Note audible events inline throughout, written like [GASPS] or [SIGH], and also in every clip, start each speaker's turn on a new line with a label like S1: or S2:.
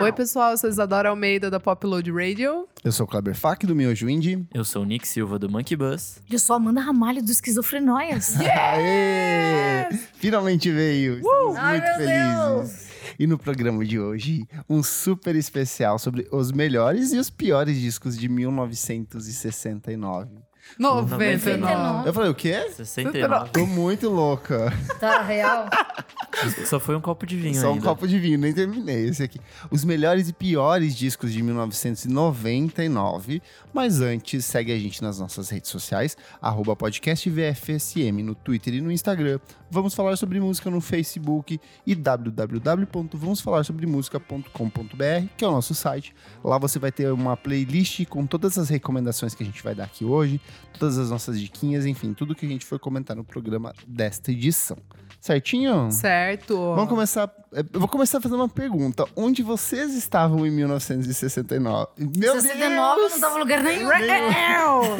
S1: Oi, pessoal, eu sou Isadora Almeida da Popload Radio.
S2: Eu sou o Kleber Fak do Miojo Indie.
S3: Eu sou o Nick Silva do Monkey Bus.
S4: Eu sou Amanda Ramalho dos Esquizofrenóias.
S2: Aê! Finalmente veio! Estamos
S4: Ai,
S2: muito
S4: meu
S2: felizes! E no programa de hoje, um super especial sobre os melhores e os piores discos de 1969.
S1: 99.
S2: Eu falei, o quê?
S3: 69.
S2: Tô muito louca.
S4: [LAUGHS] Tá real?
S1: tá
S3: Só foi um copo de vinho
S2: Só um
S3: ainda.
S2: copo de vinho, nem terminei esse aqui. Os melhores e piores discos de 1999. Mas antes, segue a gente nas nossas redes sociais, arroba podcast VFSM no Twitter e no Instagram. Vamos falar sobre música no Facebook e www.vamosfalarsobremusica.com.br, que é o nosso site. Lá você vai ter uma playlist com todas as recomendações que a gente vai dar aqui hoje, todas as nossas diquinhas, enfim, tudo que a gente for comentar no programa desta edição. Certinho?
S1: Certo.
S2: Vamos começar. eh, Eu vou começar fazendo uma pergunta. Onde vocês estavam em 1969? Meu
S4: 69 eu não tava em lugar nenhum.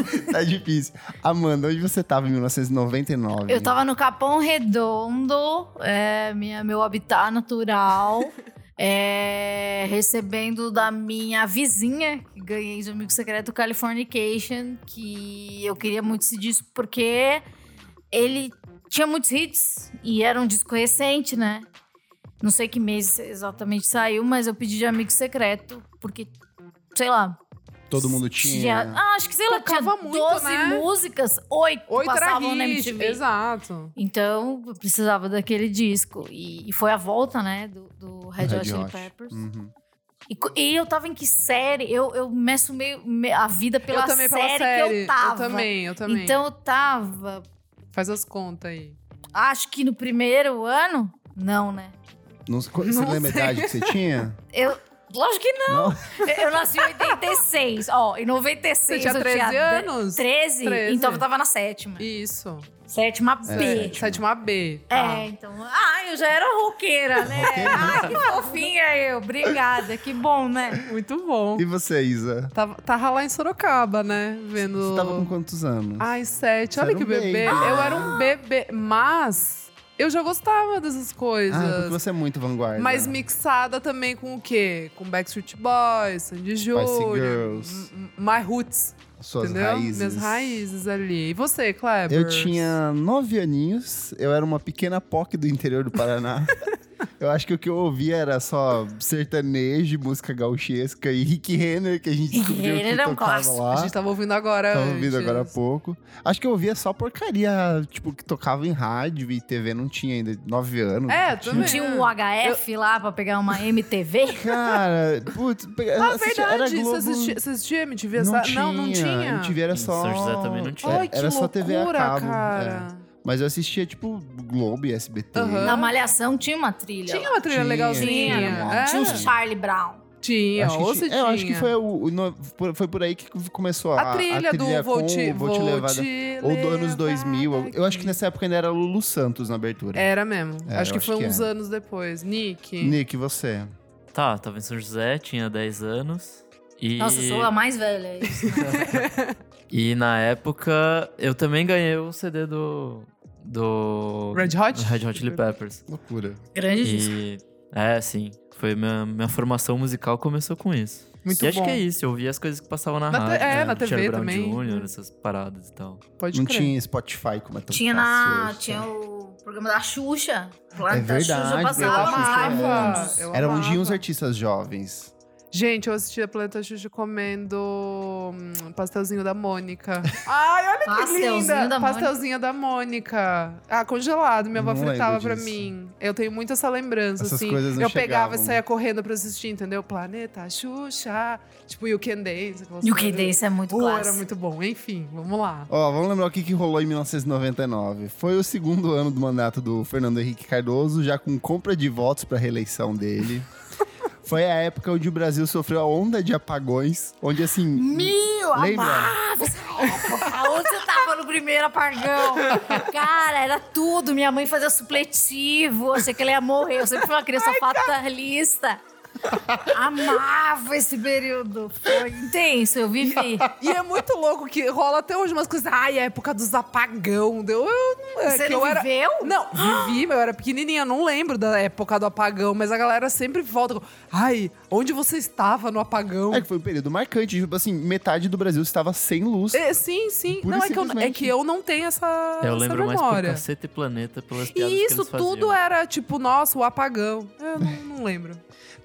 S2: Deus! [LAUGHS] Tá difícil. Amanda, onde você estava em 1999?
S4: Eu tava no Capão Redondo, é, minha, meu habitat natural, [LAUGHS] é, recebendo da minha vizinha, que ganhei de amigo secreto Californication, que eu queria muito esse disco porque ele tinha muitos hits e era um disco recente, né? Não sei que mês exatamente saiu, mas eu pedi de amigo secreto porque, sei lá,
S2: Todo mundo tinha.
S4: ah, acho que sei lá, tinha
S1: Tocava
S4: 12
S1: muito, né?
S4: músicas, 8,
S1: Oito era
S4: passavam na
S1: hit,
S4: MTV.
S1: exato.
S4: Então, eu precisava daquele disco. E, e foi a volta, né, do, do Red
S2: Red
S4: Hot Chili
S2: Hot.
S4: Peppers.
S2: Uhum.
S4: E, co- e eu tava em que série? Eu, eu meço meio, me- a vida pela,
S1: eu também,
S4: série
S1: pela série.
S4: que eu tava.
S1: também, eu também.
S4: Então, eu tava,
S1: Faz as contas aí.
S4: acho que no primeiro ano? Não, né?
S2: Não- co- você
S1: Não
S2: lembra
S1: sei.
S2: a idade que você tinha?
S4: Eu... Lógico que não.
S2: Não.
S4: Eu- Eu nasci em 86. Ó, em 96
S1: Você tinha
S4: eu
S1: 13
S4: tinha de-
S1: anos?
S4: 13?
S1: 13.
S4: Então eu tava na sétima.
S1: Isso.
S4: Sétima B. tá
S1: É,
S2: tipo-
S1: Sétima B.
S4: É,
S1: tá.
S4: então. Ah, eu já era roqueira, né? [LAUGHS]
S2: Roqueira.
S4: Ai, que fofinha eu. Obrigada. Que bom, né?
S1: Ah, Muito bom.
S2: E você, Isa?
S1: Tava, tava lá em Sorocaba, né? Vendo.
S2: Você tava com quantos anos?
S1: Ai, sete.
S2: Você
S1: Olha
S2: era
S1: que
S2: um
S1: bebê.
S2: baby.
S1: Eu era um bebê. Mas eu já gostava dessas coisas.
S2: Ah, porque você é muito vanguarda.
S1: Mas mixada também com o quê? Com Backstreet Boys, Sandy Júnior.
S2: Girls.
S1: M- My Roots,
S2: Suas
S1: entendeu?
S2: raízes.
S1: Minhas raízes ali. E você, Kleber?
S2: Eu tinha nove aninhos, eu era uma pequena POC do interior
S1: [LAUGHS]
S2: do Paraná. eu acho que o que eu ouvia era só sertanejo, música gauchesca e Rick Renner, que a gente
S4: Rick
S2: descobriu que
S4: Renner é um
S2: tocava
S4: clássico.
S2: lá.
S1: A gente tava ouvindo agora.
S2: Tava ouvindo
S1: antes.
S2: agora há pouco. Acho que eu ouvia só porcaria, tipo, que tocava em rádio e TV não tinha ainda, nove anos.
S1: É,
S2: não tinha.
S4: Não
S1: também.
S4: tinha um HF lá pra pegar uma MTV?
S2: Cara, putz,
S1: [LAUGHS] Ah,
S2: assisti- era
S1: verdade.
S2: Globo...
S1: Você assistia, você assistia MTV?
S2: Não,
S1: essa-
S2: tinha,
S1: não, não tinha.
S2: MTV era
S3: Em
S2: só...
S3: Hum, São José também não tinha.
S1: Ai, que
S2: Era
S1: loucura,
S2: só TV a cabo. é.
S1: cara.
S2: Mas eu assistia, tipo, Globo e SBT.
S1: Aham.
S4: Na Malhação tinha uma trilha.
S1: Tinha uma trilha
S2: Tinha,
S1: legalzinha.
S2: tinha.
S1: é.
S4: Tinha uns Charlie Brown.
S1: Tinha,
S2: Acho que
S1: ou
S2: ti-
S1: se
S2: é,
S1: tinha.
S2: eu acho que foi, o, o no- por- foi por aí que começou a,
S1: a trilha, do
S2: com
S1: Vou Te,
S2: o Vou Te Levar da-
S1: Te
S2: Ou do anos
S1: Levar
S2: 2000. eu- Eu acho que
S1: Daqui.
S2: nessa época ainda era Lulu Santos na abertura.
S1: Era mesmo.
S2: É,
S1: acho
S2: eu
S1: que
S2: acho
S1: foi
S2: que
S1: uns
S2: é.
S1: anos depois. Nick.
S2: Nick, você.
S3: Tá, tava em São José, tinha 10 anos. E,
S4: Nossa, eu sou a mais velha.
S3: e na época eu também ganhei o CD do. Do.
S1: Red Hot?
S3: do Red Hot Chili Peppers.
S2: Loucura.
S4: Grande disco.
S3: E. É, sim. Foi minha, minha formação musical começou com isso.
S1: Muito
S3: e acho
S1: bom.
S3: que é isso, eu ouvia as coisas que passavam na,
S1: Na te-
S3: rádio.
S1: é,
S3: né?
S1: na TV
S3: Charlie Brown
S1: também.
S3: Jr., essas paradas e tal.
S1: Pode
S2: Não
S1: crer.
S2: tinha Spotify como é tão fácil
S4: Tinha, na,
S2: hoje,
S4: tinha
S2: né?
S4: o programa da Xuxa. Lá
S2: É
S4: da Xuxa
S2: verdade,
S1: Eu
S4: passava
S2: programa
S4: uns
S2: da Xuxa.
S1: amava.
S4: Raimundos.
S1: eu
S2: Era
S1: amava.
S2: onde iam os artistas jovens.
S1: Gente, eu assistia Planeta Xuxa comendo hum, pastelzinho da
S4: [LAUGHS]
S1: Mônica. Ai,
S2: é
S1: olha que
S4: Pastelzinho
S1: linda!
S4: da Mônica.
S1: pastelzinho da Mônica. Ah, congelado. Minha avó
S2: Não
S1: fritava
S2: lembro
S1: pra
S2: disso.
S1: mim. Eu tenho muito essa lembrança,
S2: Essas
S1: assim.
S2: coisas não
S1: eu pegava
S2: chegavam.
S1: e saía correndo pra assistir, entendeu? Planeta Xuxa. Tipo, You Can Dance. aquelas
S4: E o que
S1: coisas.
S4: desse é muito
S1: Pô, era
S4: clássico.
S1: muito bom. Enfim, vamos lá.
S2: Ó, vamos lembrar o que, que rolou em 1999. Foi o segundo ano do mandato do Fernando Henrique Cardoso, já com compra de votos para reeleição dele. Foi a época onde o Brasil sofreu a onda de apagões, onde assim.
S4: Mil,
S2: Lembra?
S4: amava essa época. Onde você tava no primeiro apagão? Cara, era tudo. Minha mãe fazia supletivo. Achei que ela ia morrer. Eu sempre fui uma criança fatalista. Amava esse período. Foi intenso, eu vivi.
S1: E é muito louco que rola até hoje umas coisas. Ai, a época dos apagão. Deu, eu não. é
S4: Você
S1: que
S4: não
S1: eu era...
S4: viveu?
S1: Não, vivi, mas eu era pequenininha, não lembro da época do apagão, mas a galera sempre volta com, ai, onde você estava no apagão?
S2: É que foi um período marcante, tipo assim, metade do Brasil estava sem luz.
S1: É, sim, sim.
S2: Pura
S1: não,
S2: e
S1: é que, eu, é
S2: simplesmente.
S1: que eu não tenho Ah, essa,
S3: É, Eu
S1: essa
S3: lembro mais por
S1: memória.
S3: Caceta e Planeta pelas piadas
S1: e
S3: que
S1: isso
S3: eles faziam.
S1: tudo
S4: é
S1: era tipo, nossa, o apagão. É, Eu não, não
S2: [LAUGHS]
S1: lembro.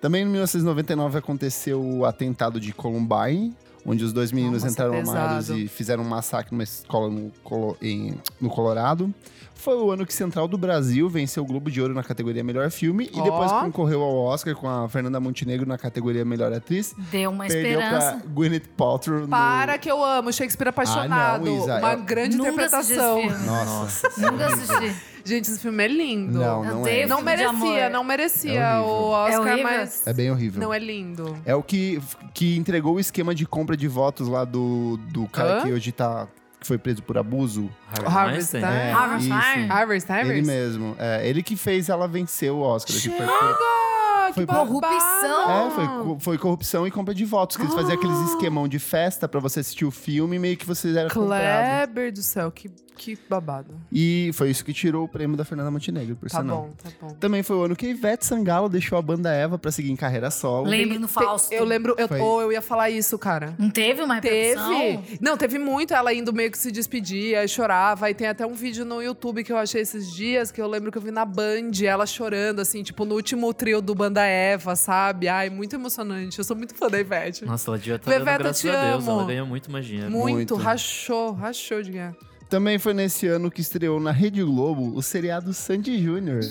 S2: Também em 1999 aconteceu o atentado de Columbine, onde os dois meninos
S1: Nossa,
S2: entraram
S1: pesado.
S2: armados e fizeram um massacre numa escola no, Colo- em- no Colorado. Foi o ano que Central do Brasil venceu o Globo de Ouro na categoria Melhor Filme e
S1: Ó.
S2: depois concorreu ao Oscar com a Fernanda Montenegro na categoria Melhor Atriz.
S4: Deu uma
S2: perdeu
S4: esperança.
S2: pra Gwyneth Paltrow no... Ah,
S1: Para que eu amo Shakespeare apaixonado.
S2: Isa,
S1: uma
S2: eu-
S1: grande
S4: Nunca assisti esse
S1: interpretação.
S4: filme.
S2: Nossa.
S4: Nunca assisti.
S1: Gente, esse filme é lindo.
S2: Não, não é.
S4: Odeio
S1: Não
S4: Filme de
S1: merecia,
S4: amor.
S1: não merecia
S2: É
S1: o
S2: horrível.
S4: É
S1: Oscar,
S4: horrível?
S1: mas
S2: É bem horrível.
S1: não é lindo.
S2: É o que, que entregou o esquema de compra de votos lá do, do cara
S1: Hã?
S2: que hoje tá. que foi preso por abuso.
S3: Harvey Weinstein?
S1: Harvey
S2: É,
S4: Harvey
S2: isso.
S4: Weinstein?
S1: Harvard,
S2: Ele
S1: Harvard?
S2: mesmo. É, ele que fez ela vencer o Oscar. que foi,
S1: Ah, que
S2: Foi
S1: babado!
S4: corrupção.
S2: é, foi, co- foi corrupção e compra de votos. Que eles faziam aqueles
S1: Ah!
S2: esquemão de festa pra você assistir o filme e meio que você era comprado.
S1: Kleber do céu, que, que babado.
S2: E foi isso que tirou o prêmio da Fernanda Montenegro, por
S1: Tá
S2: sinal.
S1: bom, tá bom.
S2: Também foi o ano que Ivete Sangalo deixou a banda Eva pra seguir em carreira solo.
S4: Lembro no Fausto.
S1: Eu lembro, eu,
S2: Foi.
S1: ou eu ia falar isso, cara.
S4: Não teve uma repercussão?
S1: Teve. Não, teve muito ela indo meio que se despedir, aí chorava. E tem até um vídeo no YouTube que eu achei esses dias, que eu lembro que eu vi na Band, ela chorando, assim, tipo, no último trio do Banda Eva, sabe? Ai, muito emocionante. Eu sou muito fã da Ivete.
S3: Nossa,
S1: [LAUGHS]
S3: ela devia estar
S1: Bebeta,
S3: dando graças
S1: te
S3: a Deus.
S1: amo.
S3: Ela ganhou muito mais dinheiro.
S1: Muito,
S2: é Muito.
S1: rachou, rachou de ganhar.
S2: Também foi nesse ano que estreou na Rede Globo o seriado Sandy Júnior.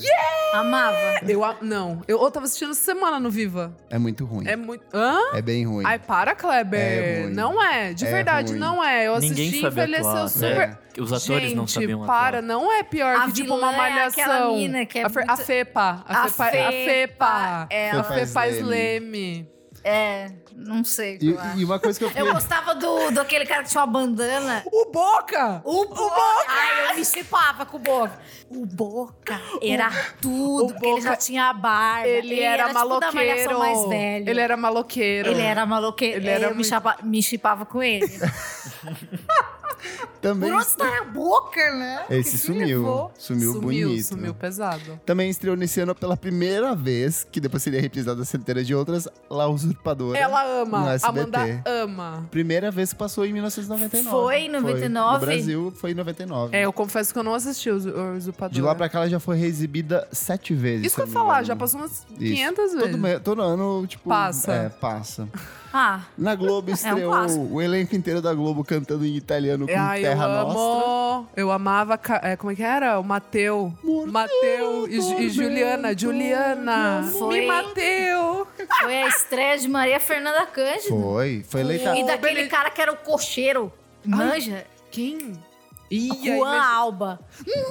S4: Amava.
S1: Eu, a- não, eu, eu tava assistindo essa semana no Viva.
S2: É muito ruim.
S1: É muito. Hã?
S2: É bem ruim.
S1: Ai, para, Kleber.
S2: É ruim.
S1: não é, de
S2: É
S1: verdade,
S2: ruim.
S1: não é. Eu assisti
S3: Ninguém
S1: e
S3: sabia
S1: envelheceu
S3: atuar,
S1: super.
S3: né? Os atores
S1: Gente,
S3: não sabiam atuar.
S1: para, não é pior
S4: A
S1: que tipo uma
S4: vilã é aquela
S1: malhação.
S4: mina que é
S1: a, Fe-
S4: muito-
S1: a Fepa. A,
S4: A
S1: Fepa. é- A Fepa.
S4: Fepa, é,
S1: a
S2: ela-
S1: Fepa
S2: Fepa
S1: Sleme.
S4: É, não sei. o que
S2: E,
S4: eu acho.
S2: e uma coisa que eu fiquei...
S4: Eu gostava do, do aquele cara que tinha uma bandana.
S1: O Boca!
S4: O Boca! Ai, eu me chipava com o Boca. O Boca era tudo,
S1: o
S4: porque ele já
S1: Boca-
S4: tinha a barba.
S1: Ele, era,
S4: tipo, da
S1: maloqueiro.
S4: Malhação mais velho.
S1: Ele era maloqueiro.
S4: Ele era maloqueiro.
S1: Ele era
S4: eu me
S1: muito-
S4: chapa- me chipava
S1: [LAUGHS]
S4: com ele. Por
S2: Também...
S4: onde está a boca, né?
S2: Ele
S4: Que
S2: se
S4: me
S2: sumiu.
S4: levou.
S2: Sumiu bonito. né?
S1: Sumiu pesado.
S2: Também estreou nesse ano pela primeira vez, que depois seria reprisada a centenas de outras, La Usurpadora.
S1: Ela ama.
S2: No SBT.
S1: Amanda ama.
S2: Primeira vez que passou em 1999.
S4: Foi em 99?
S2: No Brasil, foi em 99.
S1: É, eu confesso que eu não assisti o Usu- o Usurpador.
S2: De lá pra cá, ela já foi reexibida sete vezes.
S1: Isso
S2: se
S1: que eu
S2: não
S1: ia
S2: me
S1: falar,
S2: engano.
S1: já passou umas 500
S2: Isso.
S1: vezes.
S2: Todo, me- todo ano, tipo...
S1: Passa. É um
S2: É, passa.
S4: Ah,
S2: Na
S1: [LAUGHS]
S2: Globo estreou
S4: clássico.
S2: o elenco inteiro da Globo cantando em italiano com
S1: Ai,
S2: Terra
S1: eu amo.
S2: Nostra.
S1: Eu amava. ca- é, como é que era? O Mateu.
S2: Morteu,
S1: Mateu e, Ju- e
S2: tormento,
S1: Juliana. Juliana.
S4: meu amor.
S1: Me Mateu.
S4: foi a estreia de Maria Fernanda Cândido.
S2: Foi, foi eleita.
S4: E
S1: Oh,
S4: daquele
S1: beleza.
S4: cara que era o cocheiro. Manja?
S1: Quem? Ih, aí,
S4: Juan
S1: mas-
S4: Alba.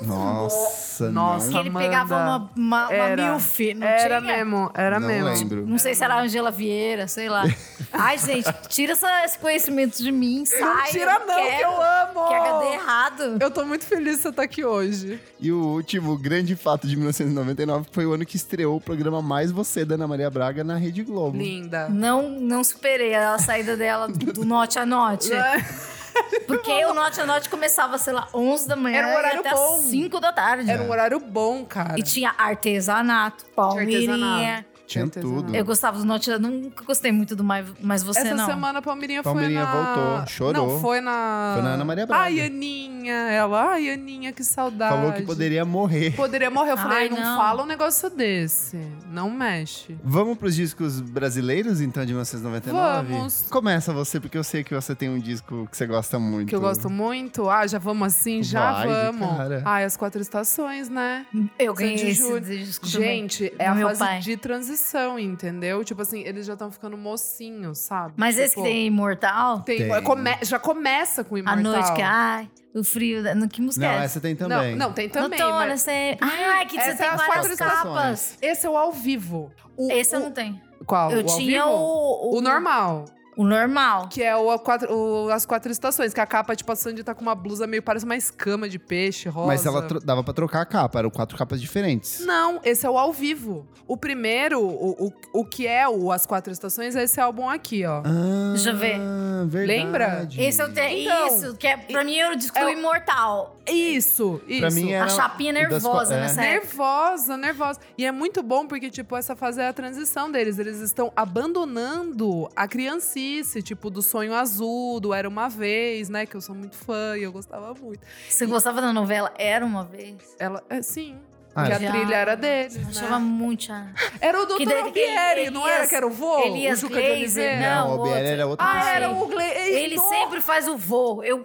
S2: Nossa,
S1: Nossa,
S4: Que ele
S1: Amanda.
S4: pegava uma, uma, uma
S1: Era.
S4: milf, não
S1: Era
S4: tinha?
S1: mesmo, era
S2: não
S1: mesmo.
S2: lembro.
S4: Não sei se era a Angela Vieira, sei
S1: [LAUGHS]
S4: lá. Ai, gente, tira essa- esse conhecimento de mim, sai.
S1: Não tira não, que eu amo.
S4: Que HD errado.
S1: Eu tô muito feliz de você estar aqui hoje.
S2: E o último grande fato de 1999 foi o ano que estreou o programa Mais Você da Ana Maria Braga na Rede Globo.
S1: Linda.
S4: Não, não superei a saída dela do do norte a norte.
S1: Né?
S4: Porque o norte a norte começava, sei lá, 11 da manhã
S1: Era um horário
S4: e até
S1: bom.
S4: 5 da tarde.
S2: É.
S1: Era um horário bom, cara.
S4: E tinha artesanato, palmeirinha.
S1: Artesanato.
S2: Tinha tudo.
S4: Eu gostava do norte, eu nunca gostei muito do mais, mas você
S1: Essa
S4: não.
S1: semana a Palmeirinha,
S2: Palmeirinha
S1: foi na...
S2: voltou, chorou.
S1: Não, foi na...
S2: Foi na Ana Maria Braga.
S1: Ai, Aninha. Ela, ai, Aninha, que saudade.
S2: Falou que poderia morrer.
S1: Poderia morrer. Eu falei,
S4: Ai,
S1: não,
S4: não.
S1: fala um negócio desse. Não mexe.
S2: Vamos pros discos brasileiros, então, de 1999?
S1: Vamos.
S2: Começa você, porque eu sei que você tem um disco que você gosta muito.
S1: Que eu gosto muito. Ah, já vamos assim? Já
S2: Então. Vai,
S1: vamos.
S2: cara.
S1: Ai, as quatro estações, né?
S4: Eu
S1: Sandy
S4: ganhei esse
S1: Júnior.
S4: disco também.
S1: Gente, é a
S4: Do meu
S1: fase
S4: pai.
S1: de transição, entendeu? Tipo assim, eles já estão ficando mocinhos, sabe?
S4: Mas esse que
S1: Tipo,
S4: tem Imortal,
S1: tem- é
S2: Tem.
S1: come- já começa com o
S4: A
S1: Imortal.
S4: Noite Que Ai, o Frio... da- No, que música
S2: Não,
S4: é
S2: essa tem também.
S1: Não, não, tem também.
S4: Noturna,
S1: mas
S4: você... Ai, que
S1: Essa é
S4: você tem
S1: as quatro
S4: várias
S2: estações.
S4: capas.
S1: esse é o ao vivo. O,
S4: Esse eu
S1: o-
S4: não tenho.
S1: Qual?
S4: Eu
S1: o ao
S4: tinha
S1: vivo?
S4: o,
S1: O normal.
S4: O O normal.
S1: Que é o, a quatro- o- as quatro estações, que a capa, tipo, a Sandy tá com uma blusa meio, parece uma escama de peixe, rosa.
S2: Mas ela tro- dava pra trocar a capa, eram quatro capas diferentes.
S1: Não, esse é o ao vivo. O primeiro, o, o, o que é o As Quatro Estações, é esse álbum aqui, ó.
S2: Ah,
S4: Deixa eu ver.
S2: Verdade.
S1: Lembra?
S4: Esse é o te...
S1: Então,
S4: isso, que é, pra mim era o disco
S1: é o-
S4: imortal.
S1: Isso, isso.
S2: Pra mim é era
S4: A chapinha
S2: o das
S4: nervosa
S2: qua- é.
S4: nessa época.
S1: Nervosa, nervosa. E é muito bom porque, tipo, essa fase é a transição deles. Eles estão abandonando a criancice, tipo, do sonho azul, do Era Uma Vez, né? Que eu sou muito fã e eu gostava muito.
S4: Você gostava da novela Era Uma Vez?
S1: Ela, é, sim,
S2: Ah,
S1: que
S2: é.
S1: a
S4: Já.
S1: trilha era deles.
S4: Eu
S1: né?
S4: Achava muito chato.
S1: Era o Dr.
S4: Que daí-
S1: Albieri, não era
S4: Elias-
S1: que era o vô?
S4: Elias
S1: o Juca de
S4: Glazer,
S1: Oliveira?
S4: não.
S2: o OBL era outra
S1: Ah,
S2: pessoa.
S1: era o Gle...
S4: Ele
S1: Nossa,
S4: sempre faz o voo. Eu,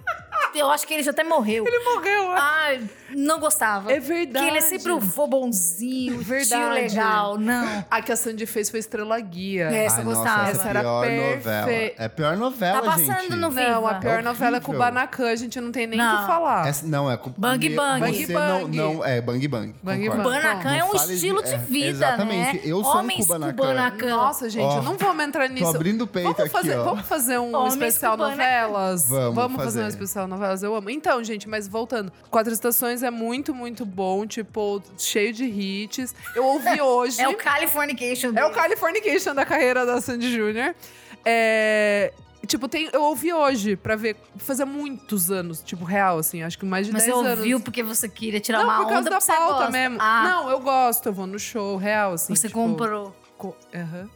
S4: eu acho que ele já até morreu.
S1: ele morreu. né?
S4: Ai, não gostava.
S1: é verdade.
S4: Que ele é sempre o vô bonzinho, tio
S1: Verdade.
S4: legal. Não.
S1: A Ah, que a Sandy fez foi Estrela Guia. Ah,
S4: É, Essa eu
S2: Ai, nossa,
S4: gostava.
S1: Essa era
S2: pior novela.
S1: perfe-
S2: É a pior novela,
S4: Tá passando
S2: gente.
S4: no Viva.
S1: Não, a pior
S2: É
S1: novela é
S2: horrível.
S1: Kubanacan, a gente não tem nem o
S4: Não.
S1: que falar.
S2: Essa- não, é com-
S4: Bang,
S2: você
S4: bang.
S1: Bang,
S2: Não,
S1: bang.
S2: não, é Bang Bang.
S1: Bang,
S2: concordo.
S1: bang.
S4: Kubanacan é
S2: Não
S4: um
S2: fale de-
S4: estilo de
S2: é,
S4: vida,
S2: exatamente.
S4: né?
S2: Eu sou um
S4: Homens
S2: Kubanacan.
S1: Nossa, gente,
S2: Ó,
S1: eu não vamos entrar nisso.
S2: Tô abrindo o peito
S1: Vamos fazer,
S2: aqui, ó.
S1: vamos fazer um
S4: Homens
S1: especial
S4: Kubanacan.
S1: novelas?
S2: Vamos
S1: fazer. um
S2: fazer.
S1: especial novelas, eu amo. Então, gente, mas voltando. Quatro Estações é muito, muito bom, tipo, cheio de hits. Eu ouvi hoje.
S4: [LAUGHS] É o Californication.
S1: É o
S4: dele.
S1: Californication da carreira da Sandy Júnior. É. Tipo, tem, eu ouvi hoje pra ver. Fazia muitos anos, tipo, real, assim. Acho que mais de
S4: Mas você
S1: 10 anos.
S4: ouviu porque você queria tirar
S1: Não,
S4: uma
S1: por causa
S4: onda
S1: da
S4: porque você
S1: pauta
S4: gosta.
S1: mesmo.
S4: Ah,
S1: Não, eu gosto, eu vou no show real, assim.
S4: você
S1: tipo,
S4: comprou.
S1: co- Aham.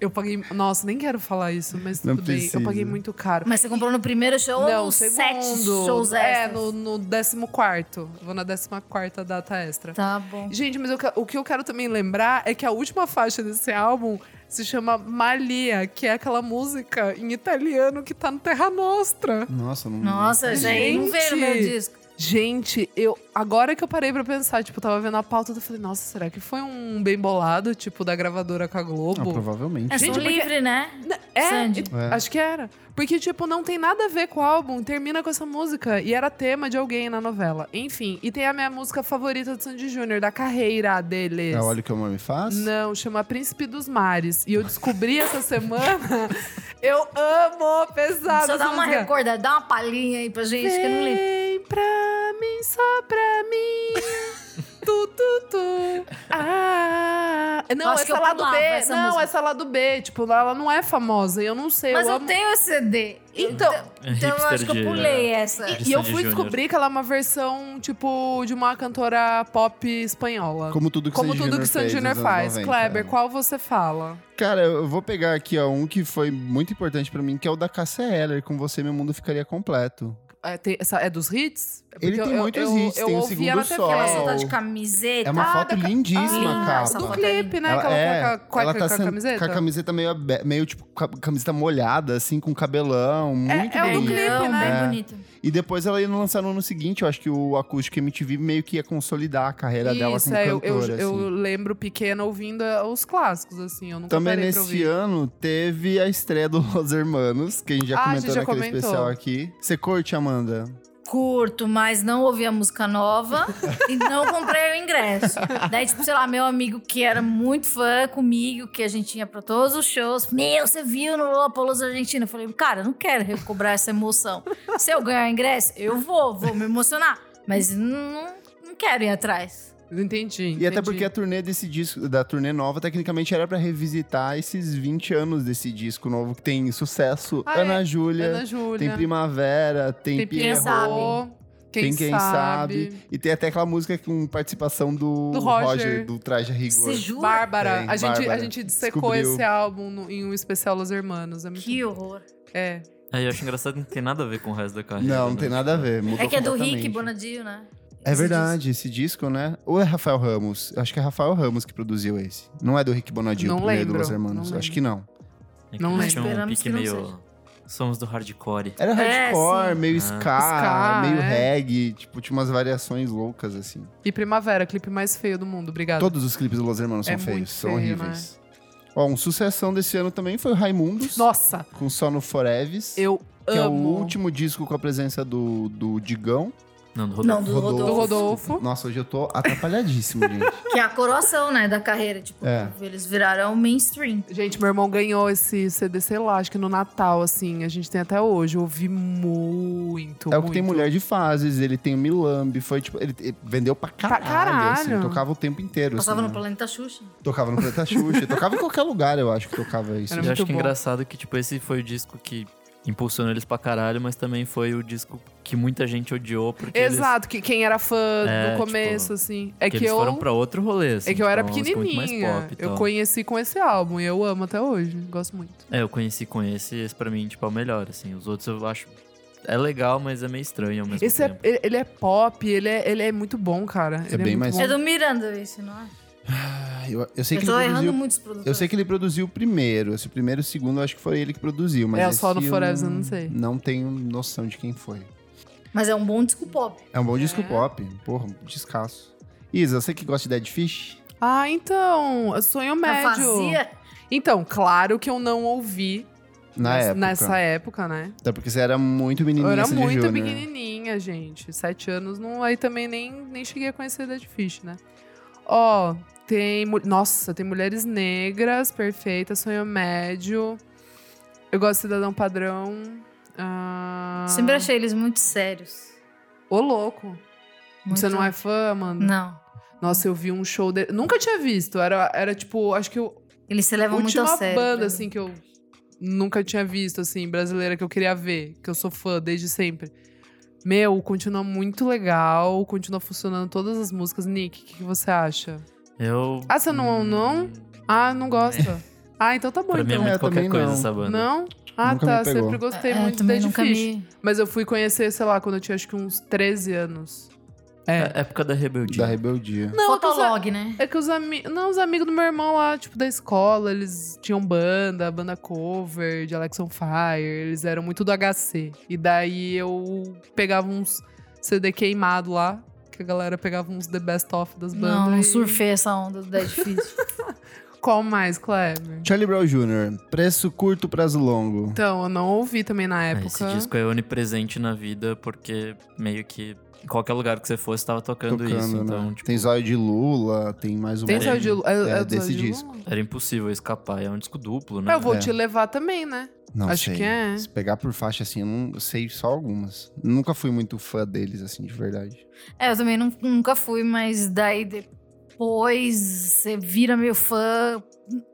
S1: Eu paguei. Nossa, nem quero falar isso, mas
S2: Não
S1: tudo bem. Eu
S2: precisa.
S1: paguei muito caro.
S4: Mas você comprou no primeiro show ou
S1: Não,
S4: nos
S1: segundo.
S4: sete shows
S1: é,
S4: extras?
S1: no, no 14. Vou na 14 data extra.
S4: Tá bom.
S1: Gente, mas eu que- o que eu quero também lembrar é que a última faixa desse álbum se chama Malia, que é aquela música em italiano que tá no Terra Nostra.
S2: Nossa, não. é
S4: Nossa, gente, não veio o meu
S1: Gente.
S4: disco.
S1: Gente, eu agora que eu parei pra pensar, tipo, eu tava vendo a pauta, eu falei, nossa, será que foi um bem bolado, tipo, da gravadora com a
S2: Ah,
S1: Globo?
S2: provavelmente.
S4: É
S1: Gente,
S4: som
S1: porque-
S4: livre, né?
S1: N- é,
S4: Sandy.
S1: é, acho que era. Porque, tipo, não tem nada a ver com o álbum, termina com essa música. E era tema de alguém na novela. Enfim, e tem a minha música favorita do Sandy Júnior, da carreira deles.
S2: É olha o que o homem faz.
S1: Não, chama Príncipe dos Mares. E eu descobri essa semana. [LAUGHS] Eu amo pesado.
S4: Só
S1: essa
S4: dá uma
S1: música.
S4: recorda, dá uma palhinha aí pra gente, que eu não lembro.
S1: Vem pra mim, só pra
S4: [LAUGHS]
S1: mim. tu, tu, tu. Ah. Não,
S4: Acho que
S1: essa
S4: eu
S1: lá do B.
S4: pulava essa
S1: não,
S4: música.
S1: essa lá do B. Tipo, lá ela não é famosa. E eu não sei.
S4: Mas
S1: eu
S4: eu
S1: amo.
S4: tenho esse CD.
S1: Então,
S3: É
S4: Então eu
S3: hipster
S4: acho que eu
S3: de-
S4: pulei essa.
S3: de
S1: e eu
S3: Sandy
S1: fui
S3: Júnior.
S1: descobrir que ela é uma versão, tipo, de uma cantora pop espanhola.
S2: Como tudo que
S1: Como
S2: Sandy
S1: tudo que Sandy Júnior
S2: Júnior fez nos
S1: faz.
S2: anos 90,
S1: Kleber,
S2: né?
S1: qual você fala?
S2: Cara, eu vou pegar aqui, ó, um que foi muito importante pra mim, que é o da Cassia Eller, com você meu mundo ficaria completo.
S1: É, tem- essa- é dos hits? É porque
S2: Ele tem muitos hits, tem o
S1: ouvi
S2: Segundo
S1: ela até
S2: Sol.
S4: Ela
S1: falar.
S4: só tá de
S2: o-
S4: camiseta.
S2: É uma
S1: Ah,
S2: foto
S1: da ca-
S2: lindíssima,
S4: Ah,
S2: cara.
S4: essa
S1: Do
S4: foto
S1: clipe, né? que ela
S2: é,
S1: coloca com a,
S2: ela
S1: com
S2: tá
S1: a
S2: sendo-
S1: camiseta.
S2: com a camiseta meio, abe- meio tipo, ca- camiseta molhada, assim, com cabelão, muito
S4: um
S1: é o do
S2: bonito.
S1: clipe,
S4: Não,
S1: né?
S4: bem
S2: É.
S4: bonito.
S2: E depois ela ia lançar no ano seguinte, eu acho que o Acústico MTV meio que ia consolidar a carreira dela
S1: Isso,
S2: como
S1: é, eu, eu,
S2: cantora,
S1: eu
S2: assim.
S1: lembro pequena ouvindo eh, os clássicos, assim. Eu nunca
S2: Também
S1: parei pra
S2: nesse
S1: ouvir.
S2: ano teve a estreia do [LAUGHS] Los Hermanos, que a gente já
S1: Ah, a
S2: comentou
S1: gente já
S2: naquele
S1: comentou.
S2: especial aqui. Você curte, Amanda?
S4: Curto, mas não ouvi a música nova e não comprei o ingresso. Daí, tipo, sei lá, meu amigo que era muito fã comigo, que a gente ia pra todos os shows. Meu, você viu no Lollapalooza Argentina? Eu falei, cara, eu não quero recobrar essa emoção. Se eu ganhar o ingresso, eu vou, vou me emocionar. Mas não, não quero ir atrás.
S1: Entendi, entendi.
S2: E até porque a turnê desse disco, da turnê nova, tecnicamente era pra revisitar esses 20 anos desse disco novo, que tem sucesso
S1: Ah, é.
S2: Ana Júlia,
S1: Ana Júlia.
S2: tem Primavera, tem,
S1: tem
S2: Pierrot,
S1: Sabe. Quem,
S2: tem Quem sabe. E tem até aquela música com participação do,
S1: Do Roger.
S2: do Traje Rigor.
S4: Você jura?
S1: Bárbara.
S2: Tem,
S1: a, gente, a
S2: Bárbara.
S1: gente dissecou
S2: Descobriu.
S1: esse álbum no- em um especial Los Hermanos. É muito...
S4: Que horror.
S1: É.
S3: Aí eu acho engraçado que não tem nada a ver com o resto da carreira.
S2: Não,
S3: né?
S2: não tem nada a ver. mudou
S4: É que é do
S2: completamente.
S4: Rick Bonadio, né?
S2: É verdade, esse disco, né? Ou é Rafael Ramos? Eu Acho que é Rafael Ramos que produziu esse. Não é do Rick Bonadio,
S1: Não
S2: o primeiro
S1: lembro,
S2: do Los Hermanos.
S1: não
S2: Acho que não.
S3: É que
S1: Não
S3: tinha um
S4: lembro.
S3: pique
S4: Esperamos que não
S3: meio. Somos do hardcore.
S2: Era
S4: É,
S2: hardcore,
S4: sim.
S2: meio
S3: Ah.
S2: ska,
S1: Ska,
S2: meio
S1: é.
S2: reggae. Tipo, tinha umas variações loucas, assim.
S1: E Primavera, clipe mais feio do mundo. Obrigada.
S2: Todos os clipes do Los Hermanos
S1: É
S2: são
S1: muito
S2: feios, são
S1: feio,
S2: horríveis. Ó, um sucessão desse ano também foi o Raimundos,
S1: Nossa,
S2: com Só no Foreves.
S1: eu
S2: que é o
S1: amo.
S2: último disco com a presença do, do Digão.
S3: Não, do
S4: Não,
S3: Rodolfo.
S4: do Rodolfo.
S1: Do Rodolfo.
S2: Nossa, hoje eu tô atrapalhadíssimo, [LAUGHS] gente.
S4: Que é a coroação, né, da carreira. Tipo,
S2: É.
S4: eles viraram mainstream.
S1: Gente, meu irmão ganhou esse CD, sei lá, acho que no Natal, assim. A gente tem até hoje. Eu ouvi muito.
S2: É o que tem
S1: muito.
S2: mulher de fases, ele tem o Milambi, foi tipo, ele ele vendeu pra caralho,
S1: caralho.
S2: assim, tocava o tempo inteiro.
S4: Passava
S2: assim,
S4: no
S2: né?
S4: Planeta Xuxa.
S2: Tocava no Planeta Xuxa, tocava em qualquer lugar, eu acho que tocava isso.
S1: Era
S3: eu
S1: muito
S3: acho que é
S1: bom.
S3: engraçado que, tipo, esse foi o disco que impulsionou eles pra caralho, mas também foi o disco que muita gente odiou, porque eles-
S1: Exato, que quem era fã
S3: É,
S1: no
S3: tipo,
S1: começo, assim. É
S3: que
S1: que,
S3: eles
S1: eu.
S3: foram pra outro rolê, assim,
S1: É que eu era
S3: tipo, uma música muito mais
S1: pequenininha.
S3: pop então. e
S1: eu
S3: tal.
S1: conheci com esse álbum e eu amo até hoje. Gosto muito.
S3: É, eu conheci com esse, esse pra mim, tipo, é o melhor, assim. Os outros eu acho... É legal, mas é meio estranho ao mesmo
S1: Esse é,
S3: tempo.
S1: ele ele é pop, ele é, ele é muito bom, cara.
S2: É
S1: Ele
S2: bem
S1: muito
S2: mais-
S1: bom.
S4: É do Miranda esse, não é?
S2: Ah, Eu, eu sei
S4: Eu
S2: que
S4: tô
S2: ele
S4: errando
S2: produziu.
S4: muito os produtores.
S2: Eu sei que ele produziu o primeiro. Esse primeiro e o segundo eu acho que foi ele que produziu, mas.
S1: É, o
S2: esse
S1: Solo Forever,
S2: eu
S1: eu não sei.
S2: Não tenho noção de quem foi.
S4: Mas é um bom disco pop.
S2: É um bom disco
S1: É.
S2: pop, porra, um descasso. Isa, você que gosta de Dead Fish?
S1: Ah, então. Sonho
S4: Pra
S1: médio.
S4: fazia.
S1: Então, claro que eu não ouvi
S2: Na
S1: nessa-
S2: época.
S1: nessa época, né?
S2: Até porque você era muito
S1: Eu
S2: menininha,
S1: era
S2: essa de
S1: muito
S2: Júnior.
S1: pequenininha, gente. Sete anos, não, aí também nem, nem cheguei a conhecer Dead Fish, né? Ó, tem... mu- Nossa, tem Mulheres Negras, Perfeita, Sonho Médio. Eu gosto de Cidadão Padrão. Ah,
S4: Sempre achei eles muito sérios.
S1: Ô, louco.
S4: Muito-
S1: Você não é fã, mano?
S4: Não.
S1: Nossa, eu vi um show dele. Nunca tinha visto. Era, era tipo, acho que o-
S4: Eles se
S1: a
S4: levam muito a
S1: última
S4: sério.
S1: banda,
S4: pra
S1: assim,
S4: mim.
S1: que eu nunca tinha visto, assim, brasileira, que eu queria ver, que eu sou fã desde sempre. Meu, continua muito legal, continua funcionando todas as músicas. Nick, o que, que você acha?
S3: Eu...
S1: Ah, você não-
S3: Hum,
S1: não? Ah, não gosta? Ah, então tá bom,
S3: Pra mim é
S1: então.
S2: É,
S3: muito
S2: eu
S3: qualquer
S2: também
S3: coisa
S2: não.
S3: essa banda.
S1: Não? Ah,
S2: Nunca me
S1: tá.
S2: pegou.
S1: Sempre gostei
S4: É,
S1: muito
S4: também
S1: da
S4: nunca
S1: Fish.
S4: me...
S1: Mas eu fui conhecer, sei lá, quando eu tinha acho que uns 13 anos. É.
S3: É época da rebeldia.
S2: Da Rebeldia.
S1: Não, é que os-
S4: Fotolog, né?
S1: É que os amigos. Não, os amigos do meu irmão lá, tipo, da escola, eles tinham banda, banda cover, de Alex on Fire, eles eram muito do HC. E daí eu pegava uns CD queimado lá, que a galera pegava uns The Best Of das bandas.
S4: Não, um não
S1: e-
S4: surfei essa onda do Dead
S1: [LAUGHS]
S4: Fish.
S1: Qual mais, Kleber?
S2: Charlie Brown Jr., preço curto, prazo longo.
S1: Então, eu não ouvi também na
S2: Ah,
S3: É,
S1: época.
S3: Esse disco é onipresente na vida, porque meio que em qualquer lugar que você fosse, tava tocando,
S2: Tocando,
S3: isso.
S2: né?
S3: Então, tipo,
S2: Tem Zóio de Lula, tem mais um.
S1: Tem Zóio de Lu- é,
S2: É,
S1: é do Zóio
S2: desse
S1: de
S2: disco.
S1: Lula?
S3: era impossível escapar. É um disco duplo, né?
S1: Eu vou
S2: É.
S1: te levar também, né?
S2: Não
S1: Acho
S2: sei.
S1: que é.
S2: Se pegar por faixa assim, eu não eu sei só algumas. Nunca fui muito fã deles, assim, de verdade.
S4: É, eu também nun- nunca fui, mas daí depois você vira meio fã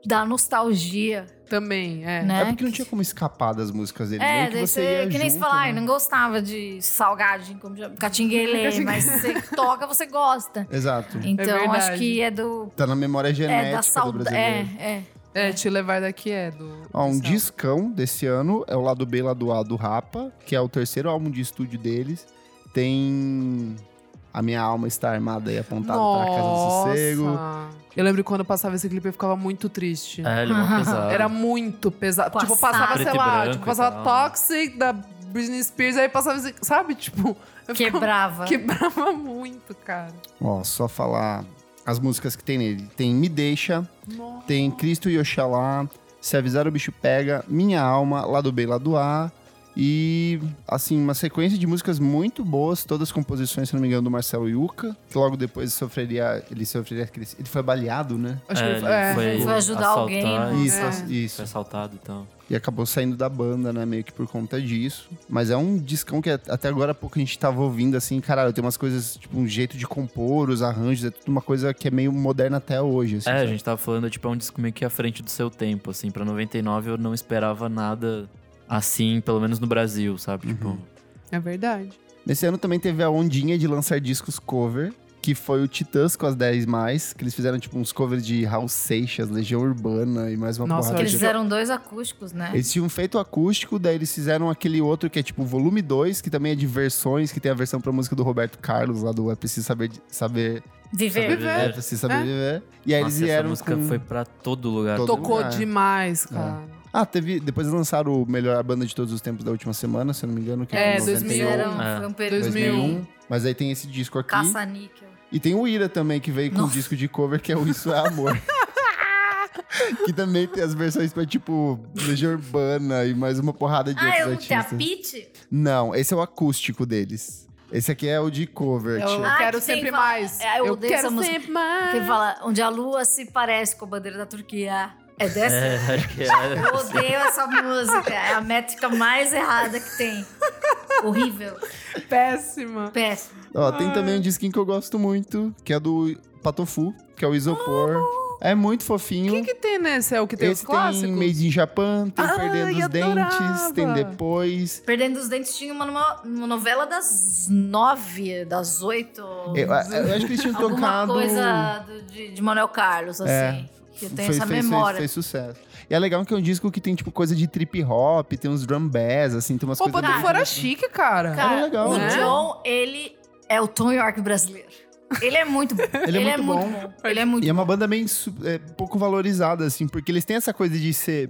S4: da nostalgia,
S1: Também, é.
S4: né?
S2: É porque não tinha como escapar das músicas deles.
S4: É,
S2: meio que
S4: daí
S2: você ia
S4: você, que nem
S2: junto,
S4: você fala,
S2: né?
S4: ai, não gostava de salgadinho, como chama,
S2: [LAUGHS]
S4: catinguelê, mas você toca, você gosta.
S2: Exato.
S4: Então, acho
S1: verdade.
S4: que é do...
S2: Tá na memória
S4: É, da
S2: genética do
S4: saudade. É,
S2: brasileiro.
S4: é.
S1: É, te levar daqui é do.
S2: Ó, um
S1: desse álbum.
S2: discão desse ano é o lado B, lado A do Rapa, que é o terceiro álbum de estúdio deles. Tem A Minha Alma Está Armada e Apontada para a Casa do Sossego.
S1: Eu lembro que quando eu passava esse clipe eu ficava muito triste.
S3: É, ele é mó
S1: [LAUGHS]
S3: pesado.
S1: Era muito pesado. Tipo,
S4: Passado.
S1: passava, sei
S3: Preto e
S1: lá,
S3: branco
S1: tipo,
S3: e
S1: passava
S3: tal, né?
S1: Toxic da Britney Spears, aí passava, esse- sabe? Tipo, eu ficava-
S4: Quebrava.
S1: quebrava muito, cara.
S2: Ó, só falar as músicas que tem nele. Tem Me Deixa,
S1: Nossa.
S2: tem Cristo e Oxalá, Se Avisar o Bicho Pega, Minha Alma, Lado B, Lado A. E, assim, uma sequência de músicas muito boas, todas composições, se não me engano, do Marcelo Yuca, que logo depois sofreria, ele sofreria, aquele- ele foi baleado, né?
S1: Acho
S3: É,
S1: que
S3: ele
S1: é.
S3: foi,
S4: Foi ajudar
S3: assaltar,
S4: alguém, né?
S2: Isso,
S1: É.
S2: ass- isso.
S3: Foi assaltado e tal.
S2: E acabou saindo da banda, né? Meio que por conta disso. Mas é um discão que at- até agora há pouco a gente tava ouvindo, assim, caralho, tem umas coisas, tipo, um jeito de compor, os arranjos, é tudo uma coisa que é meio moderna até hoje, assim.
S3: É, a
S2: sabe?
S3: gente tava falando, tipo, é um disco meio que à frente do seu tempo, assim. Pra 99 eu não esperava nada assim, pelo menos no Brasil, sabe? Tipo,
S1: É verdade.
S2: Nesse ano também teve a ondinha de lançar discos cover, que foi o Titãs com as 10 mais, que eles fizeram, tipo, uns covers de Raul Seixas, Legião Urbana e mais uma
S1: Nossa,
S2: porrada
S4: Eles
S2: de...
S1: eu-
S4: fizeram dois acústicos, né?
S2: Eles tinham um feito o acústico, daí eles fizeram aquele outro que é tipo volume 2, que também é de versões, que tem a versão pra música do Roberto Carlos, lá do É Preciso Saber, de- saber
S4: Viver.
S1: Viver.
S2: É, pra se saber
S1: É.
S2: viver. E aí
S3: nossa,
S2: eles
S3: essa
S2: vieram
S3: música
S2: com...
S3: foi pra todo lugar. [LAUGHS]
S2: Todo-
S1: Tocou
S2: lugar.
S1: demais, cara.
S2: Ah, teve... Depois eles lançaram o melhor banda de todos os tempos da última semana, se eu não me engano. Que
S1: É,
S2: o
S1: 2000.
S4: Fizeram,
S3: É.
S4: foi um período
S1: 2001.
S2: Mas aí tem esse disco aqui.
S4: caça-níquel.
S2: E tem o Ira também, que veio com um
S4: Nossa.
S2: disco de cover, que é o Isso é
S4: [LAUGHS]
S2: Amor. que também tem as versões pra, tipo, Legião Urbana e mais uma porrada de
S4: Ah,
S2: outros
S4: eu não tenho a
S2: artistas.
S4: Pete?
S2: Não, esse é o acústico deles. Esse aqui é o de Covert.
S1: Eu
S4: Ah,
S1: quero
S4: que tem
S1: sempre
S4: fala-
S1: mais.
S4: É, eu odeio
S1: quero
S4: essa música.
S1: sempre mais.
S2: Ah.
S4: Que ele fala, onde a lua se parece com a bandeira da Turquia. É dessa?
S3: É, acho que é.
S2: [LAUGHS]
S4: Eu odeio essa música. É a métrica mais errada que tem. Horrível.
S1: Péssima.
S4: Péssimo.
S2: Ó, tem também um disquinho que eu gosto muito, que é do Patofu, que é o Isopor.
S4: Ah.
S2: É muito
S1: O
S2: fofinho.
S1: que, que tem nesse? É o que tem
S2: Esse
S1: os clássicos?
S2: tem Made in Japan, tem
S1: Ai,
S2: Perdendo os Dentes,
S1: adorava.
S2: tem Depois.
S4: Perdendo os Dentes tinha uma, numa- uma novela das nove, das oito.
S2: Eu, eu acho que eles tinham
S4: alguma
S2: tocado. É.
S4: coisa do- de, de Manuel Carlos, assim. que eu tenho
S2: Fez-
S4: essa
S2: fez- fez-
S4: memória.
S2: Fez, sucesso. E é legal que é um disco que tem, tipo, coisa de trip hop, tem uns drum bass, assim, tem umas
S1: Pô,
S2: coisas.
S1: quando
S2: bem-
S1: for era chique, cara.
S4: Cara,
S2: Era é legal,
S4: o
S1: né?
S4: John, ele é o Tom York brasileiro. Ele é muito bom.
S2: Ele é muito bom.
S4: Ele é muito
S2: E é uma banda meio su- é, pouco valorizada, assim, porque eles têm essa coisa de ser.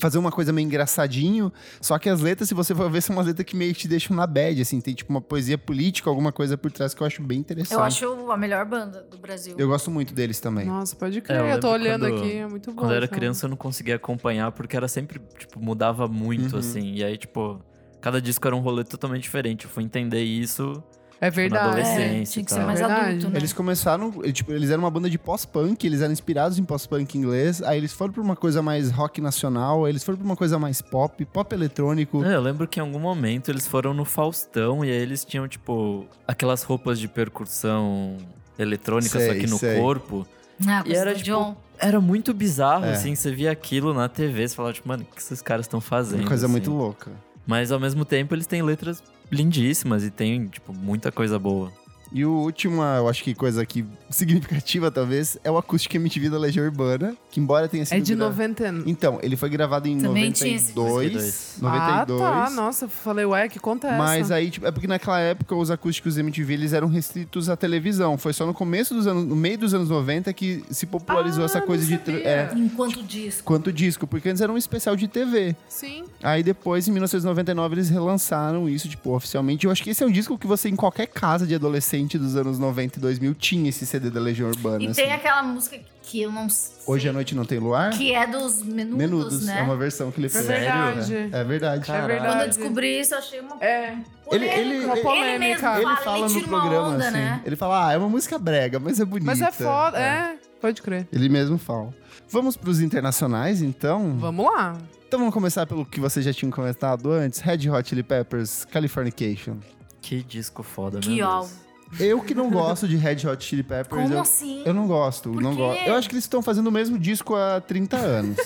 S2: Fazer uma coisa meio engraçadinho, só que as letras, se você for ver, são umas letras que meio que te deixam na bad, assim, tem tipo uma poesia política, alguma coisa por trás que eu acho bem interessante.
S4: Eu acho a melhor banda do Brasil.
S2: Eu gosto muito deles também.
S1: Nossa, pode
S3: É,
S1: crer.
S3: eu
S1: eu tô
S3: lembro
S1: olhando
S3: quando-
S1: aqui, é muito bom.
S3: Quando eu era
S1: essa
S3: criança eu não conseguia acompanhar, porque era sempre, tipo, mudava muito,
S2: Uhum.
S3: assim. E aí, tipo, cada disco era um rolê totalmente diferente. Eu fui entender isso
S1: É
S3: na
S1: verdade.
S4: É,
S3: adolescência
S4: tinha
S3: e
S4: que ser
S3: tal.
S4: mais
S1: Verdade.
S4: adulto, né?
S2: Eles começaram, eh, tipo, eles eram uma banda de pós-punk, eles eram inspirados em pós-punk inglês, aí eles foram pra uma coisa mais rock nacional, aí eles foram pra uma coisa mais pop, pop eletrônico.
S3: É, Eu lembro que em algum momento eles foram no Faustão e aí eles tinham, tipo, aquelas roupas de percussão eletrônica, só
S2: Sei,
S3: que no
S2: sei.
S3: corpo.
S4: Ah,
S3: E era,
S4: era,
S3: tipo,
S4: John.
S3: Era muito bizarro,
S2: É.
S3: assim, você via aquilo na TV, você falava, tipo, mano, o que esses caras estão fazendo?
S2: uma coisa
S3: assim?
S2: muito louca.
S3: Mas ao mesmo tempo eles têm letras lindíssimas e tem, tipo, muita coisa boa.
S2: E o última, eu acho que coisa aqui [LAUGHS] significativa, talvez, é o Acústica MTV da Legião Urbana, que embora tenha sido...
S1: É de
S2: gra-
S1: 99.
S2: Então, ele foi gravado em
S4: Também tinha esse-
S2: 92, 92.
S1: Ah, tá. Nossa, eu falei, ué, que conta é
S2: Mas
S1: essa?
S2: aí, tipo, é porque naquela época os acústicos MTV eles eram restritos à televisão. Foi só no começo dos anos, no meio dos anos 90 que se popularizou
S1: Ah,
S2: essa coisa
S1: não
S2: de tra-
S1: sabia.
S2: é,
S4: Enquanto disco.
S2: quanto disco, porque antes era um especial de TV.
S1: Sim.
S2: Aí depois, em 1999, eles relançaram isso, tipo, oficialmente. Eu acho que esse é um disco que você, em qualquer casa de adolescente dos anos 90 e 2000, tinha esse CD da Legião Urbana.
S4: E
S2: assim.
S4: tem aquela música que eu não sei.
S2: Hoje à noite não tem luar?
S4: Que é dos menudos,
S2: Menudos,
S4: né?
S2: é uma versão que ele fez.
S1: verdade.
S2: É, é verdade.
S3: Cara,
S1: É
S4: Quando eu
S1: verdade.
S4: descobri isso, eu achei uma
S1: É.
S2: Ele-
S4: polêmica.
S2: ele-
S1: Uma polêmica.
S4: mesmo
S1: Ele
S4: fala,
S2: ele fala
S4: ele
S2: no
S4: tira uma
S2: programa,
S4: onda,
S2: assim,
S4: né?
S2: ele fala, ah, é uma música brega, mas é bonita.
S1: Mas é foda. É. pode crer.
S2: Ele mesmo fala. Vamos pros internacionais, então?
S1: Vamos lá.
S2: Então vamos começar pelo que você já tinha comentado antes. Red Hot Chili Peppers, Californication.
S3: Que disco foda,
S4: Que
S3: meu Deus.
S4: álbum.
S2: Eu que não gosto de Red Hot Chili Peppers.
S4: Como
S2: eu,
S4: assim?
S2: eu não gosto,
S4: Por
S2: não
S4: quê?
S2: gosto. Eu acho que eles estão fazendo o mesmo disco há 30
S4: [LAUGHS]
S2: anos.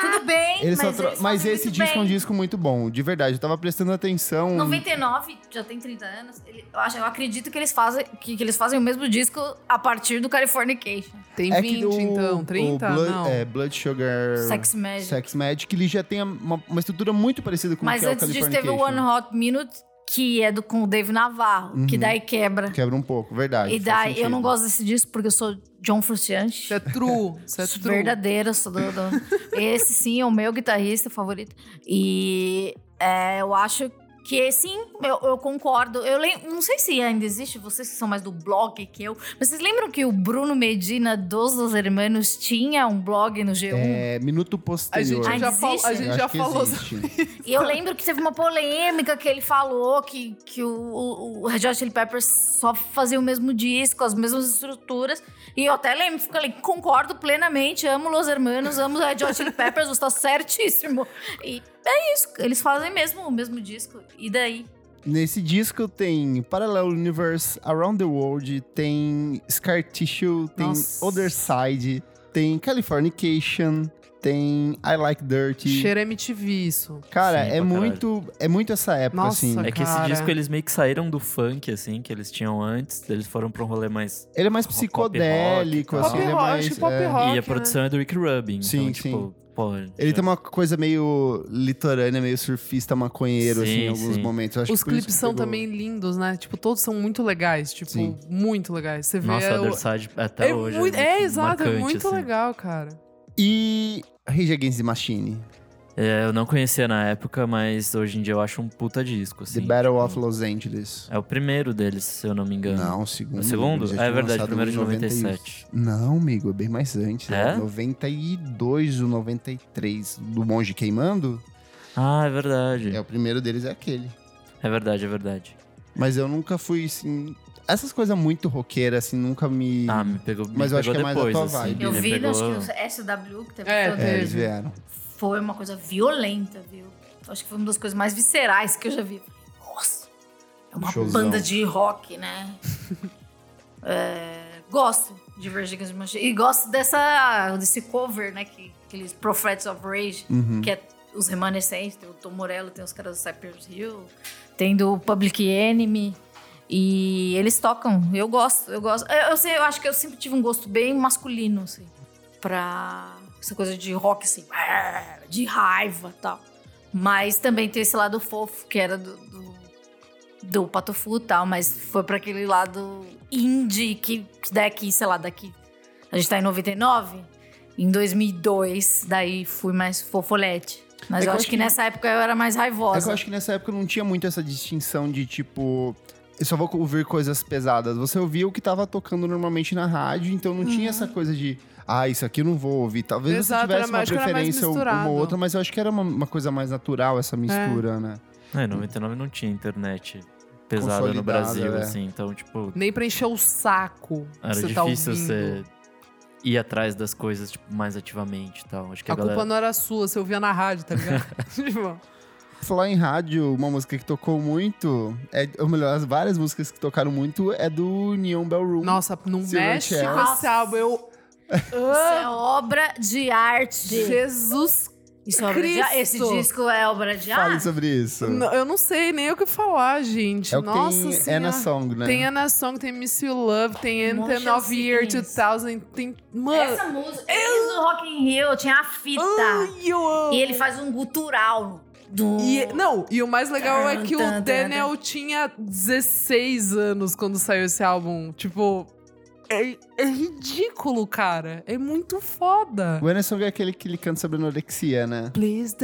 S4: Tudo bem,
S2: Eles só
S4: mas,
S2: tro-
S4: eles
S2: mas
S4: fazem
S2: esse
S4: muito
S2: disco é
S4: bem.
S2: um disco muito bom, de verdade. Eu tava prestando atenção.
S4: 99, já tem 30 anos. ele- eu, acho, eu acredito que eles, fazem, que, que eles fazem o mesmo disco a partir do Californication.
S1: Tem 20,
S2: É o-
S1: então. 30?
S2: o Blood,
S1: não.
S2: É, Blood Sugar
S4: Sex Magic.
S2: Sex Magic, ele já tem uma, uma estrutura muito parecida com o
S4: mas
S2: que é o
S4: antes disso teve o
S2: Californication.
S4: One Hot Minute, que é do, com o Dave Navarro, que daí quebra.
S2: Quebra um pouco, verdade.
S4: E
S2: faz
S4: daí, eu
S2: sentido.
S4: não gosto desse disco porque eu sou John Frusciante.
S1: Isso é true.
S4: [LAUGHS]
S1: Isso é
S4: Sou
S1: true.
S4: verdadeira, sou do,
S1: [LAUGHS]
S4: do- Esse sim é o meu guitarrista favorito. E é, eu acho que sim, eu, eu concordo. Eu lem- não sei se ainda existe, vocês que são mais do blog que eu, mas vocês lembram que o Bruno Medina dos Los Hermanos tinha um blog no G1?
S2: É, minuto
S1: A
S2: posterior.
S1: gente
S4: Ah,
S1: já, fal- a
S4: existe?
S1: gente
S2: Eu
S1: já
S2: acho que
S1: falou. [LAUGHS]
S2: existe. [LAUGHS]
S4: E eu lembro que teve uma polêmica que ele falou que, que o, o, o Red Hot Chili Peppers só fazia o mesmo disco, as mesmas estruturas. E eu até lembro, fico ali, concordo plenamente, amo Los Hermanos, amo Red Hot Chili Peppers, você tá certíssimo. E é isso, eles fazem mesmo o mesmo disco. E daí?
S2: Nesse disco tem Parallel Universe, Around the World, tem Scar Tissue, tem
S1: Nossa.
S2: Other Side, tem Californication, tem I Like Dirty.
S1: Cheira MTV, isso.
S2: Cara,
S3: Sim,
S2: é
S3: pra
S2: muito, é muito essa época,
S1: Nossa,
S2: assim.
S1: cara.
S3: É que esse
S1: Cara.
S3: disco eles meio que saíram do funk, assim, que eles tinham antes. Eles foram pra um rolê mais.
S2: Ele é mais
S3: Pop rock e
S2: psicodélico,
S3: tal.
S2: assim.
S1: Pop
S2: ele é
S1: rock,
S2: mais,
S1: acho que pop
S2: é.
S1: rock.
S3: e a
S1: né?
S3: produção é do Rick Rubin.
S2: Sim,
S3: então, tipo, pô.
S2: Ele
S3: já-
S2: tem uma coisa meio litorânea, meio surfista maconheiro, assim,
S3: Sim,
S2: em alguns
S3: sim.
S2: momentos. Eu acho
S1: Os
S2: que por isso
S1: clipes
S2: que
S1: são
S2: pegou.
S1: também lindos, né? Tipo, todos são muito legais. Tipo,
S2: Sim.
S1: muito legais. Você vê.
S3: Nossa,
S1: o-
S3: Other Side até
S1: é,
S3: Tá hoje.
S1: muito- é, exato, é
S3: marcante,
S1: muito
S3: assim.
S1: legal, cara.
S2: E Rage Against the Machine,
S3: É, eu não conhecia na época, mas hoje em dia eu acho um puta disco, assim.
S2: The Battle
S3: tipo,
S2: of Los Angeles.
S3: É o primeiro deles, se eu não me engano.
S2: Não, o segundo.
S3: O segundo?
S2: Eles já
S3: Ah, é
S2: tinham
S3: verdade,
S2: lançado um
S3: primeiro
S2: em
S3: de
S2: 91.
S3: 97.
S2: Não, amigo, é bem mais antes. né?
S3: É?
S2: 92 ou 93. Do Monge Queimando,
S3: Ah, é verdade.
S2: é o primeiro deles, é aquele.
S3: É verdade, é verdade.
S2: Mas eu nunca fui, assim... Essas coisas muito roqueiras, assim, nunca me...
S3: Ah, me pegou me
S2: Mas eu acho
S3: pegou
S2: que é mais a
S3: depois,
S2: tua
S3: assim.
S2: vibe.
S4: Eu
S3: Me
S4: vi,
S3: pegou...
S4: acho que o SW, que teve
S1: É,
S4: todo
S2: É,
S1: teve.
S2: eles vieram.
S4: Foi uma coisa violenta, viu? Acho que foi uma das coisas mais viscerais que eu já vi. Nossa, é uma
S2: Showzão.
S4: banda de rock, né? É, gosto de Virgin Against the Machine. E gosto dessa, desse cover, né? Que, aqueles Prophets of Rage,
S2: Uhum.
S4: que é os remanescentes. Tem o Tom Morello, tem os caras do Cypress Hill. Tem do Public Enemy. E eles tocam. Eu gosto, eu gosto. Eu, eu sei, eu acho que eu sempre tive um gosto bem masculino, assim. Pra essa coisa de rock, assim. De raiva e tal. Mas também tem esse lado fofo, que era do, do, do Patofu e tal. Mas foi pra aquele lado indie, que daqui, sei lá, daqui... A gente tá em 99. Em 2002, daí fui mais fofolete.
S2: É
S4: Mas
S2: que eu
S4: eu acho
S2: acho
S4: que,
S2: que-
S4: nessa época eu era mais raivosa.
S2: É que eu acho que nessa época não tinha muito essa distinção de tipo. Eu só vou ouvir coisas pesadas. Você ouvia o que tava tocando normalmente na rádio, então não tinha essa coisa de. Ah, isso aqui eu não vou ouvir. Talvez
S1: Uhum. Exato,
S2: você
S1: era-
S2: tivesse uma
S1: acho que era mais
S2: preferência ou uma
S1: misturado.
S2: ou outra, mas eu acho que era uma, uma coisa mais natural essa mistura, né?
S3: É, em 99 não tinha internet pesada
S2: Consolidada,
S3: no Brasil,
S2: é.
S3: assim. Então, tipo,
S1: Nem pra encher o saco.
S3: era
S1: você tá
S3: difícil
S1: ouvindo.
S3: você ir atrás das coisas tipo, mais ativamente e tal. Acho que a,
S1: A
S3: galera...
S1: culpa não era sua, você ouvia na rádio, tá
S3: [LAUGHS]
S1: ligado? [LAUGHS] Tipo,
S2: Falar em rádio, uma música que tocou muito, é, ou melhor, as várias músicas que tocaram muito é do Neon Bell Room.
S1: nossa, não
S2: Silver
S1: mexe
S2: Chair.
S1: com esse álbum. Eu.
S4: Isso
S1: Ah,
S4: é obra de arte.
S1: Jesus
S4: Isso é obra de arte. Esse
S1: Cristo.
S4: disco é obra de
S2: Fale
S4: arte.
S2: sobre isso.
S1: Não, eu não sei nem o que falar, gente.
S2: é o que
S1: Nossa
S2: tem
S1: senhora.
S2: Anna Song, né?
S1: Tem Anna Song, tem Miss You Love, tem
S4: Um
S1: Anthem
S4: monte
S1: of
S4: de
S1: Year
S4: things.
S1: 2000, tem... Mano,
S4: Essa música, desde o Rock in Rio, tinha a fita.
S1: ai, eu amo.
S4: E ele faz um gutural do...
S1: E- é- não, e o mais legal é que
S4: É. Tan, tan,
S1: o Daniel tinha 16 anos quando saiu esse álbum. Tipo, é, é ridículo, cara. É muito foda.
S2: O Anna Song é aquele que ele canta sobre anorexia, né?
S1: Please,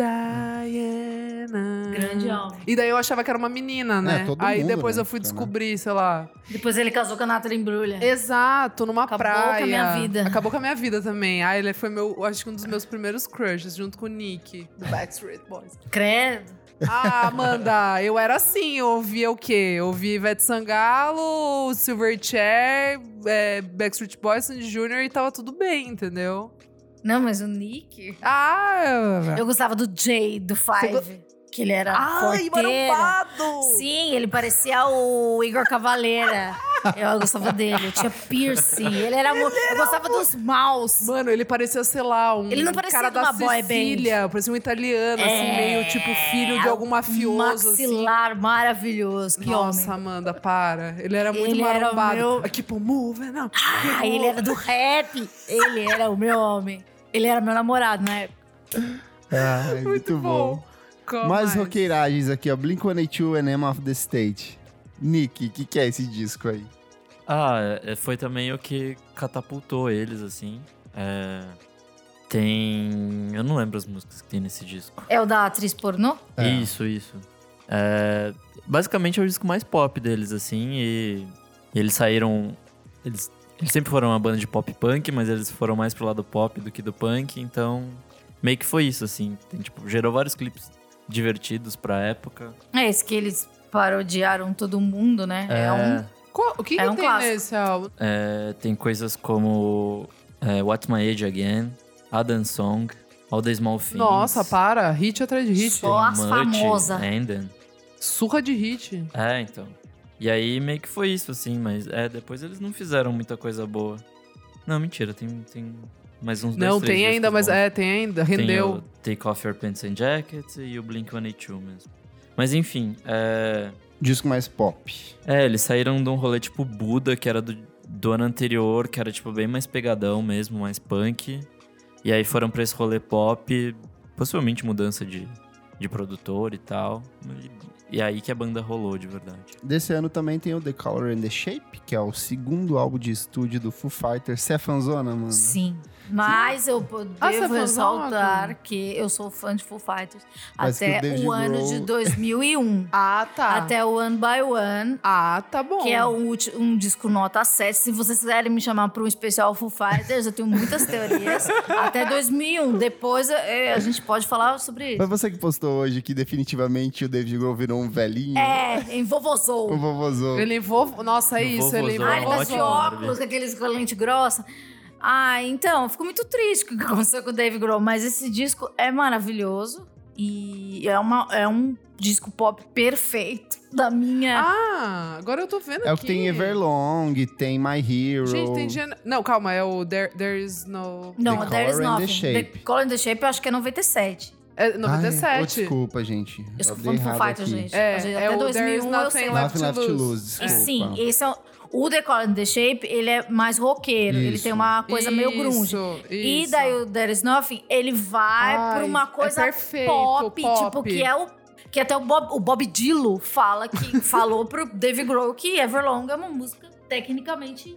S1: Diana.
S4: Grande álbum.
S1: E daí eu achava que era uma menina, né?
S2: É, todo
S1: Aí
S2: mundo,
S1: depois
S2: né,
S1: eu fui
S2: fica, né?
S1: descobrir, sei lá,
S4: Depois ele casou com a Natalie Imbruglia.
S1: Exato, numa
S4: É. Acabou
S1: praia.
S4: com a minha vida.
S1: Acabou com a minha vida também. Ah, ele foi meu, eu acho que um dos meus primeiros crushes, junto com o Nick, do Backstreet Boys.
S4: Credo.
S1: Ah, Amanda, eu era assim, eu ouvia o quê? Eu ouvia Ivete Sangalo, Silverchair, é, Backstreet Boys, Sandy Jr. e tava tudo bem, entendeu?
S4: Não, mas o Nick...
S1: Ah,
S4: Eu gostava do Jay, do Five. Que ele era
S1: Ai,
S4: porteiro.
S1: marombado!
S4: Sim, ele parecia o Igor Cavaleira.
S1: [LAUGHS]
S4: Eu gostava dele, eu tinha piercing. Ele era, mo- Eu gostava dos maus.
S1: Mano, ele parecia, sei lá, um
S4: Ele não parecia
S1: cara
S4: de
S1: da
S4: uma boy band.
S1: Sicília, parecia um italiano, assim, meio tipo filho de algum mafioso, assim.
S4: É. Maxilar maravilhoso, que
S1: Nossa,
S4: homem.
S1: Amanda, para. Ele era muito
S4: Ele era o
S1: marombado.
S4: meu-
S1: Ah, Keep on moving, não.
S4: Ah,
S1: [LAUGHS]
S4: ele era do rap. Ele era o meu homem. Ele era meu namorado na época.
S2: [LAUGHS] Ai, É muito, bom.
S1: Qual
S2: Mais
S1: mais?
S2: roqueiragens aqui, ó. Blink-182, Enema of the State. Nick, o que, que é esse disco aí?
S3: Ah, é, foi também o que catapultou eles, assim. É, Tem. Eu não lembro as músicas que tem nesse disco.
S4: É o da atriz pornô?
S2: É.
S3: Isso, isso. É, Basicamente é o disco mais pop deles, assim. E eles saíram. Eles... eles sempre foram uma banda de pop punk, mas eles foram mais pro lado pop do que do punk, então. Meio que foi isso, assim. Tem, tipo, gerou vários clipes divertidos pra época.
S4: É esse que eles parodiaram todo mundo, né? É, um.
S1: Qual- o que,
S4: É
S1: que
S4: um
S1: tem
S4: clássico.
S1: nesse álbum?
S3: É, tem coisas como é, What's My Age Again, Adam Song, All the Small Things.
S1: Nossa, para. Hit atrás de hit.
S3: tem
S4: Só as
S3: Much,
S4: famosa.
S3: Anden.
S1: Surra de hit.
S3: É, então. E aí meio que foi isso, assim, mas é, depois eles não fizeram muita coisa boa. Não, mentira, tem, tem mais uns dois,
S1: não,
S3: três
S1: tem
S3: discos
S1: ainda, mas
S3: bons.
S1: é, tem ainda. Rendeu.
S3: Tem o Take Off Your Pants and Jacket e o Blink-182 mesmo. Mas enfim, é...
S2: Disco mais pop.
S3: É, eles saíram de um rolê tipo Buda, que era do, do ano anterior, que era tipo bem mais pegadão mesmo, mais punk. E aí foram pra esse rolê pop, possivelmente mudança de, de produtor e tal. E, e aí que a banda rolou de verdade.
S2: Desse ano também tem o The Color and the Shape, que é o segundo álbum de estúdio do Foo Fighters. Você é fanzona, mano?
S4: Sim. Mas eu po-
S1: Ah, você é
S4: devo
S1: fãzão,
S4: ressaltar
S1: Arthur?
S4: que eu sou fã de Full Fighters
S2: Mas que o
S4: até
S2: David
S4: o ano
S2: Grohl-
S4: de
S1: [LAUGHS]
S4: 2001.
S1: Ah, tá.
S4: Até o One by One,
S1: Ah, tá bom.
S4: que é um, ulti- um disco nota 7. Se vocês quiserem me chamar para um especial Full Fighters, eu tenho
S2: [LAUGHS]
S4: muitas teorias. até 2001. Depois eh, a gente pode falar sobre
S2: Foi
S4: isso.
S2: você que postou hoje que definitivamente o David Grohl virou virou um velhinho.
S4: É, em vovozou.
S2: Um vovôzão.
S1: Ele envolve. Nossa, é
S3: No
S1: isso. Ele
S3: vovozão,
S4: Ah, ele tá de
S3: Ótimo,
S4: óculos,
S3: maravilha.
S4: com aqueles com lente grossa. Ah, então, eu fico muito triste com o que aconteceu com o Dave Grohl, mas esse disco é maravilhoso e é, uma, é um disco pop perfeito da minha.
S1: Ah, agora eu tô vendo aqui.
S2: É o que tem Everlong, tem My Hero.
S1: Gente, tem Gen... Não, calma, é o There, there is no...
S4: não,
S2: The
S4: There Is
S2: Color and the
S4: Nothing. The,
S2: Shape.
S4: Color and the Shape eu acho que é 97.
S1: É
S2: Ai, oh,
S1: 97.
S2: desculpa, gente.
S4: Eu sou
S2: dei
S4: fã do Foo
S2: errado
S4: Fighters,
S2: aqui.
S4: gente.
S1: É,
S4: Gente,
S1: é
S4: até
S1: o
S4: 2001
S1: There
S4: eu
S1: Is
S4: sei.
S1: Nothing
S4: lá.
S2: Nothing Left to Lose,
S4: E
S2: desculpa.
S4: sim, esse é o, o The Color and the Shape, ele é mais roqueiro, ele
S2: Isso.
S4: tem uma coisa meio grunge.
S1: Isso,
S4: E
S1: isso.
S4: daí o There Is Nothing, ele vai
S1: Ai,
S4: pra uma
S1: é
S4: coisa
S1: perfeito,
S4: pop,
S1: pop.
S4: tipo, que é o. Que até o Bob, o Bob Dillo
S1: [LAUGHS]
S4: fala que falou pro Dave Grohl que Everlong é uma música tecnicamente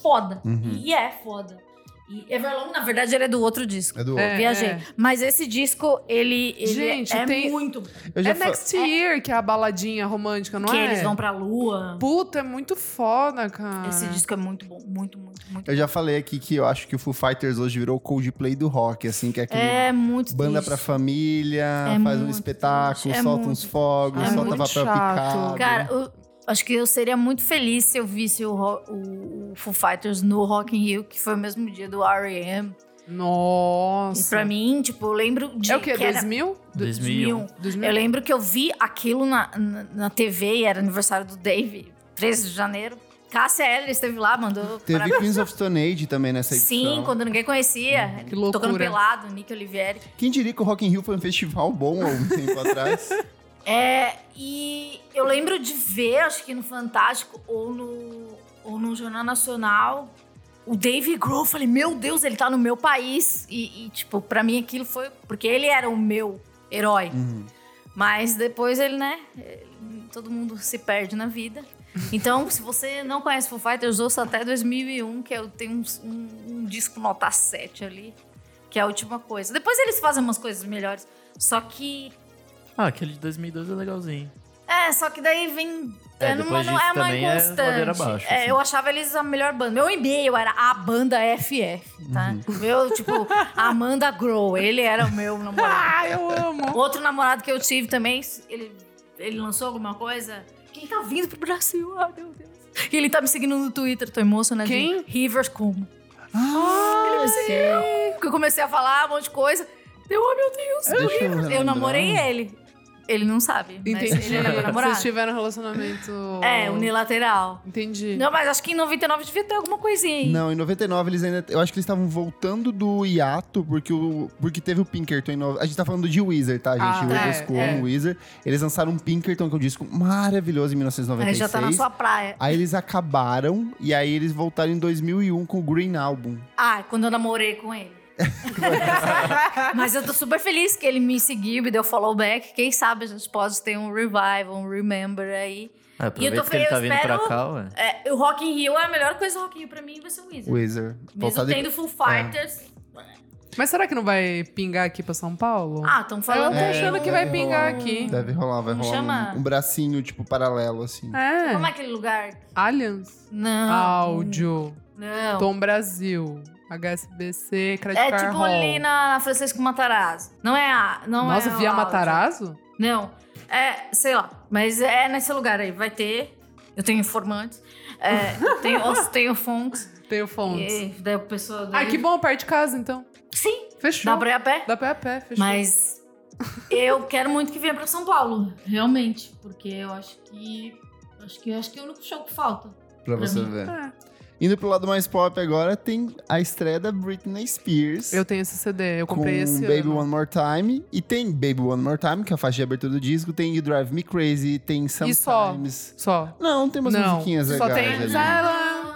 S4: foda.
S2: Uhum.
S4: E é foda. E Everlong, na verdade, ele é do outro disco.
S2: É do
S1: É.
S4: Viajei. Mas esse disco, ele, ele
S1: Gente,
S4: é
S1: tem-
S4: muito.
S2: Eu já
S1: É
S2: fa-
S1: Next Year, que é a baladinha romântica, não
S4: que
S1: é?
S4: eles vão pra lua.
S1: Puta, é muito foda, cara.
S4: Esse disco é muito bom. Muito, muito, muito.
S2: Eu já falei aqui que eu acho que o Foo Fighters hoje virou o Coldplay do rock, assim, que é aquele
S4: É muito
S2: banda
S4: triste.
S2: pra família,
S4: É
S2: faz um
S4: muito
S2: espetáculo,
S4: triste, é
S2: solta
S4: muito
S2: uns fogos,
S4: triste. É
S2: solta
S1: muito
S2: papel
S1: chato.
S2: picado.
S4: Cara, eu acho que eu seria muito feliz se eu visse o, Ro- o, o Foo Fighters no Rock in Rio, que foi o mesmo dia do R.E.M. E
S1: Nossa.
S4: pra mim, tipo, eu lembro de...
S1: é o quê? né?
S4: que era
S1: 2000? Do-
S3: 2001.
S1: 2000?
S4: Eu lembro que eu vi aquilo na, na, na TV e era aniversário do Dave, 13 de janeiro. Cássia Eller esteve lá, mandou...
S2: Teve
S4: parabéns.
S2: Queens of Stone Age também nessa edição.
S4: Sim, quando ninguém conhecia.
S1: Hum, que loucura.
S4: Tocando pelado, Nick Olivieri.
S2: Quem diria que o Rock in Rio foi um festival bom há
S4: [LAUGHS]
S2: um tempo atrás?
S4: É, e eu lembro de ver, acho que no Fantástico ou no, ou no Jornal Nacional, o Dave Grohl. Eu Falei, meu Deus, ele tá no meu país. E, e, tipo, pra mim aquilo foi. Porque ele era o meu herói.
S2: Uhum.
S4: Mas depois ele, né? ele- Todo mundo se perde na vida. Então, se você não conhece Foo Fighters, ouça até 2001, que eu tenho um, um- um disco nota 7 ali, que é a última coisa. Depois eles fazem umas coisas melhores. Só que
S3: Ah, aquele de 2012 é legalzinho.
S4: é, só que daí vem.
S3: É,
S4: É, não,
S3: depois
S4: não
S3: disso
S4: é uma
S3: também é ladeira
S4: inconstante.
S3: abaixo,
S4: É,
S3: assim.
S4: Eu achava eles a melhor banda. Meu e-mail era a banda FF, tá?
S3: Uhum.
S4: Meu, tipo, Amanda Grow. Ele era o
S1: [LAUGHS]
S4: meu namorado.
S1: Ah, eu amo.
S4: Outro namorado que eu tive também, ele, ele lançou alguma coisa. Quem tá vindo pro Brasil? Ah, meu Deus. E ele tá me seguindo no Twitter, tô emocionadinha.
S1: Quem?
S4: Rivers Cuomo.
S1: Ah,
S4: Porque eu comecei a falar um monte de coisa. Deu, oh meu Deus,
S2: Deixa
S4: o
S2: eu
S4: Rivers. Eu,
S2: lembrar.
S4: namorei ele. Ele não sabe. Mas
S1: entendi.
S4: ele era meu namorado.
S1: Vocês tiveram um relacionamento...
S4: É, unilateral.
S1: Entendi.
S4: Não, mas acho que em 99 devia ter alguma coisinha aí.
S2: Não, em 99 eles ainda. Eu acho que eles estavam voltando do hiato, porque, o, porque teve o Pinkerton em no- A gente tá falando de Wizard, tá, gente?
S1: Ah,
S2: o Wizard
S1: é,
S2: School,
S1: é.
S2: Wizard. Eles lançaram um Pinkerton, que é um disco maravilhoso em
S4: Aí
S2: 1996.
S4: já tá na sua praia.
S2: Aí eles acabaram e aí eles voltaram em 2001 com o Green Album.
S4: Ah, quando eu namorei
S2: [LAUGHS]
S4: com ele. mas eu tô super feliz que ele me seguiu, me deu follow back. Quem sabe a gente pode ter um revival, um remember aí.
S3: Ah, aproveita que ele
S4: eu
S3: tá vindo
S4: espero-
S3: pra cá, ué.
S4: É, o Rock in Rio é a melhor coisa do Rock in Rio pra mim, vai ser o Wizard.
S2: Wizard. É.
S4: Mesmo
S2: Voltado
S4: tendo Full Fighters.
S1: Mas será que não vai pingar aqui pra São Paulo?
S4: Ah, estão
S1: eu
S4: falando
S1: tô
S2: É,
S1: achando que vai
S2: vai
S1: pingar
S2: rolar.
S1: aqui.
S2: Deve rolar, vai
S4: Como
S2: rolar um-
S4: chama?
S2: um, bracinho, tipo, paralelo, assim.
S1: É.
S4: Como é aquele lugar?
S1: Aliens?
S4: Não.
S1: Áudio.
S4: Não.
S1: Ah, Tom Brasil. HSBC, Credit
S4: É
S1: Card
S4: tipo
S1: Hall.
S4: ali na Francisco Matarazzo. Não é a. Não
S1: Nossa,
S4: é o
S1: via
S4: áudio.
S1: Matarazzo?
S4: Não. É, sei lá. Mas é nesse lugar aí. Vai ter. Eu tenho informantes. É,
S1: [LAUGHS]
S4: tenho, eu tenho fontes.
S1: Tenho fontes.
S4: E daí a pessoa.
S1: Ah, que bom, perto de casa, então.
S4: Sim,
S1: Fechou.
S4: dá pra ir a pé.
S1: Dá pra ir a pé, fechou.
S4: Mas eu quero muito que venha pra São Paulo. Realmente. Porque eu acho que. Acho que acho que é o único show que falta.
S2: Pra
S4: Pra
S2: você
S4: mim.
S2: ver.
S1: É.
S2: Indo pro lado mais pop agora, tem a estreia da Britney Spears.
S1: Eu tenho esse CD, eu
S2: com
S1: comprei esse
S2: Baby
S1: ano.
S2: One More Time. E tem Baby One More Time, que é a faixa de abertura do disco. Tem You Drive Me Crazy, tem
S1: só?
S2: Sometimes.
S1: Só.
S2: Não, tem umas
S1: Não,
S2: musiquinhas
S1: só
S2: legais
S1: tem-
S2: ali.
S1: Ela-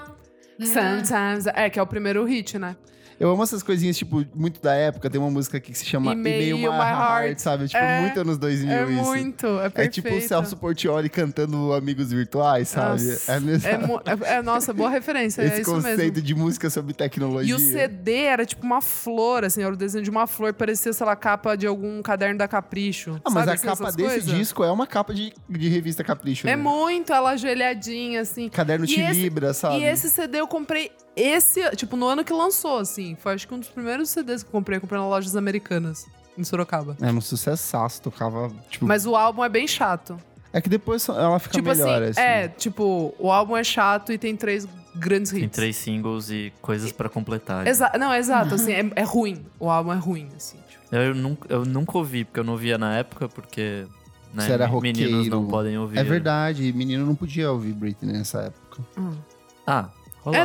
S4: Né? Hum.
S1: Sometimes. É, que é o primeiro hit, né?
S2: Eu amo essas coisinhas, tipo, muito da época. Tem uma música aqui que se chama
S1: E-mail,
S2: E-mail My,
S1: My
S2: Heart,
S1: Heart,
S2: sabe? Tipo,
S1: é,
S2: muito anos 2000
S1: É
S2: isso.
S1: muito, é perfeito.
S2: É tipo o Celso Portioli cantando Amigos Virtuais, sabe?
S1: Nossa,
S2: é mesmo.
S1: É,
S2: [LAUGHS]
S1: mu- é- é, nossa, boa referência, é
S2: Esse
S1: isso
S2: conceito
S1: mesmo.
S2: de música sobre tecnologia.
S1: E o CD era tipo uma flor, assim, era o desenho de uma flor, parecia, sei lá, capa de algum caderno da Capricho.
S2: Ah, mas
S1: sabe,
S2: a
S1: assim,
S2: capa
S1: essas
S2: desse
S1: coisas?
S2: disco é uma capa de, de revista Capricho.
S1: É
S2: né?
S1: muito, ela ajoelhadinha, assim.
S2: Caderno
S1: E
S2: te
S1: esse-
S2: libra, sabe?
S1: E esse CD eu comprei esse, tipo, no ano que lançou, assim. Foi acho que um dos primeiros CDs que eu comprei, eu comprei na lojas americanas, em Sorocaba.
S2: É um sucessaço, tocava, tipo,
S1: Mas o álbum é bem chato.
S2: É que depois só- ela fica
S1: tipo
S2: melhor,
S1: assim,
S2: assim.
S1: É, tipo, o álbum é chato e tem três grandes hits.
S3: Tem três singles e coisas pra completar.
S2: É.
S1: Exa não, exato, assim, é, é ruim. O álbum é ruim, assim. tipo.
S3: Eu, nunca, eu nunca ouvi, porque eu não via na época, porque né,
S2: Você era
S3: meninos não
S2: roqueiro.
S3: podem ouvir.
S2: É
S3: né?
S2: verdade, menino não podia ouvir Britney nessa época.
S3: Ah, rolava,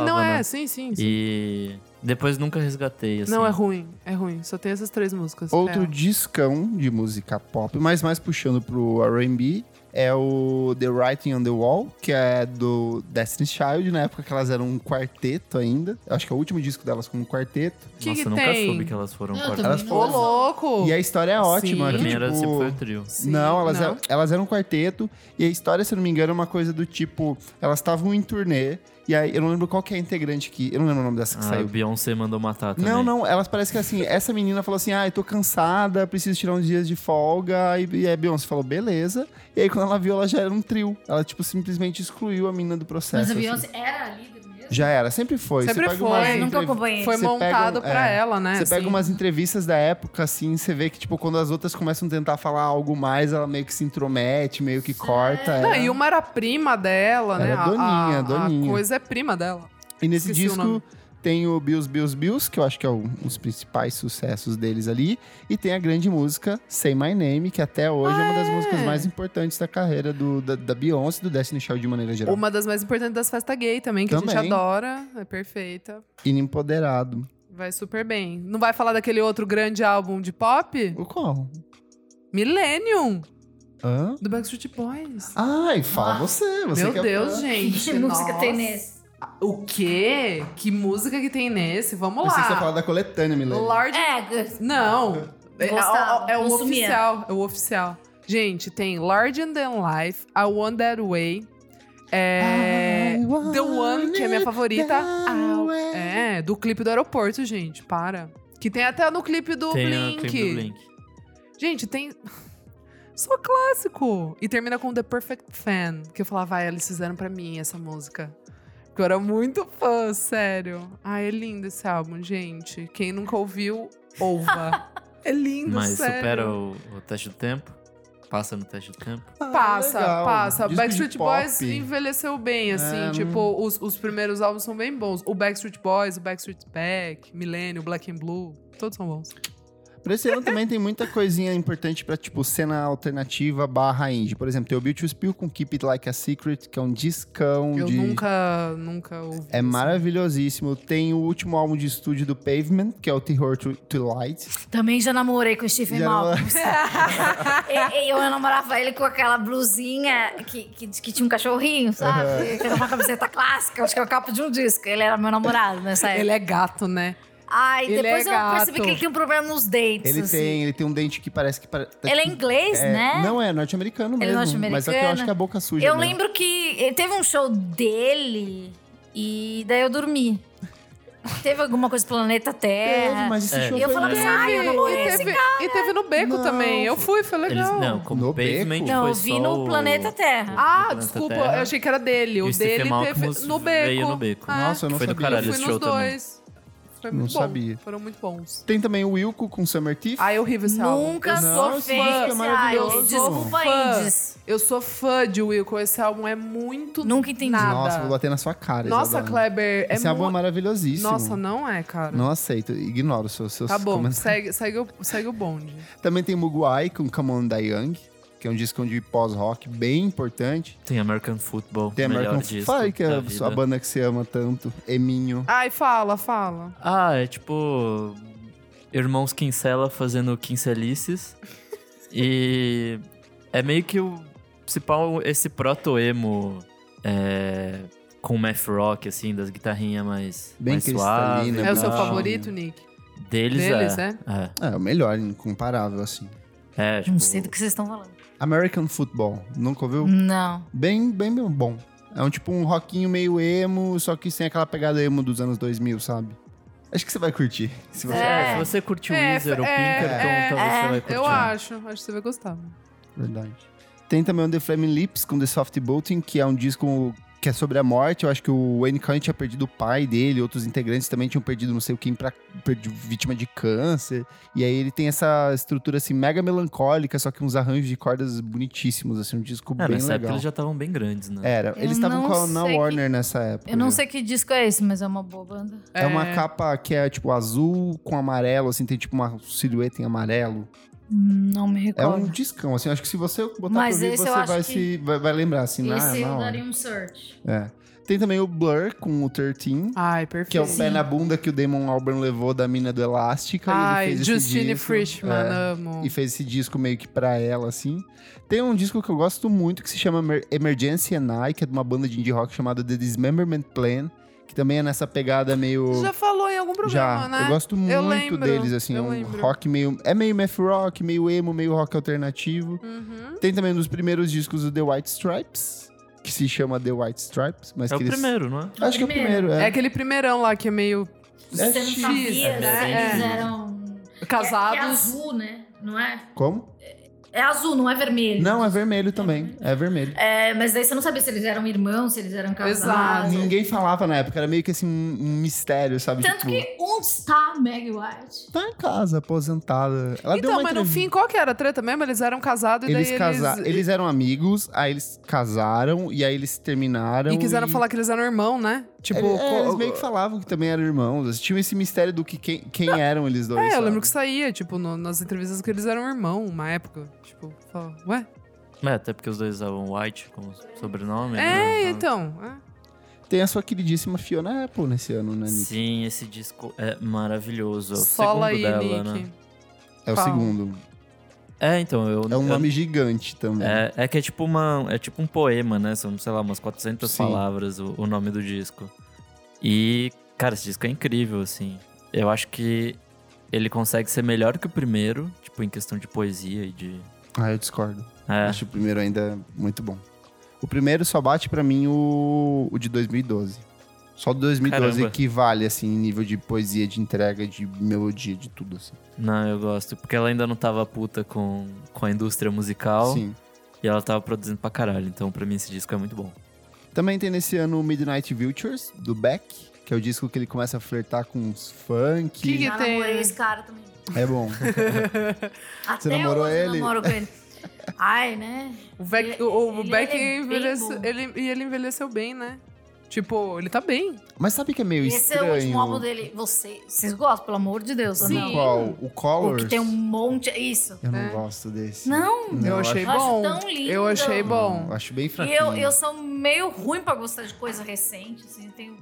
S1: É, não
S3: né?
S1: é, sim, sim. sim.
S3: E depois nunca resgatei, assim.
S1: Não, é ruim, é ruim. Só tem essas três músicas.
S2: Outro
S1: É.
S2: discão de música pop, mas mais puxando pro R&B, é o The Writing on the Wall, que é do Destiny's Child, na época que elas eram um quarteto ainda. Eu Acho que é o último disco delas como quarteto.
S1: que
S3: Nossa,
S1: que
S3: eu nunca
S1: tem?
S3: soube que elas foram
S4: Eu
S3: cortadas.
S2: Elas
S4: também não
S1: Ô,
S2: foram-
S4: sei.
S1: louco!
S2: E a história é ótima.
S1: Oh, Sim.
S3: Pra
S2: que,
S3: mim era,
S2: tipo,
S3: sempre assim foi o trio.
S1: Sim,
S2: não, elas,
S1: não.
S2: Eram, elas eram um quarteto e a história, se eu não me engano, é uma coisa do tipo, elas estavam em turnê e aí eu não lembro qual que é a integrante que, eu não lembro o nome dessa que
S3: Ah,
S2: saiu.
S3: Beyoncé mandou matar também.
S2: Não, não, elas parecem que assim, essa menina falou assim: ah, eu tô cansada, preciso tirar uns dias de folga. E, e a Beyoncé falou, beleza. E aí, quando ela viu, ela já era um trio. Ela, tipo, simplesmente excluiu a menina do processo.
S4: Mas a
S2: assim.
S4: Beyoncé era a líder mesmo?
S2: Já era, sempre foi.
S1: Sempre
S2: Você pega
S1: foi.
S2: umas
S1: É,
S4: nunca
S2: entrev-
S4: acompanhei.
S1: Foi
S2: você pega
S1: montado
S2: um-
S1: pra
S2: é.
S1: ela, né?
S2: Você pega
S1: assim.
S2: umas entrevistas da época, assim, você vê que, tipo, quando as outras começam a tentar falar algo mais, ela meio que se intromete, meio que corta.
S1: Não,
S2: era-
S1: e uma era prima dela, né?
S2: Era
S1: A-
S2: Doninha,
S1: a,
S2: Doninha.
S1: A coisa é prima dela.
S2: E nesse
S1: Esqueci o
S2: disco
S1: nome.
S2: tem o Bills, Bills, Bills, que eu acho que é um dos principais sucessos deles ali. E tem a grande música Say My Name, que até hoje
S1: Ah,
S2: é uma das músicas mais importantes da carreira do, da, da Beyoncé e do Destiny Child de maneira geral.
S1: Uma das mais importantes das festas gay também, que a
S2: Também.
S1: gente adora. É perfeita.
S2: Inimpoderado.
S1: Vai super bem. Não vai falar daquele outro grande álbum de pop?
S2: O qual?
S1: Millennium,
S2: Hã?
S1: do Backstreet Boys.
S2: Ai, fala você. você que
S1: Ah, Meu
S2: é
S1: Deus,
S2: fã.
S1: gente.
S4: Que [LAUGHS] música
S1: nossa.
S4: tem nesse?
S1: O quê? Que música que tem nesse? Vamos
S2: Pensei que você ia
S1: lá.
S2: falar da coletânea, Milena.
S1: Lorde
S4: É,
S1: Não. É,
S4: Gostava,
S1: é- é o
S4: consumia.
S1: oficial. É o oficial. Gente, tem Large and Then Life, I Want That Way. É.
S2: I want
S1: The One, que é minha
S2: it
S1: favorita.
S2: Ah, that
S1: Au.
S2: way.
S1: É, do clipe do aeroporto, gente. Para. Que tem até no clipe do,
S3: Tem o
S1: Blink.
S3: clipe do Blink.
S1: Gente, tem. [LAUGHS] Só clássico! E termina com The Perfect Fan. Que eu falava, ah, eles fizeram pra mim essa música. Porque eu era muito fã, sério. Ah, é lindo esse álbum, gente. Quem nunca ouviu,
S2: [LAUGHS]
S1: ouva. é lindo,
S3: Mas
S1: sério.
S3: supera o, o teste do tempo. Passa no teste do tempo.
S2: Ah,
S1: Passa,
S2: legal.
S1: passa.
S2: Disco de
S1: Backstreet
S2: pop.
S1: Boys envelheceu bem, assim.
S2: É,
S1: tipo, os, os primeiros álbuns são bem bons. O Backstreet Boys, o Backstreet Back, Millennium, Black and Blue. Todos são bons.
S2: Pra esse ano também tem muita coisinha importante pra, tipo, cena alternativa barra indie. Por exemplo, tem o Beauty Spill com Keep It Like a Secret, que é um discão
S1: Eu
S2: de...
S1: nunca, nunca ouvi.
S2: É
S1: assim.
S2: maravilhosíssimo. Tem o último álbum de estúdio do Pavement, que é o Terror to, to Light.
S4: também já namorei com o Stephen
S2: Já
S4: Malcolm. E- e eu namorava ele com aquela blusinha que, que, que tinha um cachorrinho, sabe? Que era uma camiseta clássica, acho que é o capo de um disco. Ele era meu namorado nessa época.
S1: Ele é gato, né?
S4: Ai,
S1: ele
S4: depois
S1: é
S4: eu percebi
S1: gato.
S4: que ele tem um problema nos dentes.
S2: Ele
S4: assim.
S2: tem, ele tem um dente que parece que... pare- tá,
S4: Ele é
S2: tipo,
S4: inglês,
S2: é-
S4: né?
S2: Não, é norte-americano
S4: Ele é
S2: mesmo. Mas aqui eu acho
S4: norte-americano.
S2: que é a boca suja
S4: Eu
S2: mesmo.
S4: lembro que eh, teve um show dele e daí eu dormi. Teve alguma coisa do planeta
S2: Teve,
S4: Terra.
S2: mas esse
S3: É.
S2: show
S4: E eu
S2: foi
S4: falava assim,
S2: mesmo.
S4: ai, eu namorei
S1: e,
S4: esse
S1: teve, e teve no beco
S2: Não.
S1: também. Eu fui, foi
S3: Eles,
S1: legal.
S3: não, como
S2: No
S3: Pavement
S2: beco?
S3: foi
S4: Não, eu vi
S3: só
S4: no
S3: o-
S4: Planeta Terra.
S3: No
S1: Ah,
S3: Planeta
S1: desculpa,
S3: Terra.
S1: eu achei que era dele.
S3: E
S1: O
S3: Stephen
S1: dele
S3: Malcolm
S1: teve no beco.
S3: veio no beco.
S1: Ah,
S2: Nossa, eu não
S3: Foi do
S2: sabia.
S3: caralho.
S1: eu
S3: esse
S1: fui
S3: show
S1: nos
S3: também.
S1: dois. Foi
S2: Não
S1: muito bom.
S2: sabia.
S1: Foram muito bons.
S2: Tem também o Wilco com Summer Thief.
S1: Ah, eu ri esse álbum.
S4: Nunca
S1: Eu
S2: Não,
S4: sou
S2: esse disco é
S4: feia. Ai,
S2: maravilhoso.
S4: desculpa,
S1: Fã.
S4: Indies.
S1: Eu sou fã de Wilco. Esse álbum é muito
S4: Nunca entendi.
S1: nada.
S2: Nossa, vou bater na sua cara,
S1: Nossa,
S2: Isadora.
S1: Kleber, é
S2: Esse álbum é
S1: muito...
S2: maravilhosíssimo.
S1: Nossa, não é, cara.
S2: Não aceito, ignoro os seus, seus
S1: tá bom,
S2: comentários.
S1: segue, segue, o, segue o bonde.
S2: Também tem Muguai com Come On Da Young, que é um disco de pós-rock bem importante.
S3: Tem American Football.
S2: Tem
S3: melhor
S2: American
S3: disco
S2: Fire, que é
S3: da
S2: a sua
S3: vida.
S2: banda que você ama tanto, Eminho.
S1: Ai, fala, fala.
S3: Ah, é tipo. Irmãos Kinsella fazendo Kinselices. e. É meio que o. Se pau, esse proto-emo. É, com math rock, assim, das guitarrinhas mais.
S2: Bem
S3: mais suave,
S2: cristalina,
S1: É o seu
S2: Não.
S3: tal.
S1: favorito, Nick?
S3: Deles,
S1: Deles,
S3: é. É.
S2: É, o melhor, incomparável, assim.
S3: É, tipo,
S4: Não sei do um que vocês estão falando.
S2: American Football,
S1: Hum.
S2: nunca ouviu?
S4: Não.
S2: Bem, bem, bem bom. É um tipo um rockinho meio emo, só que sem aquela pegada emo dos anos 2000, sabe? Acho que você vai curtir. Se você...
S3: É,
S4: É.
S3: se você curtiu
S1: É,
S3: Weezer ou
S1: é,
S3: Pinkerton,
S1: é,
S3: talvez
S4: é,
S3: você vai curtir.
S1: Eu acho, acho que você vai gostar.
S2: Verdade. Tem também o The Flaming Lips com The Soft Bolting, que é um disco que é sobre a morte. Eu acho que o Wayne County tinha perdido o pai dele, outros integrantes também tinham perdido não sei o quem pra, perdi- vítima de câncer. E aí ele tem essa estrutura assim mega melancólica, só que uns arranjos de cordas bonitíssimos, assim, um disco
S3: Ah,
S2: bem
S3: nessa época
S2: legal. É,
S3: eles já estavam bem grandes, né?
S2: Era,
S4: Eu
S2: eles estavam
S4: não
S2: com a Ana
S4: sei que-
S2: Warner nessa época.
S4: Eu não
S2: já.
S4: sei que disco é esse, mas é uma boa banda.
S2: É uma capa que é tipo azul com amarelo, assim, tem tipo uma silhueta em amarelo.
S4: Não me
S2: É um
S4: recordo. disco.
S2: discão, assim, acho que se você botar
S4: Mas
S2: pra ouvir,
S4: esse
S2: você
S4: eu acho
S2: vai,
S4: que-
S2: se, vai, vai lembrar, assim, na,
S4: Esse
S2: na
S4: eu
S2: hora.
S4: daria um search.
S2: É. Tem também o Blur com o 13,
S1: Ai, perfeito.
S2: que é o
S4: Sim.
S2: pé na bunda que o Damon Albarn levou da mina do Elástica. e
S1: Ai,
S2: ele fez esse
S1: Justine
S2: disco,
S1: Frischman,
S2: é,
S1: amo.
S2: E fez esse disco meio que pra ela, assim. Tem um disco que eu gosto muito que se chama Emer- Emergency and I, que é de uma banda de indie rock chamada The Dismemberment Plan, que também é nessa pegada meio.
S1: Você já falou em algum programa,
S2: Já,
S1: né?
S2: eu gosto muito
S1: lembro,
S2: deles, assim, é
S1: eu
S2: um
S1: lembro.
S2: rock meio, é meio math rock, meio emo, meio rock alternativo.
S1: Uhum.
S2: Tem também um dos primeiros discos do The White Stripes, que se chama The White Stripes, mas
S3: É o
S2: que eles...
S3: primeiro, não é?
S2: Acho que é o primeiro, é.
S1: É aquele primeirão lá que é meio
S4: Você não
S2: X,
S4: sabia se
S1: né?
S4: eles
S1: É.
S4: eram... É, é
S1: casados.
S4: azul, né? Não é?
S2: Como?
S4: É azul, não é vermelho.
S2: Não, é vermelho também, é vermelho.
S4: É, mas daí você não sabia se eles eram irmãos, se eles eram casados.
S1: Exato.
S2: Ninguém falava na época, era meio que assim, um um mistério, sabe?
S4: Tanto
S2: tipo,
S4: que onde está a Meg White?
S2: tá em casa, aposentada. Ela deu
S1: Então,
S2: uma
S1: mas no
S2: entrevista-
S1: fim, qual que era a treta mesmo? Eles eram casados e
S2: Eles,
S1: daí
S2: casa...
S1: eles...
S2: eles eram amigos, aí eles casaram, e aí eles terminaram.
S1: E quiseram falar que eles eram irmão, né? Tipo,
S2: Ele- é,
S1: co-
S2: eles meio que falavam que também eram irmãos. Eles tinham esse mistério do que quem, quem eram eles dois.
S1: É, eu
S2: sabe?
S1: lembro que saía, tipo, no- nas entrevistas que eles eram irmão, uma época. Tipo, falava, ué?
S3: É, até porque os dois usavam White como sobrenome.
S1: É,
S3: né?
S1: então. é.
S2: Tem a sua queridíssima Fiona Apple nesse ano, né, Nick?
S3: Sim, esse disco é maravilhoso. É o
S1: então. Sola aí,
S3: segundo dela,
S1: Nick.
S3: né?
S2: É o
S1: Qual?
S2: segundo.
S3: É, então, eu...
S2: É um
S3: eu-
S2: nome gigante também.
S3: é, é que é tipo, uma, é tipo um poema, né? São, sei lá, umas 400
S2: Sim.
S3: palavras o, o nome do disco. E, cara, esse disco é incrível, assim. Eu acho que ele consegue ser melhor que o primeiro, tipo, em questão de poesia e de...
S2: Ah, eu discordo.
S3: É,
S2: Acho o primeiro ainda muito bom. O primeiro só bate pra mim o, o de 2012. Só o de 2012
S3: Caramba.
S2: que vale, assim, em nível de poesia, de entrega, de melodia, de tudo, assim.
S3: não, eu gosto. Porque ela ainda não tava puta com, com a indústria musical.
S2: Sim.
S3: E ela tava produzindo pra caralho, então pra mim esse disco é muito bom.
S2: Também tem nesse ano o Midnight Vultures, do Beck, que é o disco que ele começa a flertar com uns funk.
S1: Que que-
S4: Já
S1: tem-
S4: namorei esse cara também.
S2: É
S4: [LAUGHS]
S2: bom.
S4: Até
S2: namorou
S4: hoje
S2: ele?
S4: eu namoro com ele. Ai, né?
S1: O, Beck,
S4: Ele-
S1: o, o
S4: ele
S1: Beck
S4: é bem
S1: envelheceu,
S4: bom.
S1: ele, e ele envelheceu bem, né? Tipo, ele tá bem.
S2: Mas sabe que é meio
S4: Esse é
S2: estranho?
S4: o último álbum dele. Você, vocês gostam, pelo amor de Deus, ou
S1: Sim.
S4: não?
S2: Qual? assim, O
S4: O
S2: Colors?
S4: que tem um monte. é Isso.
S2: Eu não
S1: É.
S2: gosto desse.
S4: Não,
S2: Não,
S1: eu
S2: eu
S1: achei
S4: eu acho
S1: bom.
S4: tão lindo.
S1: Eu achei
S2: Não,
S1: bom.
S2: Acho bem
S4: E
S2: fraquinho.
S4: eu, eu sou meio ruim pra gostar de coisa recente, assim. Eu tenho.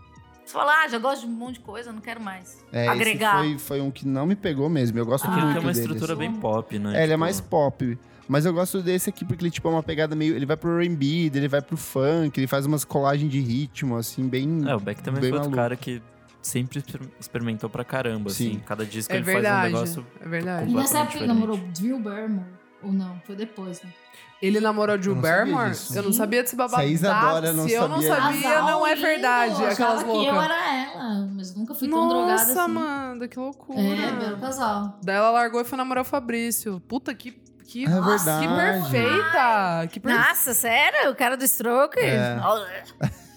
S4: Você fala, ah, já gosto de um monte de coisa, não quero mais.
S2: É, esse
S4: agregar.
S2: Foi, foi um que não me pegou mesmo. Eu gosto
S3: Porque
S2: muito
S3: ele tem uma
S2: dele,
S3: estrutura
S2: assim.
S3: bem pop, né?
S2: É, ele é
S3: Tipo,
S2: mais pop. Mas eu gosto desse aqui porque ele tipo, é uma pegada meio... Ele vai pro R&B, daí ele vai pro funk, ele faz umas colagens de ritmo, assim, bem...
S3: É, o Beck também
S2: bem
S3: foi outro
S2: maluco.
S3: cara que sempre exper- experimentou pra caramba, assim.
S2: Sim.
S3: Cada disco
S1: É
S3: ele
S1: verdade.
S3: faz um negócio.
S1: É verdade.
S3: completamente
S4: Nessa época ele
S3: diferente.
S4: namorou Drew Barrymore? Ou não? Foi depois, né?
S1: Ele namorou
S2: é? Eu
S1: Drew
S2: não sabia
S1: Barrymore?
S2: disso.
S1: Eu não sabia desse babado.
S2: Se a Isadora não
S1: Se eu não
S2: sabia
S1: sabia,
S4: Casal
S1: não é
S4: lindo,
S1: verdade.
S4: eu achava
S1: Aquelas
S4: que eu
S1: loucas.
S4: era ela, mas nunca fui tão drogada
S1: Nossa,
S4: assim.
S1: Amanda, que loucura.
S4: É, pelo casal.
S1: Daí ela largou e foi namorar o Fabrício. Puta, que... Que,
S2: É verdade.
S1: que perfeita! Que per...
S4: Nossa, sério? O cara do Stroke?
S2: É.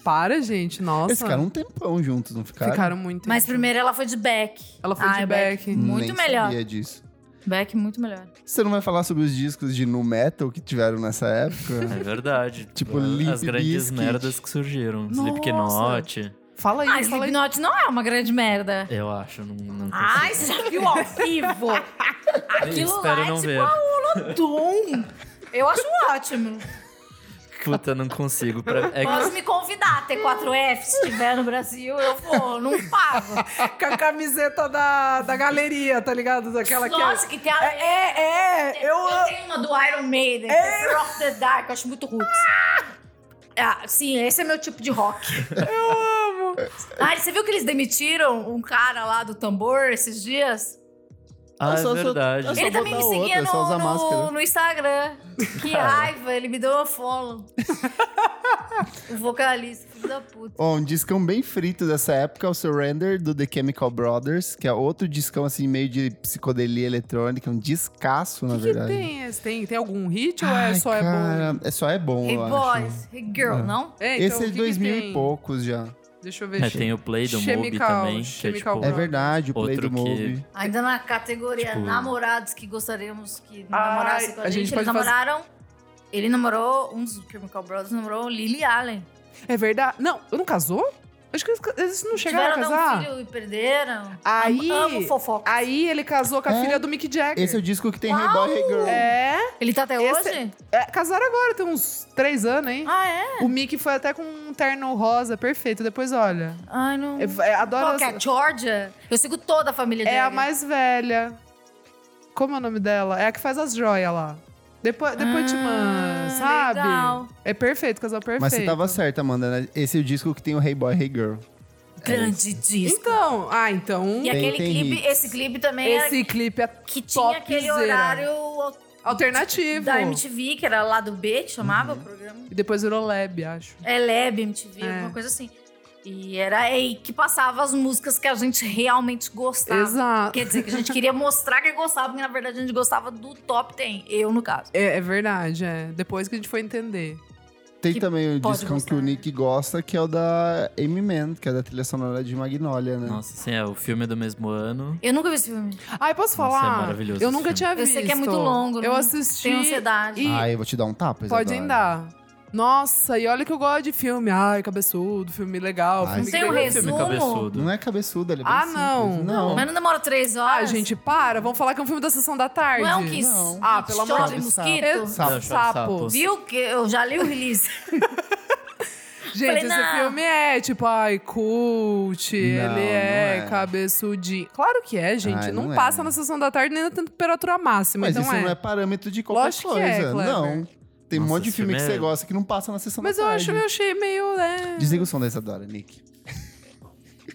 S1: Para, gente, nossa.
S2: Eles ficaram um tempão juntos, não ficaram?
S1: Ficaram muito.
S4: Mas
S1: tempo.
S4: primeiro ela foi de back.
S1: um Ela foi
S4: Ah,
S1: de
S4: é
S1: back.
S4: Muito
S2: Nem
S4: melhor.
S2: sabia disso.
S4: Back muito melhor.
S2: Você não vai falar sobre os discos de nu metal que tiveram
S1: [LAUGHS]
S2: nessa época?
S3: É verdade.
S2: [LAUGHS] Tipo,
S3: as
S2: Limp
S3: grandes
S2: Bizkit.
S3: merdas que surgiram.
S1: Nossa.
S3: Slipknot,
S1: Fala aí,
S4: Ah,
S1: fala aí.
S4: Slipknot não é uma grande merda.
S3: eu acho, não, não
S4: Ai, você já viu
S1: [LAUGHS]
S4: ao vivo? Ah, Aquilo
S3: Espero
S4: lá é
S3: não
S4: tipo
S3: ver.
S4: a Olodum. Eu acho ótimo.
S3: consigo. Puta, não consigo. Pra- é que-
S4: Pode me convidar a T4F se estiver no Brasil, eu vou, não pago.
S1: [LAUGHS] Com a camiseta da, da galeria, tá ligado? Daquela que
S4: Nossa, que tem a...
S1: é. É, é, eu amo.
S4: tenho uma do Iron Maiden, que é Fear of the Dark, eu acho muito roots. Ah, sim, esse é meu tipo de rock. [LAUGHS] Eu amo. Ah, você viu que eles demitiram um cara lá do tambor esses dias?
S3: Ah,
S2: Eu
S3: é
S2: só- só-
S3: verdade.
S2: eu só-
S4: Ele também me
S2: botar outra,
S4: seguia
S2: é só usar
S4: no, no-
S2: máscara.
S4: no [LAUGHS] Instagram. Que raiva, ele me deu um follow. o vocalista. filho da puta.
S2: Ó, um discão bem frito dessa época, é o Surrender, do The Chemical Brothers, que é outro discão, assim, meio de psicodelia eletrônica, um discaço, na
S1: O que, que
S2: verdade.
S1: tem esse? Tem, tem algum hit ou é
S2: Ai,
S1: só é bom?
S2: cara, é só é bom,
S4: Hey
S2: eu acho.
S4: boys, hey girl,
S2: É.
S4: não?
S1: É, então,
S2: Esse é
S1: o
S2: de
S1: que
S2: 2000
S1: que tem?
S2: e poucos já.
S1: Deixa eu ver.
S3: É, tem o Play do Moby
S1: Chemical-
S3: também, que é
S1: Chemical
S3: tipo...
S2: É verdade, o Play
S3: Outro
S2: do Moby.
S4: Ainda na categoria
S3: Tipo-
S4: namorados que gostaríamos que
S1: Ai,
S4: namorassem com a,
S1: a gente
S4: gente, eles
S1: pode fazer-
S4: namoraram. Ele namorou, um dos Chemical Brothers namorou Lily Allen.
S1: É verdade. Não, não casou? Acho que eles ca- eles não chegaram a
S4: Tiveram
S1: casar.
S4: um filho e perderam.
S1: Aí-
S4: Amo, amo fofoca.
S1: Aí ele casou com a
S2: É.
S1: filha do Mick Jagger.
S2: Esse é o disco que tem Hey Boy, Hey Girl.
S1: É,
S4: Ele tá até
S1: Esse-
S4: hoje?
S1: é, casaram agora, tem uns três anos, hein?
S4: Ah, é?
S1: O Mickey foi até com um terno rosa, perfeito. Depois olha.
S4: Ai, não.
S1: Eu- eu adoro
S4: Qual que
S1: essa-
S4: é? Georgia? Eu sigo toda a família dele.
S1: É a mais velha. Como é o nome dela? É a que faz as joias lá. Depois, depois te
S4: Ah,
S1: mando, sabe?
S4: legal.
S1: É perfeito, casal perfeito.
S2: Mas você tava certa, Amanda. né? Esse é o disco que tem o Hey Boy, Hey Girl.
S4: Grande disco.
S1: Então, ah, então.
S4: e aquele
S2: tem
S4: clipe,
S2: hits.
S4: esse clipe também era
S1: Esse clipe é
S4: que tinha aquele
S1: topzera.
S4: horário
S1: alternativo.
S4: da MTV, que era lá do B, que chamava
S1: Uhum.
S4: o programa.
S1: E depois virou Lab, acho.
S4: É Lab MTV,
S1: É.
S4: alguma coisa assim. E era aí que passava as músicas que a gente realmente gostava.
S1: Exato.
S4: Quer dizer, que a gente queria mostrar que gostava, porque na verdade a gente gostava do top 10. Eu, no caso.
S1: É, é verdade, é. Depois que a gente foi entender.
S2: Tem
S4: Que
S2: também o
S4: pode
S2: discão
S4: gostar,
S2: que o
S4: né?
S2: Nick gosta, que é o da Amy Mann, que é da trilha sonora de Magnolia, né?
S3: Nossa, assim, é, o filme é do mesmo ano.
S4: Eu nunca vi esse filme.
S1: Ai, posso
S3: Nossa,
S1: falar?
S3: é maravilhoso
S1: Eu
S3: esse
S1: nunca
S3: filme.
S1: tinha
S4: Eu
S1: visto.
S4: sei que é muito longo,
S1: Eu
S4: não-
S1: assisti.
S4: tenho ansiedade.
S1: E
S2: Ai, eu vou te dar um tapa,
S1: pode
S2: Isadora.
S1: andar. Nossa, e olha que eu gosto de filme. Ai, cabeçudo, filme legal.
S2: Ai,
S1: filme
S4: Tem um
S1: que-
S3: É um filme
S4: resumo?
S3: cabeçudo.
S2: Não é cabeçudo, ele é bem
S1: Ah,
S2: simples.
S1: não.
S2: Não.
S4: Mas não demora três
S1: Ah,
S4: horas.
S1: gente, para. Vamos falar que é um filme da Sessão da Tarde.
S4: Não é um que
S2: Não.
S1: Ah, pelo
S4: shot
S1: amor
S2: de
S4: de
S2: Deus.
S4: mosquito?
S2: Sapo.
S3: Não, é um chama
S1: Sapo.
S4: Viu que eu já li o release?
S1: Gente,
S4: Falei,
S1: esse
S4: não.
S1: filme é tipo, ai, cult,
S2: não
S1: ele é,
S2: é.
S1: cabeçudinho. Claro que é, gente.
S2: Ai,
S1: não
S2: não é.
S1: passa na sessão da tarde nem na temperatura máxima,
S2: Mas
S1: então
S2: isso
S1: é.
S2: não é parâmetro de qualquer
S1: Lógico que
S2: coisa.
S1: é, Kleber.
S2: não. Tem um
S3: Nossa,
S2: monte de
S3: esse
S2: filme que
S3: filme
S2: você
S3: é-
S2: gosta que não passa na sessão
S1: Mas
S2: da
S1: eu
S2: tarde.
S1: acho, eu achei meio, né?
S2: Desliga o som da Isadora, Nick.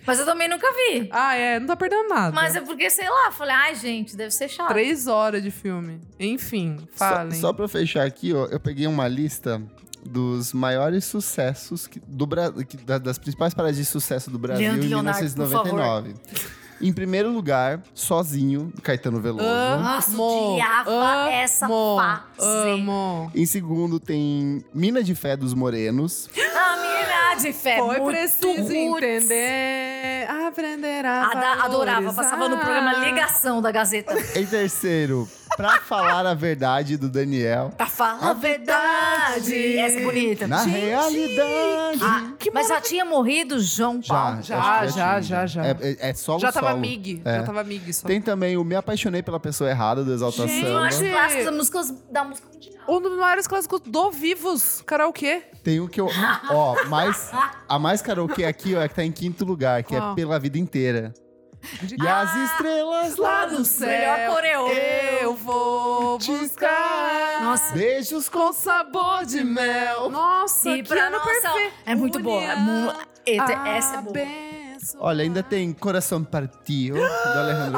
S4: Mas eu também nunca vi.
S1: Ah, é, não tá perdendo nada.
S4: Mas é porque, sei lá, falei, ai, gente, deve ser chato.
S1: Três horas de filme. Enfim, falem.
S2: Só, só pra fechar aqui, ó, eu peguei uma lista dos maiores sucessos que- do Bra- que- da- das principais paradas de sucesso do Brasil
S4: Leandro
S2: em
S4: Leonardo, por
S2: 1999. Em primeiro lugar, Sozinho, do Caetano Veloso.
S1: Ah.
S4: Nossa,
S1: Mo,
S4: odiava essa
S1: amo,
S4: fase.
S1: amo.
S2: Em segundo, tem Mina de Fé dos Morenos.
S4: A menina de fé,
S1: Foi
S4: É muito
S1: preciso
S4: roots.
S1: entender, aprender a
S4: Ada- adorava,
S1: valorizar.
S4: passava no programa Ligação da Gazeta.
S2: Em terceiro, Pra Falar a Verdade, do Daniel.
S4: Pra falar
S2: A
S4: a verdade.
S1: verdade.
S4: Essa é bonita.
S2: Na
S1: Gente!
S2: realidade.
S4: Ah, mas já tinha morrido João Paulo.
S1: já,
S2: acho que
S1: já,
S2: tinha.
S1: já, já.
S2: É, é, é solo,
S1: Já tava
S2: solo.
S1: mig,
S2: É.
S1: já tava mig só.
S2: Tem também o Me Apaixonei pela Pessoa Errada, do Exalta
S1: Gente,
S4: Um
S2: Samba.
S4: dos
S1: Gente.
S4: clássicos da música, da música mundial.
S1: Um dos maiores clássicos do Vivos, karaokê.
S2: Tem o que eu. Ó, mais. A mais karaokê aqui, ó, é que tá em quinto lugar, que
S1: Qual? Ah!
S2: é pela vida inteira.
S1: De-
S2: E as estrelas Ah, lá no céu.
S4: Melhor coreo.
S1: Eu vou
S2: Te
S1: buscar
S4: Nossa.
S2: Beijos com.
S1: com sabor de mel. Nossa,
S4: E
S1: que
S4: pra
S1: ano
S4: nossa-
S1: perfeito.
S4: É muito boa. É mu-
S1: União,
S4: Eita,
S1: a
S4: essa é boa.
S1: benção.
S2: Olha, ainda tem Coração Partiu, do Alejandro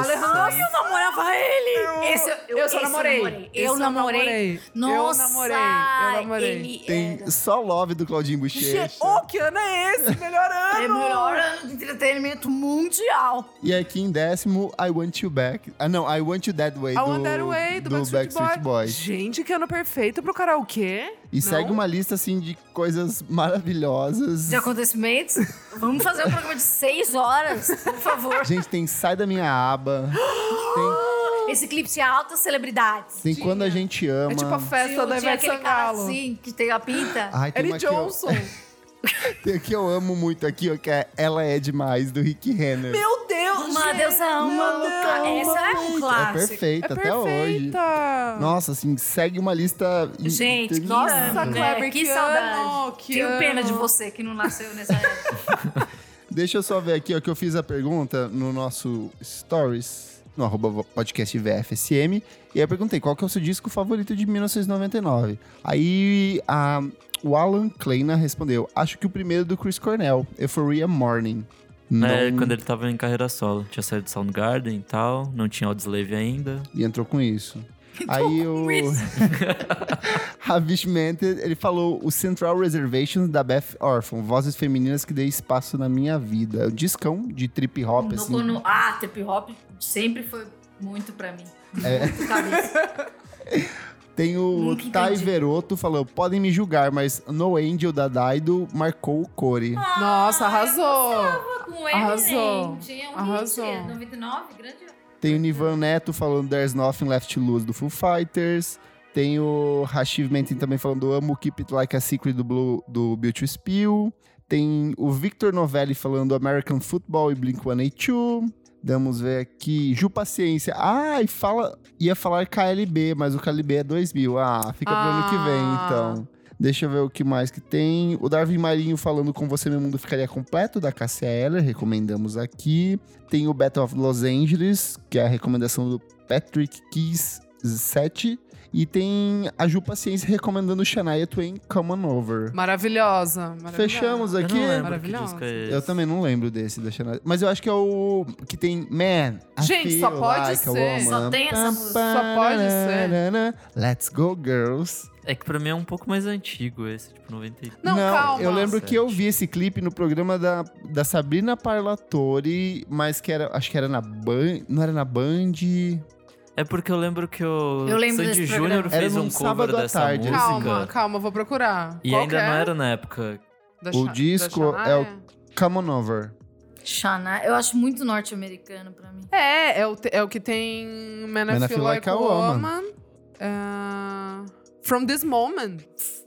S1: [GASPS] Alejandro-
S2: Sanz.
S4: Eu namorava ele. Esse
S1: Eu, só
S4: esse
S1: namorei. Esse
S4: Eu namorei. Nossa,
S1: Eu namorei. Eu namorei.
S4: Ele
S2: Tem
S4: era-
S2: Só Love, do Claudinho Bochecha.
S1: Gente, ô, que ano é esse? Melhor ano!
S4: É o melhor ano de entretenimento mundial.
S2: E aqui em décimo, I Want You Back. Ah, não, I Want You That Way,
S1: A
S2: do,
S1: Wonder Way do, Backstreet, Boys.
S2: Boys.
S1: Gente, que ano perfeito pro karaokê.
S2: E segue uma lista, assim, de coisas maravilhosas.
S4: De acontecimentos. Vamos fazer um programa de seis horas, por favor.
S2: Gente, tem Sai da Minha Aba. Tem,
S4: Esse clipe tinha altas celebridades.
S1: [GASPS]
S2: tem Quando a Gente Ama.
S1: É tipo a festa
S4: Tinha-
S1: da
S4: tinha
S1: Ivete
S4: aquele cara
S1: Sangalo.
S4: assim, que tem a pinta.
S2: Ai, tem
S1: Eric
S2: uma que eu-
S1: Johnson.
S2: Tem o que eu amo muito aqui, ó, que é Ela É Demais, do Rick Renner.
S1: [LAUGHS]
S2: É
S1: Meu Deus,
S4: Uma
S1: gente.
S4: deusa, uma
S1: Não,
S4: louca.
S1: não,
S4: Essa é um
S2: é
S4: clássico.
S1: É
S2: perfeita até hoje.
S1: perfeita.
S2: Nossa, assim, segue uma lista. in-
S4: Gente, que
S2: interminável.
S1: Nossa,
S4: ano, né?
S1: Kleber,
S4: que,
S1: que
S4: saudade.
S1: ano, que
S4: Tenho pena
S1: ano.
S4: de você que não nasceu nessa época.
S2: Deixa eu só ver aqui, ó, que eu fiz a pergunta no nosso Stories, no arroba podcast VFSM, e aí eu perguntei qual que é o seu disco favorito de 1999. Aí a- o Alan Kleina respondeu, acho que o primeiro é do Chris Cornell, Euphoria Morning. Não,
S3: É, quando ele tava em carreira solo. Tinha saído do Soundgarden e tal, não tinha Audioslave ainda.
S2: E entrou com isso. Aí o [LAUGHS] Ravish Mentor, ele falou o Central Reservation da Beth Orphan, vozes femininas que dei espaço na minha vida. O discão de trip hop,
S4: Quando-
S2: assim.
S4: quando- Ah, trip hop sempre foi muito pra mim. Muito cabeça.
S2: Tem o
S4: Nunca
S2: Tai
S4: entendi.
S2: Veroto falou, podem me julgar, mas No Angel da Daido marcou o Core.
S1: [LAUGHS] Nossa,
S4: Ah,
S1: arrasou.
S4: eu gostava com ele,
S1: Arrasou.
S4: gente. É um
S1: Arrasou.
S4: hit, é 99, grande.
S2: Tem o Nivan Neto falando There's Nothing Left to Lose do Foo Fighters. Tem o Rashiv Mentin também falando Amo Keep It Like a Secret do, Blue, do Beauty Spill. Tem o Victor Novelli falando American Football e Blink-182. Vamos ver aqui. Ju Paciência. Ah, e fala, ia falar KLB, mas o KLB é 2000. Ah, fica pro ano que
S1: Ah.
S2: vem, então. Deixa eu ver o que mais que tem. O Darwin Marinho falando com você, meu mundo ficaria completo, da Cassia Eller, recomendamos aqui. Tem o Battle of Los Angeles, que é a recomendação do Patrick Keys 7. E tem a Ju Paciência recomendando Shania Twain Come On Over.
S1: Maravilhosa. maravilhosa.
S2: Fechamos
S3: Eu
S2: aqui.
S3: não lembro que
S1: Maravilhoso.
S3: disco é esse.
S2: Eu também não lembro desse da Shania. Mas eu acho que é o que tem Man. I
S1: Gente, só
S2: feel
S1: pode
S2: like a
S1: ser.
S2: é woman.
S4: Só tem essa música.
S1: Só pode ser.
S2: Nananana. Let's go, girls.
S3: É que pra mim é um pouco mais antigo esse, tipo 93.
S1: Não, calma.
S2: Eu lembro que eu vi esse clipe no programa da, da Sabrina Parlatore, mas que era. Acho que era na Band. Não era na Band.
S3: É porque eu lembro que o
S4: Eu lembro
S3: Sandy
S4: desse
S3: Júnior
S4: programa.
S2: Era
S3: fez
S2: num
S3: um cover
S2: sábado à
S3: dessa
S2: tarde. assim.
S3: música.
S1: Calma, calma, vou procurar.
S3: E
S1: Qual
S3: ainda
S1: que é?
S3: não era na época.
S1: Da
S2: O
S1: Sha-
S2: disco
S1: da
S2: é o-
S1: Shania?
S2: Come on over.
S4: Xaná, eu acho muito norte-americano pra mim.
S1: É, é o, te- é o que tem Man, I Feel Like, a Woman. Ah, From This Moment.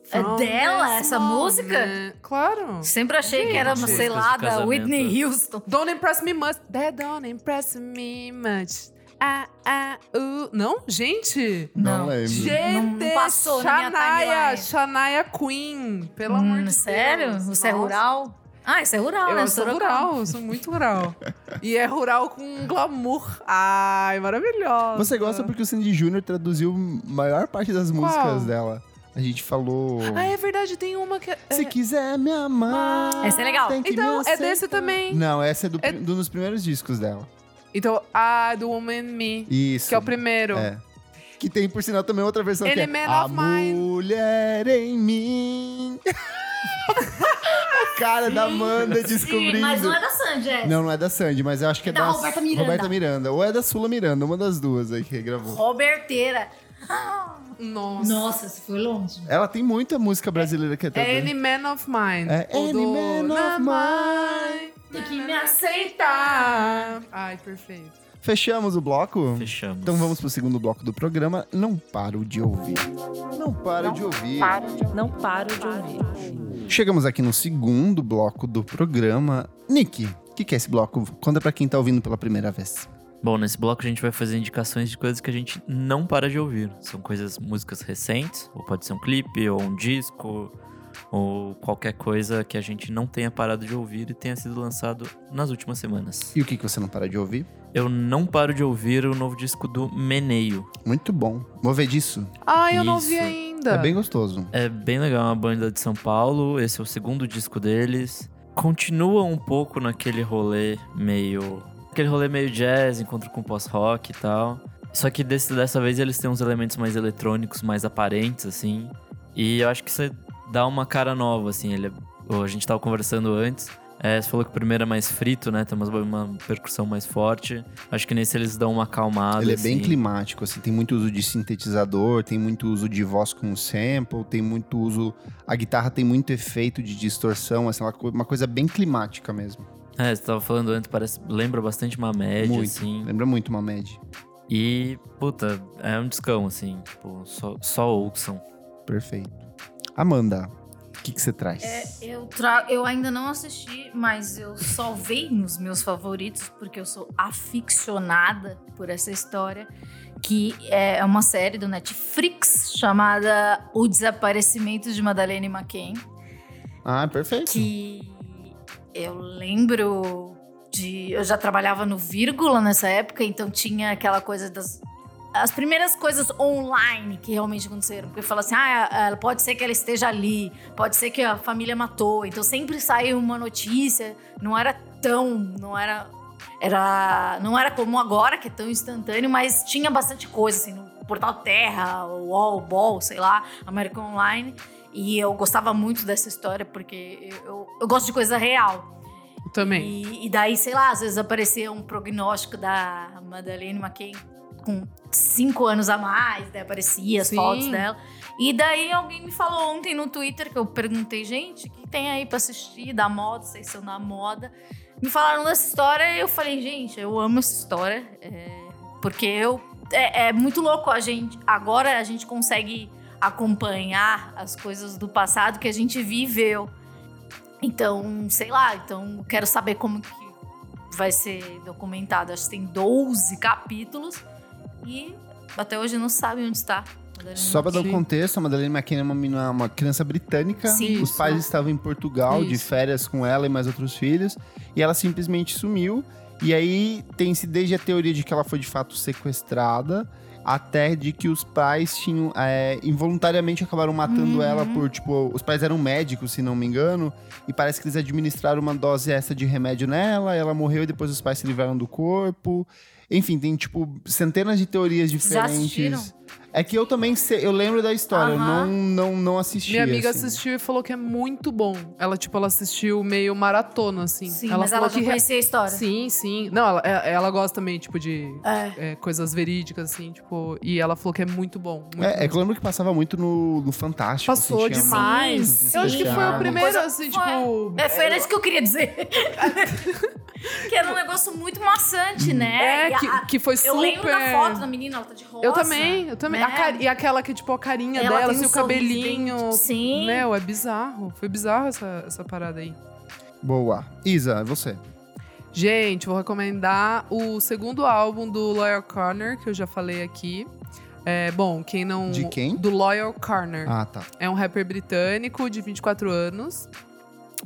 S4: É
S1: From
S4: dela
S1: This
S4: essa música?
S1: Claro.
S4: Sempre achei que era, uma,
S3: Gente.
S4: sei lá,
S3: Músicas de
S4: da Whitney Houston.
S1: Don't impress me much. That don't impress me much. Ah, ah, uh. Não? Gente!
S2: Não,
S4: Não.
S2: lembro.
S1: Gente!
S4: Não passou na minha
S1: Shania!
S4: timeline.
S1: Shania Queen. Pelo
S4: Hum,
S1: amor de
S4: sério?
S1: Deus.
S4: Isso é
S1: Nossa.
S4: rural? Ah, isso é rural, né?
S1: Eu sou
S4: Sorocaba.
S1: rural, eu sou muito rural. e é rural com glamour. Ai, maravilhosa.
S2: Você gosta porque o Sandy Júnior traduziu a maior parte das músicas
S1: Qual?
S2: dela. A gente falou.
S1: Ah, é verdade, tem uma que. é-
S2: Se quiser me amar.
S4: Essa é legal.
S2: tem que
S1: Então,
S2: me
S1: é desse
S2: aceitar."
S1: também.
S2: Não, essa é, do,
S1: É-
S2: prim- do- dos primeiros discos dela.
S1: Então, ah, do Woman and Me,
S2: Isso.
S1: que é o primeiro.
S2: É. Que tem, por sinal, também outra versão
S1: Ele
S2: que
S1: Man
S2: é A
S1: of Mine.
S2: Mulher em Mim. [LAUGHS] A cara da Amanda descobrindo.
S4: Sim, mas não é da Sandy, é.
S2: Não, não é da Sandy, mas eu acho que é,
S4: É da Roberta Miranda.
S2: Roberta Miranda. Ou é da Sula Miranda, uma das duas aí que gravou.
S4: Roberteira. Ah,
S1: Nossa.
S4: Nossa, tá isso foi longe.
S2: Ela tem muita música brasileira que é
S1: É
S2: também.
S1: Any Man of Mine.
S2: É
S1: O
S2: Any
S1: do
S2: Man
S1: Na
S2: of Mine.
S4: Tem que me
S1: Tá.
S4: aceitar.
S1: Ai, perfeito.
S2: Fechamos o bloco?
S3: Fechamos.
S2: Então vamos pro segundo bloco do programa. Não paro de ouvir. Não paro de ouvir.
S5: Não paro de ouvir.
S2: Chegamos aqui no segundo bloco do programa. Nick, o que, que é esse bloco? Conta pra quem tá ouvindo pela primeira vez.
S3: Bom, nesse bloco a gente vai fazer indicações de coisas que a gente não para de ouvir. São coisas, músicas recentes, ou pode ser um clipe, ou um disco, ou qualquer coisa que a gente não tenha parado de ouvir e tenha sido lançado nas últimas semanas.
S2: E o que, que você não para de ouvir?
S3: Eu não paro de ouvir o novo disco do Meneio.
S2: Muito bom. Vou ver disso.
S1: Ai, eu não
S3: Isso.
S1: vi ainda.
S2: É bem gostoso.
S3: É bem legal, é uma banda de São Paulo, esse é o segundo disco deles. Continua um pouco naquele rolê meio. aquele rolê meio jazz, encontro com pós-rock e tal. Só que desse- dessa vez eles têm uns elementos mais eletrônicos, mais aparentes, assim. E eu acho que isso dá uma cara nova, assim. Ele é- a gente tava conversando antes. é, você falou que o primeiro é mais frito, né? Tem umas- uma, percussão mais forte. Acho que nesse eles dão uma acalmada.
S2: Ele é bem
S3: assim.
S2: climático, assim, tem muito uso de sintetizador, tem muito uso de voz com sample, tem muito uso. A guitarra tem muito efeito de distorção, assim, uma co- uma coisa bem climática mesmo.
S3: É, você tava falando antes, parece, lembra bastante uma média,
S2: Muito.
S3: assim.
S2: Lembra muito uma Mad.
S3: E, puta, é um discão, assim, tipo, só, só ouçam.
S2: Perfeito. Amanda, o que, que você traz?
S4: É, eu, tra... eu ainda não assisti, mas eu salvei nos meus favoritos, porque eu sou aficionada por essa história, que é uma série do Netflix chamada O Desaparecimento de Madalene McCain,
S2: Ah, perfeito.
S4: que eu lembro de... Eu já trabalhava no Vírgula nessa época, então tinha aquela coisa das... As primeiras coisas online que realmente aconteceram. Porque fala assim, ah, ela- pode ser que ela esteja ali pode ser que a família matou. Então sempre saiu uma notícia, não era tão, não era era não era como agora que é tão instantâneo, mas tinha bastante coisa assim no Portal Terra, Wall, Ball, sei lá, América Online. E eu gostava muito dessa história, porque eu, eu gosto de coisa real.
S1: Também.
S4: E, e daí, sei lá, às vezes aparecia um prognóstico da Madeleine McCain com cinco anos a mais, daí aparecia as
S1: Sim.
S4: fotos dela. E daí alguém me falou ontem no Twitter, que eu perguntei, gente, o que tem aí pra assistir da moda, vocês são da moda. Me falaram dessa história e eu falei, gente, eu amo essa história. é, porque eu... É, é muito louco a gente... Agora a gente consegue acompanhar as coisas do passado que a gente viveu. Então, sei lá, então eu quero saber como que vai ser documentado. Acho que tem 12 capítulos e até hoje não sabe onde está.
S2: Só pra dar um
S1: Sim.
S2: contexto, a Madeleine McKenna é uma, menina- uma criança britânica.
S4: Sim.
S2: Os pais estavam em Portugal de
S1: Isso.
S2: férias com ela e mais outros filhos. E ela simplesmente sumiu. E aí tem-se desde a teoria de que ela foi de fato sequestrada, até de que os pais tinham. é, involuntariamente acabaram matando
S4: Uhum.
S2: ela por, tipo, os pais eram médicos, se não me engano. E parece que eles administraram uma dose extra de remédio nela, ela morreu e depois os pais se livraram do corpo. Enfim, tem, tipo, centenas de teorias
S4: Já
S2: diferentes.
S4: assistiram?
S2: É que eu também sei, eu lembro da história, eu
S4: Aham.
S2: não, não, não assisti.
S1: Minha amiga
S2: assim.
S1: assistiu e falou que é muito bom. Ela, tipo, ela assistiu meio maratona, assim.
S4: Sim,
S1: ela
S4: mas
S1: falou
S4: ela não
S1: que. re-
S4: conhecia a história.
S1: Sim, sim. Não, ela, é- ela gosta também, tipo, de
S4: É.
S1: é, coisas verídicas, assim, tipo. E ela falou que é muito bom. Muito
S2: É, é
S1: bom.
S2: que eu lembro que passava muito no, no Fantástico. assim,
S1: Passou
S2: tinha
S1: demais.
S2: muito
S1: Eu acho que foi o
S2: especial.
S1: primeiro,
S4: Coisa-
S1: assim,
S4: foi.
S1: tipo.
S4: É, foi isso que eu queria dizer. [LAUGHS] que era um negócio muito maçante, né?
S1: É,
S4: E a-
S1: que, que foi super.
S4: eu lembro da foto da menina, ela tá de rosa.
S1: Eu também, eu também.
S4: né?
S1: A cari- E aquela que, tipo, a carinha
S4: Ela
S1: dela,
S4: tem
S1: assim,
S4: um
S1: o cabelinho.
S4: sorriso idêntico. Sim.
S1: Meu, é bizarro. Foi bizarro essa, essa parada aí.
S2: Boa. Isa, é você.
S1: Gente, vou recomendar o segundo álbum do Loyal Corner, que eu já falei aqui. É, bom, quem não.
S2: De quem?
S1: Do Loyal Corner.
S2: Ah, tá.
S1: É um rapper britânico de 24 anos.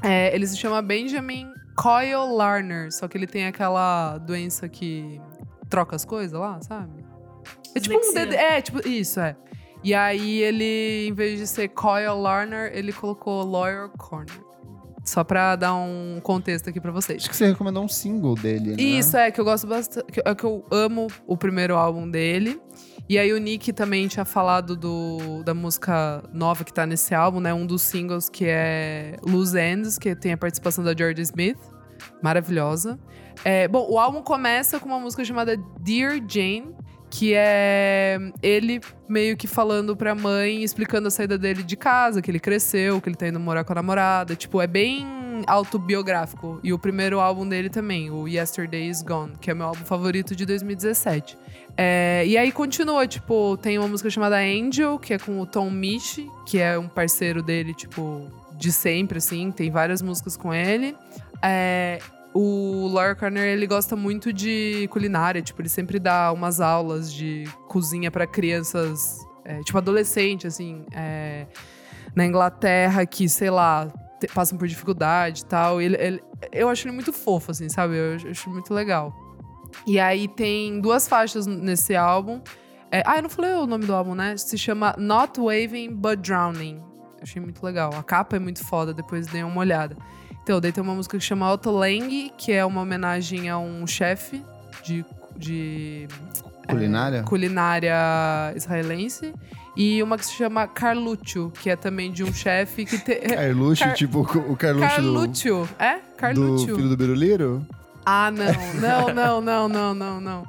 S1: É, ele se chama Benjamin Coyle Larner, só que ele tem aquela doença que troca as coisas lá, sabe? É tipo um
S4: Dislexia.
S1: DD. É, tipo, isso, é. E aí ele, em vez de ser Coyle Larner, ele colocou Lawyer Corner. Só pra dar um contexto aqui pra vocês.
S2: Acho que você recomendou um single dele, né?
S1: Isso, é, que eu gosto bastante. Que, é que eu amo o primeiro álbum dele. E aí o Nick também tinha falado do, da música nova que tá nesse álbum, né? Um dos singles que é Loose Ends, que tem a participação da George Smith. Maravilhosa. É, bom, o álbum começa com uma música chamada Dear Jane, que é ele meio que falando pra mãe, explicando a saída dele de casa, que ele cresceu, que ele tá indo morar com a namorada. Tipo, é bem autobiográfico. E o primeiro álbum dele também, o Yesterday Is Gone, que é meu álbum favorito de 2017. É, e aí continua, tipo, tem uma música chamada Angel, que é com o Tom Misch, que é um parceiro dele, tipo, de sempre, assim, tem várias músicas com ele. É, o Laura Corner, ele gosta muito de culinária, tipo, ele sempre dá umas aulas de cozinha pra crianças, é, tipo, adolescente, assim, é, na Inglaterra, que, sei lá, te- passam por dificuldade e tal. Ele, ele- eu acho ele muito fofo, assim, sabe? Eu, acho- eu acho muito legal. E aí tem duas faixas n- nesse álbum. É, ah, eu não falei o nome do álbum, né? Se chama Not Waving But Drowning. Eu achei muito legal. A capa é muito foda, depois dei uma olhada. Então, daí tem uma música que chama Otto Lang, que é uma homenagem a um chefe de, de é.
S2: Culinária?
S1: culinária israelense. E uma que se chama Carluccio, que é também
S2: [LAUGHS]
S1: de um chefe que tem.
S2: Carluxo,
S1: Car-
S2: tipo o Carluxo do,
S1: Carluccio, é?
S2: do
S1: Carluccio.
S2: filho do Biruliro?
S1: Ah, não, não, não, não, não, não, não.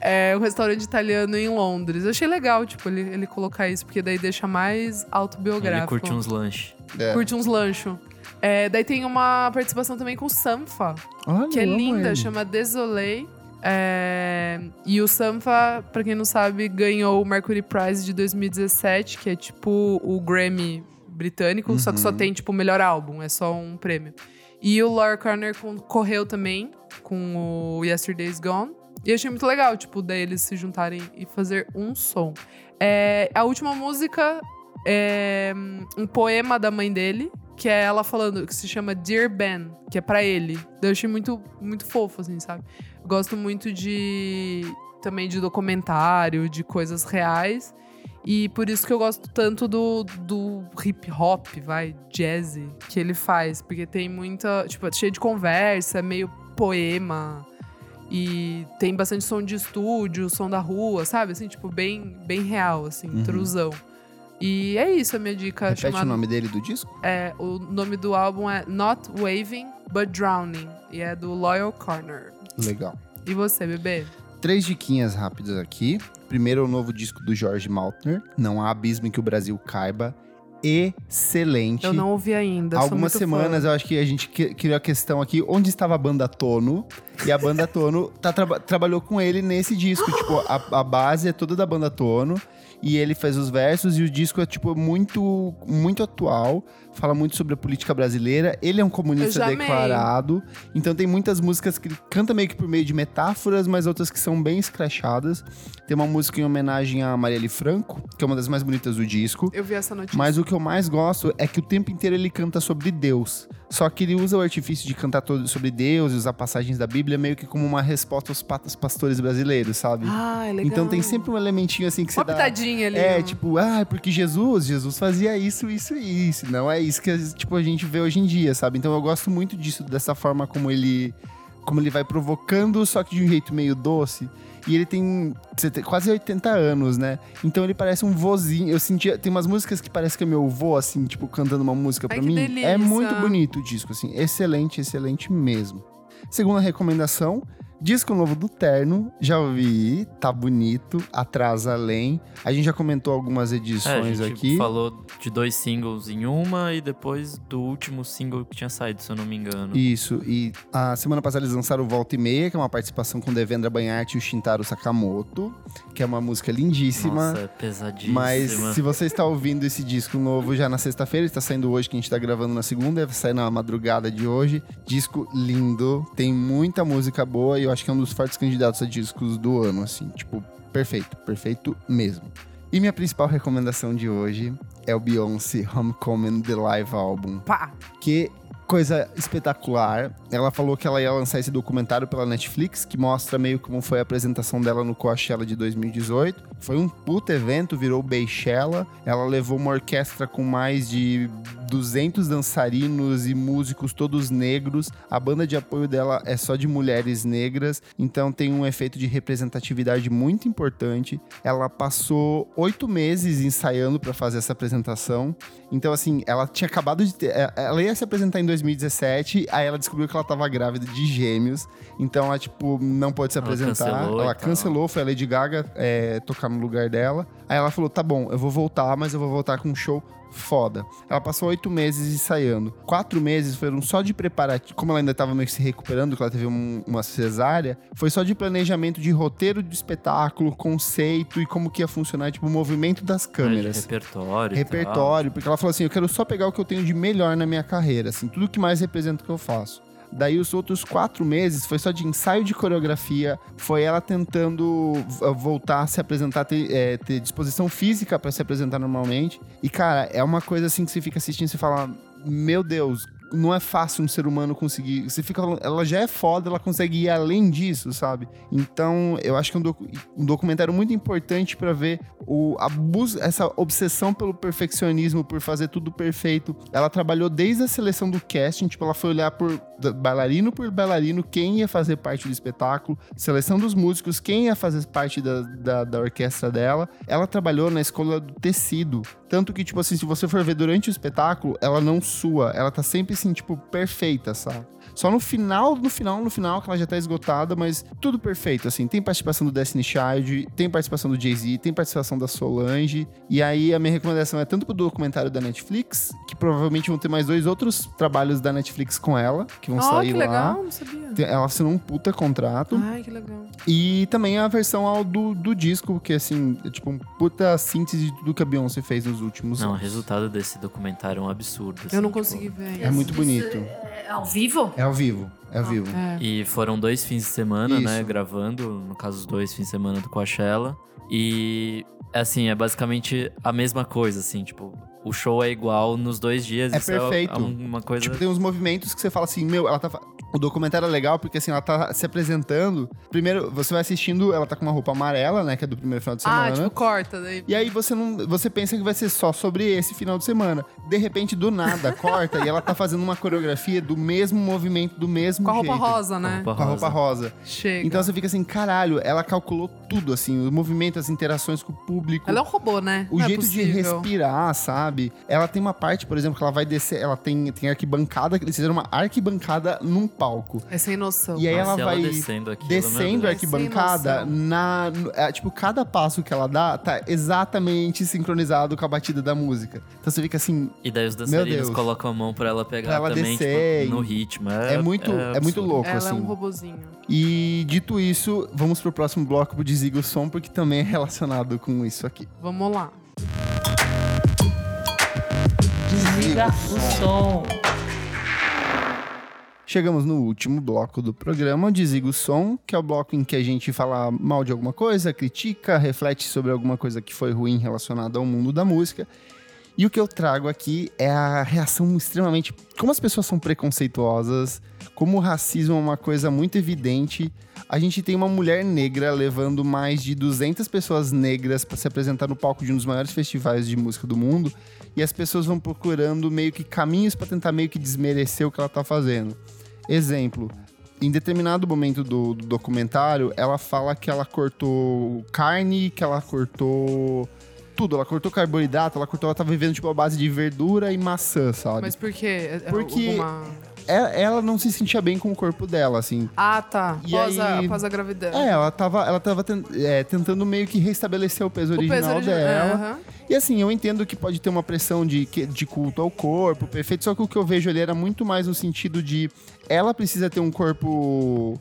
S1: É um restaurante italiano em Londres. Eu achei legal, tipo, ele, ele colocar isso, porque daí deixa mais
S3: Ele
S1: autobiográfico.
S3: curte uns lanches.
S2: É.
S1: Curte uns lanchos. É, daí tem uma participação também com Sanfa,
S2: Olha,
S1: que é
S2: eu amo
S1: linda,
S2: ele.
S1: chama Desolé. É, e o Sanfa, pra quem não sabe, ganhou o Mercury Prize de 2017, que é tipo o Grammy britânico, só que só
S2: Uhum.
S1: tem tipo o melhor álbum, é só um prêmio. E o Laura Corner concorreu também com o Yesterday's Gone. E achei muito legal, tipo, daí eles se juntarem e fazer um som. É, a última música é um poema da mãe dele, que é ela falando, que se chama Dear Ben, que é pra ele. Daí Eu achei muito, muito fofo, assim, sabe? Gosto muito de. também de documentário, de coisas reais. E por isso que eu gosto tanto do, do hip hop, vai, jazz, que ele faz. Porque tem muita. Tipo, é cheio de conversa, é meio poema. E tem bastante som de estúdio, som da rua, sabe? Assim, tipo, bem, bem real, assim,
S2: Uhum.
S1: intrusão. E é isso a minha dica.
S2: Repete
S1: chamada-
S2: o nome dele do disco?
S1: é, o nome do álbum é Not Waving, But Drowning. E é do Loyal Corner.
S2: Legal.
S1: E você, bebê?
S2: Três diquinhas rápidas aqui. Primeiro, é o novo disco do Jorge Maltner, Não Há Abismo em que o Brasil Caiba. Excelente.
S1: Eu não ouvi ainda. sou
S2: Algumas
S1: muito
S2: semanas eu acho que a gente que- criou a questão aqui onde estava a banda Tono. E
S1: [LAUGHS]
S2: a banda Tono tá traba- trabalhou com ele nesse disco. tipo, a, a base é toda da banda Tono. E ele fez os versos e o disco é, tipo, muito, muito atual. Fala muito sobre a política brasileira. Ele é um comunista
S1: Eu já amei.
S2: declarado. Então tem muitas músicas que ele canta meio que por meio de metáforas, mas outras que são bem escrachadas. Tem uma música em homenagem a Marielle Franco, que é uma das mais bonitas do disco.
S1: fã. Eu vi essa notícia.
S2: Mas o que eu mais um gosto é que o tempo inteiro ele canta sobre Deus. Só que ele usa o artifício de cantar todo sobre Deus e usar passagens da Bíblia meio que como uma resposta aos patas pastores brasileiros, sabe?
S1: Ah, é legal.
S2: então tem sempre um elementinho assim que você
S1: uma
S2: dá.
S1: pitadinha ali.
S2: É,
S1: né?
S2: tipo, ah, é porque Jesus, Jesus fazia isso, isso e isso. Não é isso que tipo, a gente vê hoje em dia, sabe? Então eu gosto muito disso, dessa forma como ele como ele vai provocando, só que de um jeito meio doce. E ele tem sete- quase 80 anos, né? Então ele parece um vozinho. Eu sentia. Tem umas músicas que parece que é meu vô, assim, tipo, cantando uma música
S1: Ai,
S2: pra
S1: que
S2: mim. É
S1: delícia.
S2: muito bonito o disco, assim. Excelente, excelente mesmo. Segunda recomendação: disco novo do Terno. Já ouvi, tá bonito. Atrás além. A gente já comentou algumas
S3: É, a
S2: edições
S3: gente
S2: aqui.
S3: falou de dois singles em uma e depois do último single que tinha saído, se eu não me engano.
S2: Isso, e a semana passada eles lançaram o Volta e Meia, que é uma participação com Devendra Banhart e o Shintaro Sakamoto, que é uma música lindíssima.
S3: Nossa, é pesadíssima. É
S2: Mas se você está ouvindo esse disco novo já na sexta-feira, está saindo hoje, que a gente está gravando na segunda, vai sair na madrugada de hoje. Disco lindo, tem muita música boa e eu acho que é um dos fortes candidatos a discos do ano, assim, tipo, perfeito, perfeito mesmo. E minha principal recomendação de hoje é o Beyoncé Homecoming The Live Album.
S1: Pá.
S2: Que coisa espetacular. Ela falou que ela ia lançar esse documentário pela Netflix, que mostra meio como foi a apresentação dela no Coachella de 2018. Foi um puto evento, virou Beixela. Ela levou uma orquestra com mais de 200 dançarinos e músicos todos negros. A banda de apoio dela é só de mulheres negras, então tem um efeito de representatividade muito importante. Ela passou oito meses ensaiando para fazer essa apresentação. Então, assim, ela tinha acabado de ter. é, Ela ia se apresentar em 2017, aí ela descobriu que ela tava grávida de gêmeos. Então, ela, tipo, não pôde se
S3: Ela
S2: apresentar.
S3: cancelou e
S2: ela
S3: tal.
S2: cancelou, foi a Lady Gaga é, tocar no lugar dela. Aí ela falou: tá bom, eu vou voltar, mas eu vou voltar com um show foda. Ela passou oito meses ensaiando. Quatro meses foram só de preparativo. Como ela ainda tava meio que se recuperando, que ela teve um- uma cesárea, foi só de planejamento de roteiro do espetáculo, conceito e como que ia funcionar, tipo, o movimento das câmeras
S3: Repertório. e tal.
S2: repertório, porque ela falou assim: eu quero só pegar o que eu tenho de melhor na minha carreira, assim, tudo que mais representa o que eu faço. Daí os outros quatro meses foi só de ensaio de coreografia, foi ela tentando v- ah, voltar a se apresentar, ter, é, ter disposição física pra se apresentar normalmente. E cara, é uma coisa assim que você fica assistindo e você fala: meu Deus. Não é fácil um ser humano conseguir. Você fica falando, ela já é foda, ela consegue ir além disso, sabe? Então, eu acho que é um, docu- um documentário muito importante pra ver o abuso, essa obsessão pelo perfeccionismo, por fazer tudo perfeito. Ela trabalhou desde a seleção do casting, tipo, ela foi olhar por da- bailarino por bailarino quem ia fazer parte do espetáculo, seleção dos músicos, quem ia fazer parte da, da, da orquestra dela. Ela trabalhou na escolha do tecido. Tanto que, tipo assim, se você for ver durante o espetáculo, ela não sua. Ela tá sempre, assim, tipo, perfeita, sabe? Só no final, no final, no final, que ela já tá esgotada, mas tudo perfeito, assim. Tem participação do Destiny Child, tem participação do Jay-Z, tem participação da Solange. E aí, a minha recomendação é tanto pro documentário da Netflix, que provavelmente vão ter mais dois outros trabalhos da Netflix com ela, que vão
S1: Ó,
S2: sair
S1: que
S2: lá.
S1: legal, não sabia.
S2: Tem- Tá Ela assinou um puta contrato.
S1: Ai, que legal.
S2: E também a versão ao do, do disco, que assim, é tipo um puta síntese de tudo que a Beyoncé fez nos últimos
S3: Não, o
S2: anos.
S3: resultado desse documentário é um absurdo. assim,
S1: Eu não
S3: tipo,
S1: consegui ver. ainda.
S2: É muito bonito.
S4: É ao vivo?
S2: É ao vivo, é ao vivo.
S1: É.
S3: E foram dois fins de semana, né?
S2: Isso.
S3: Gravando, no caso, os dois fins de semana do Coachella. E, assim, é basicamente a mesma coisa, assim, tipo, o show é igual nos dois dias.
S2: É
S3: isso
S2: perfeito.
S3: É uma coisa.
S2: Tipo, tem uns movimentos que você fala assim, meu, ela tá. fa- O documentário é legal porque, assim, ela tá se apresentando. Primeiro, você vai assistindo, ela tá com uma roupa amarela, né? Que é do primeiro final de semana.
S1: Ah, tipo, corta daí.
S2: E aí você não, você pensa que vai ser só sobre esse final de semana. De repente, do
S1: [LAUGHS]
S2: nada, corta e ela tá fazendo uma coreografia do mesmo movimento, do mesmo
S1: Com a roupa
S2: jeito.
S1: rosa, né?
S2: Com a roupa rosa.
S1: Chega.
S2: Então você fica assim, caralho, ela calculou tudo, assim, o movimento, as interações com o público.
S1: Ela é um robô, né?
S2: tipo, O
S1: Não é
S2: jeito de
S1: possível.
S2: respirar, sabe? Ela tem uma parte, por exemplo, que ela vai descer, ela tem, tem arquibancada, que eles fizeram uma arquibancada num palco.
S1: É sem noção.
S2: E aí ela
S3: Nossa,
S2: vai
S3: descendo aqui.
S2: descendo a
S1: Deus.
S2: arquibancada,
S1: Sem
S2: na, no- é, tipo, cada passo que ela dá tá exatamente sincronizado com a batida da música. Então você fica assim,
S3: E daí os
S2: Meu
S3: dançarinos
S2: Deus.
S3: colocam a mão pra ela pegar
S2: Pra ela
S3: também,
S2: descer
S3: tipo, no
S2: e-
S3: ritmo.
S2: é, muito, é, muito
S3: absurdo.
S2: louco,
S1: Ela
S2: assim.
S1: é um robozinho.
S2: E dito isso, vamos pro próximo bloco de Zigo Som, porque também é relacionado com isso aqui.
S1: Vamos lá.
S5: Desliga o som.
S2: Chegamos no último bloco do programa, Desliga o Som, que é o bloco em que a gente fala mal de alguma coisa, critica, reflete sobre alguma coisa que foi ruim relacionada ao mundo da música. E o que eu trago aqui é a reação extremamente. Como as pessoas são preconceituosas, como o racismo é uma coisa muito evidente. A gente tem uma mulher negra levando mais de 200 pessoas negras para se apresentar no palco de um dos maiores festivais de música do mundo. E as pessoas vão procurando meio que caminhos para tentar meio que desmerecer o que ela tá fazendo. Exemplo, em determinado momento do, do documentário, ela fala que ela cortou carne, que ela cortou tudo. Ela cortou carboidrato, ela cortou, ela tá vivendo tipo a base de verdura e maçã, sabe?
S1: Mas por quê? É- é
S2: Porque-
S1: alguma-
S2: Ela, ela não se sentia bem com o corpo dela, assim.
S1: Ah, tá.
S2: E
S1: Após, a,
S2: aí-
S1: após a gravidez.
S2: É, ela tava, ela tava ten- é, tentando meio que restabelecer o peso original
S1: origi-
S2: dela.
S1: Aham.
S2: E assim, eu entendo que pode ter uma pressão de, que- de culto ao corpo, perfeito, só que o que eu vejo ali era muito mais no sentido de ela precisa ter um corpo.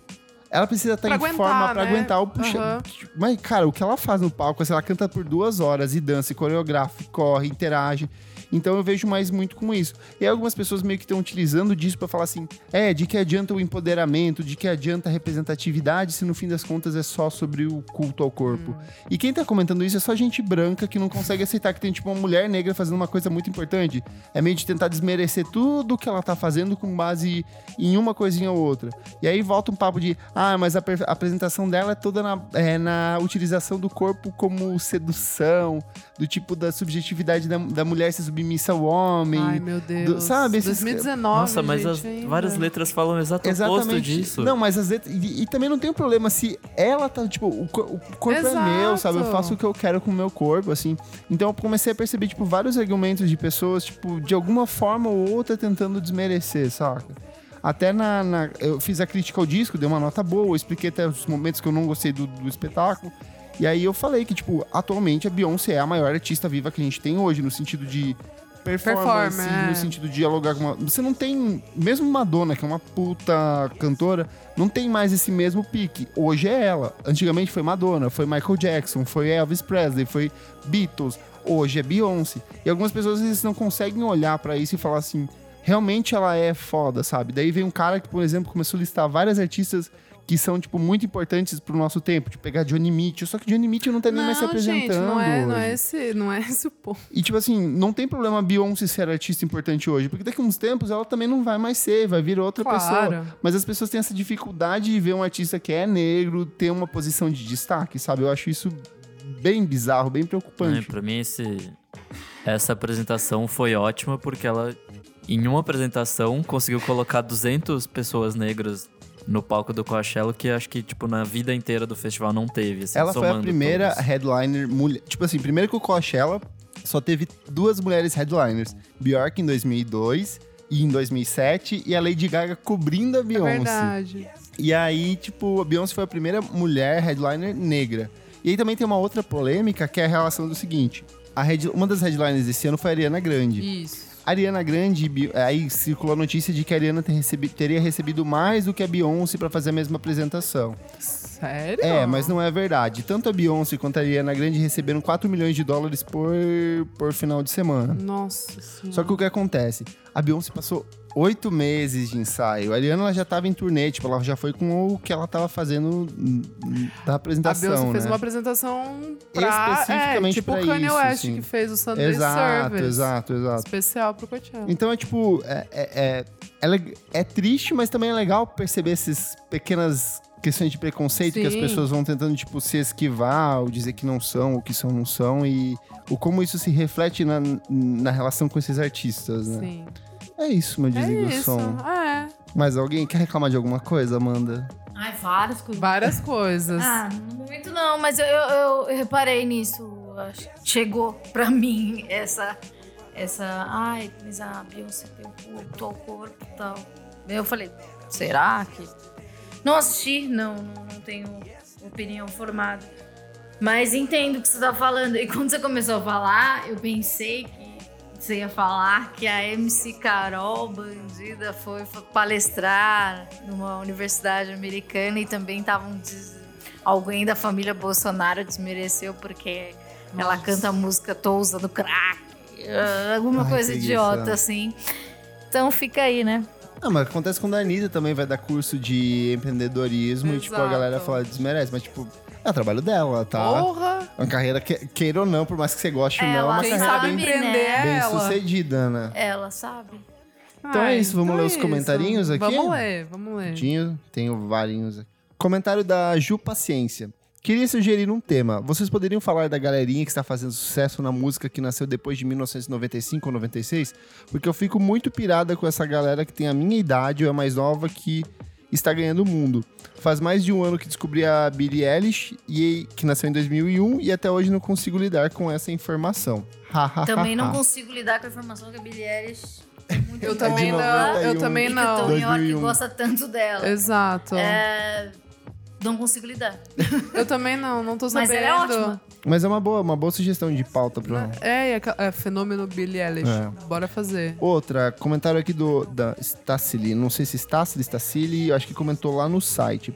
S2: Ela precisa estar
S1: Pra
S2: em
S1: aguentar,
S2: forma pra
S1: né?
S2: aguentar o puxa. tipo,
S1: Aham.
S2: Mas, cara, o que ela faz no palco, assim, ela canta por duas horas e dança, e coreografa, e corre, interage. Então eu vejo mais muito com isso. E aí algumas pessoas meio que estão utilizando disso pra falar assim: é, de que adianta o empoderamento, de que adianta a representatividade, se no fim das contas é só sobre o culto ao corpo.
S1: Hum.
S2: E quem tá comentando isso é só gente branca que não consegue aceitar que tem, tipo, uma mulher negra fazendo uma coisa muito importante. É meio de tentar desmerecer tudo que ela tá fazendo com base em uma coisinha ou outra. E aí volta um papo de, ah, mas a, per- a apresentação dela é toda na, é, na utilização do corpo como sedução, do tipo da subjetividade da, da mulher ser submissa ao homem.
S1: Ai, meu Deus.
S2: sabe, esses-
S1: 2019.
S3: Nossa, mas as
S1: gente, ainda.
S3: várias letras falam exato o oposto disso.
S2: Não, mas às vezes. E, e também não tem um problema se ela tá, tipo, o, co- o corpo
S1: Exato.
S2: é meu, sabe? Eu faço o que eu quero com o meu corpo, assim. Então eu comecei a perceber, tipo, vários argumentos de pessoas, tipo, de alguma forma ou outra tentando desmerecer, saca? Até na, na- Eu fiz a crítica ao disco, dei uma nota boa, eu expliquei até os momentos que eu não gostei do, do espetáculo. E aí eu falei que, tipo, atualmente a Beyoncé é a maior artista viva que a gente tem hoje, no sentido de performance,
S1: Performa, é.
S2: no sentido de dialogar com uma... Você não tem... Mesmo Madonna, que é uma puta cantora, não tem mais esse mesmo pique. Hoje é ela. Antigamente foi Madonna, foi Michael Jackson, foi Elvis Presley, foi Beatles. Hoje é Beyoncé. E algumas pessoas, às vezes, não conseguem olhar pra isso e falar assim... Realmente ela é foda, sabe? Daí vem um cara que, por exemplo, começou a listar várias artistas que são, tipo, muito importantes pro nosso tempo. Tipo, pegar Johnny Mitchell. Só que Johnny Mitchell não tá nem mais se
S1: Não,
S2: apresentando
S1: gente, não é, não,
S2: hoje.
S1: é esse, não é esse o ponto.
S2: E, tipo assim, não tem problema a Beyoncé ser artista importante hoje, porque daqui a uns tempos ela também não vai mais ser, vai vir outra pessoa.
S1: Claro.
S2: Mas as pessoas têm essa dificuldade de ver um artista que é negro ter uma posição de destaque, sabe? Eu acho isso bem bizarro, bem
S3: Né?
S2: preocupante.
S3: Pra mim, esse- essa apresentação foi ótima porque ela, em uma apresentação, conseguiu colocar 200 pessoas negras no palco do Coachella, que acho que, tipo, na vida inteira do festival não teve. assim,
S2: ela foi a
S3: somando
S2: primeira
S3: todos.
S2: headliner mulher. Tipo assim, primeiro que o Coachella só teve duas mulheres headliners: Bjork em 2002 e em 2007 e a Lady Gaga cobrindo a
S1: É
S2: Beyoncé.
S1: verdade.
S2: E aí, tipo, a Beyoncé foi a primeira mulher headliner negra. E aí também tem uma outra polêmica que é a relação do seguinte: a head- uma das headliners desse ano foi a Ariana Grande.
S1: Isso.
S2: A Ariana Grande, e Bi- aí circulou a notícia de que a Ariana ter recebi- teria recebido mais do que a Beyoncé pra fazer a mesma apresentação.
S1: Sério?
S2: É, mas não é verdade. Tanto a Beyoncé quanto a Ariana Grande receberam 4 milhões de dólares por, por final de semana.
S1: Nossa senhora.
S2: Só que o que acontece? A Beyoncé passou oito meses de ensaio. A Ariana ela já tava em turnê, tipo, ela já foi com o que ela tava fazendo hum, hum, da
S1: A
S2: apresentação.
S1: Beyoncé
S2: né?
S1: fez uma apresentação pra,
S2: Especificamente
S1: é, tipo
S2: pra
S1: o Kanye
S2: isso,
S1: West
S2: assim.
S1: que fez o Sunday
S2: Exato,
S1: Service.
S2: exato, exato.
S1: Especial pro Coachella.
S2: Então é tipo, é, é, é, é le- é triste, mas também é legal perceber essas pequenas questões de preconceito que as
S1: Sim.
S2: pessoas vão tentando, tipo, se esquivar ou dizer que não são, ou que são, não são, e o como isso se reflete na, na relação com esses artistas, né?
S1: Sim.
S2: É isso, meu
S1: É
S2: desligo
S1: isso.
S2: som.
S1: Ah, é.
S2: Mas alguém quer reclamar de alguma coisa, Amanda?
S4: Ai, várias coisas.
S1: Várias coisas.
S4: Ah, no momento não, mas eu, eu, eu reparei nisso. acho que Chegou pra [LAUGHS] mim essa. essa Ai, mas a Beyoncé tem culto ao corpo e tal. Eu falei, será que. Não assisti, não, não, não tenho opinião formada. Mas entendo o que você tá falando. E quando você começou a falar, eu pensei que você ia falar que a MC Carol Bandida foi fa- palestrar numa universidade americana e também estavam. Des... Alguém da família Bolsonaro desmereceu porque ela canta a música Tô usando crack. ah, Alguma
S2: Ai,
S4: coisa
S2: que
S4: idiota,
S2: isso. é.
S4: assim. Então fica aí, né?
S2: Ah, mas acontece quando a Anitta também vai dar curso de empreendedorismo e, tipo, a
S1: Exato. Oh.
S2: galera fala desmerece, mas, tipo, é o trabalho dela, tá?
S1: Porra!
S2: É uma carreira, que, queira ou não, por mais que você goste ou não, é
S4: Ela
S2: uma
S1: Quem
S2: carreira
S1: sabe
S2: bem
S4: né?
S1: empreender é
S2: bem
S1: ela. Ah,
S2: sucedida, né? [LAUGHS]
S4: Ela, sabe?
S2: Então é isso, vamos ler os comentarinhos aqui?
S1: Vamos ler, vamos
S4: É.
S1: ler.
S2: Tinho, tenho vários aqui. Comentário da Ju Paciência. Queria sugerir um tema. Vocês poderiam falar da galerinha que está fazendo sucesso na música que nasceu depois de 1995 ou 96? Porque eu fico muito pirada com essa galera que tem a minha idade ou é mais nova que está ganhando o mundo. Faz mais de um ano que descobri a Billie Eilish, e, que nasceu em 2001, e até hoje não consigo lidar com essa informação.
S4: Também não consigo lidar com a informação que a Billie
S1: [LAUGHS]
S4: Eilish... é muito
S1: Eu
S4: boa.
S1: também não,
S2: 91.
S1: eu também
S4: Então, E que o
S1: não.
S4: Tom York
S2: 2001.
S4: gosta tanto dela.
S1: Exato.
S4: É, Não consigo lidar.
S1: Eu também não, não tô
S4: Mas
S1: sabendo.
S4: ela é ótima.
S2: Mas é uma boa, uma boa sugestão de pauta pra...
S1: É, e aqua- é, fenômeno Billie Eilish.
S2: É.
S1: Bora fazer.
S2: Outra, comentário aqui do da Stacili, não sei se Stacili, Stacili, eu acho que comentou lá no site.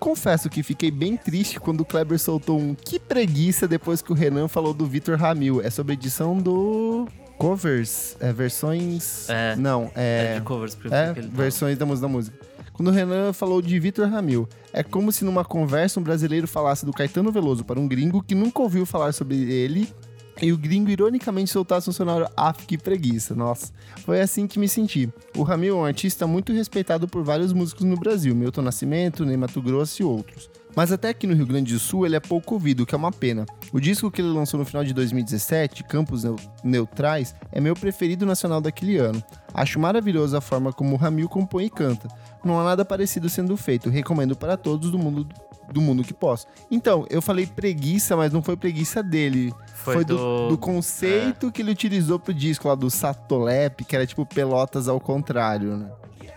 S2: Confesso que fiquei bem triste quando o Kleber soltou um que preguiça depois que o Renan falou do Vitor Ramil. É sobre edição do covers, é versões,
S3: É.
S2: não, é,
S3: É, de covers, porque
S2: é,
S3: ele tá-
S2: versões da música, da música. Quando o Renan falou de Vitor Ramil, é como se numa conversa um brasileiro falasse do Caetano Veloso para um gringo que nunca ouviu falar sobre ele e o gringo ironicamente soltasse um sonoro af que preguiça. Nossa, foi assim que me senti. O Ramil é um artista muito respeitado por vários músicos no Brasil, Milton Nascimento, Ney Mato Grosso e outros. Mas até aqui no Rio Grande do Sul ele é pouco ouvido, o que é uma pena. O disco que ele lançou no final de 2017, Campos Neu- Neutrais, é meu preferido nacional daquele ano. Acho maravilhosa a forma como o Ramil compõe e canta. Não há nada parecido sendo feito. Recomendo para todos do mundo do mundo que posso. Então, eu falei preguiça, mas não foi preguiça dele.
S3: tá. Foi,
S2: Foi
S3: do... É.
S2: Do conceito que ele utilizou pro disco lá do Satolep, que era tipo pelotas ao contrário, né?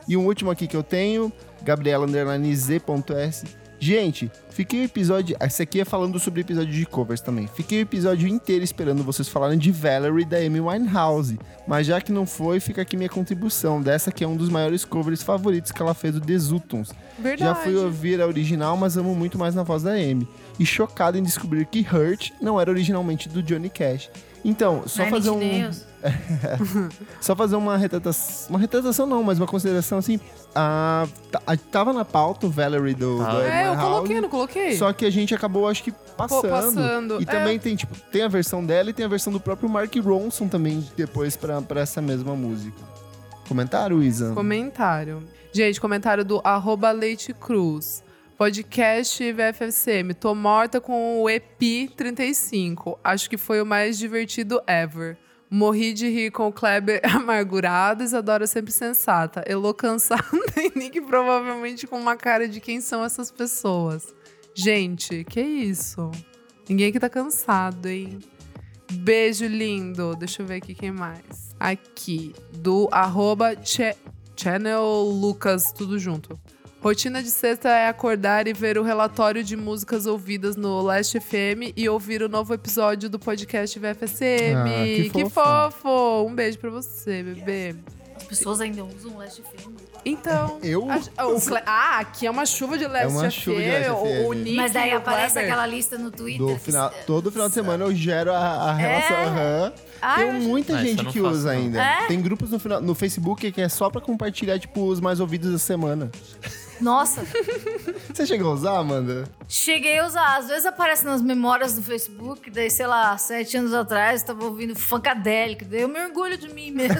S2: E um último aqui que eu tenho, Gabriela underline Z.S. Gente, fiquei o episódio. Esse aqui é falando sobre episódio de covers também. Fiquei o episódio inteiro esperando vocês falarem de Valerie da Amy Winehouse. Mas já que não foi, fica aqui minha contribuição. Dessa que é um dos maiores covers favoritos que ela fez do The Zutons.
S1: Verdade.
S2: Já fui ouvir a original, mas amo muito mais na voz da Amy. E chocado em descobrir que Hurt não era originalmente do Johnny Cash. Então, só
S1: é
S4: Nine
S2: fazer
S4: Inch
S2: um,
S4: Nails.
S2: só fazer uma retratação, uma retratação não, mas uma consideração assim, a, ta- a- tava na pauta o Valerie do,
S3: Ah.
S2: do Amy
S1: É, eu
S2: Winehouse,
S1: coloquei, não coloquei?
S2: Só que a gente acabou acho que
S1: Pô,
S2: passando.
S1: passando.
S2: E
S1: É,
S2: também tem tipo, tem a versão dela e tem a versão do próprio Mark Ronson também depois pra pra essa mesma música. Comentário, Isa?
S1: Comentário. Gente, comentário do arroba Leite Cruz. Podcast VFSM. Tô morta com o EP 35. Acho que foi o mais divertido ever. Morri de rir com o Kleber [LAUGHS] amargurado, Isadora sempre sensata. Elô [LAUGHS] cansada e Nick provavelmente com uma cara de quem são essas pessoas. Gente, que isso? Ninguém aqui tá cansado, hein? Beijo lindo. Deixa eu ver aqui quem mais. Aqui, do arroba che- Channel Lucas, tudo junto. Rotina de sexta é acordar e ver o relatório de músicas ouvidas no Last FM e ouvir o novo episódio do podcast VFSM.
S2: Ah, que
S1: que
S2: fofo.
S1: fofo! Um beijo pra você, bebê.
S4: Pessoas ainda usam Last FM.
S1: Então.
S2: Eu?
S1: a- o Cle- ah, aqui é uma chuva de Last
S2: uma chuva de
S1: FM,
S2: Last
S1: o, o
S2: FM.
S1: Nick.
S4: Mas daí
S1: e o
S4: aparece
S1: Kleber.
S4: aquela lista no Twitter.
S2: Do
S4: que-
S2: final, todo final de semana eu gero a,
S1: É?
S2: a relação. aham.
S4: Ah, eu
S2: Tem um-
S4: acho-
S2: muita
S3: Ah, isso eu
S2: gente
S3: não
S2: que
S3: faço,
S2: usa
S3: não.
S2: ainda.
S4: É?
S2: Tem grupos no, final, no Facebook que é só pra compartilhar, tipo, os mais ouvidos da semana.
S4: Nossa,
S2: Você chegou a usar, Amanda?
S4: cheguei a usar. Às vezes aparece nas memórias do Facebook, daí, sei lá, sete anos atrás, eu tava ouvindo Funkadelic. Daí eu me orgulho de
S2: [LAUGHS]
S4: mim mesmo.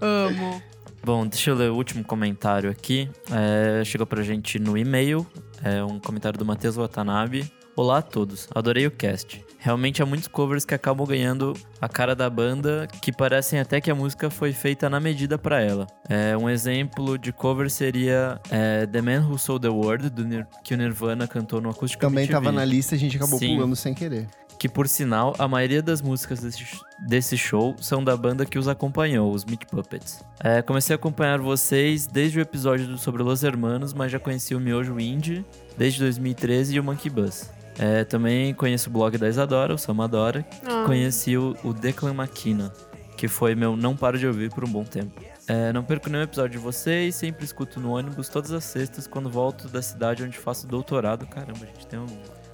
S1: Amo.
S3: Bom, deixa eu ler o último comentário aqui. É, chegou pra gente no e-mail, é um comentário do Matheus Watanabe. Olá a todos, adorei o cast. Realmente há muitos covers que acabam ganhando a cara da banda, que parecem até que a música foi feita na medida pra ela. É, um exemplo de cover seria é, The Man Who Sold the World, do Nir- que o Nirvana cantou no Acústica
S2: Também
S3: MTV
S2: tava na lista, a gente acabou
S3: Sim.
S2: pulando sem querer.
S3: que por sinal, a maioria das músicas desse, sh- desse show são da banda que os acompanhou, os Meat Puppets. É, comecei a acompanhar vocês desde o episódio do- sobre Los Hermanos, mas já conheci o Miojo Indie desde 2013 e o Monkey Bus. É, também conheço o blog da Isadora, o Samadora, que
S1: Ah.
S3: conheci o, o Declan Maquina, que foi meu não paro de ouvir por um bom tempo. É, não perco nenhum episódio de vocês, sempre escuto no ônibus todas as sextas quando volto da cidade onde faço doutorado. Caramba, a gente tem um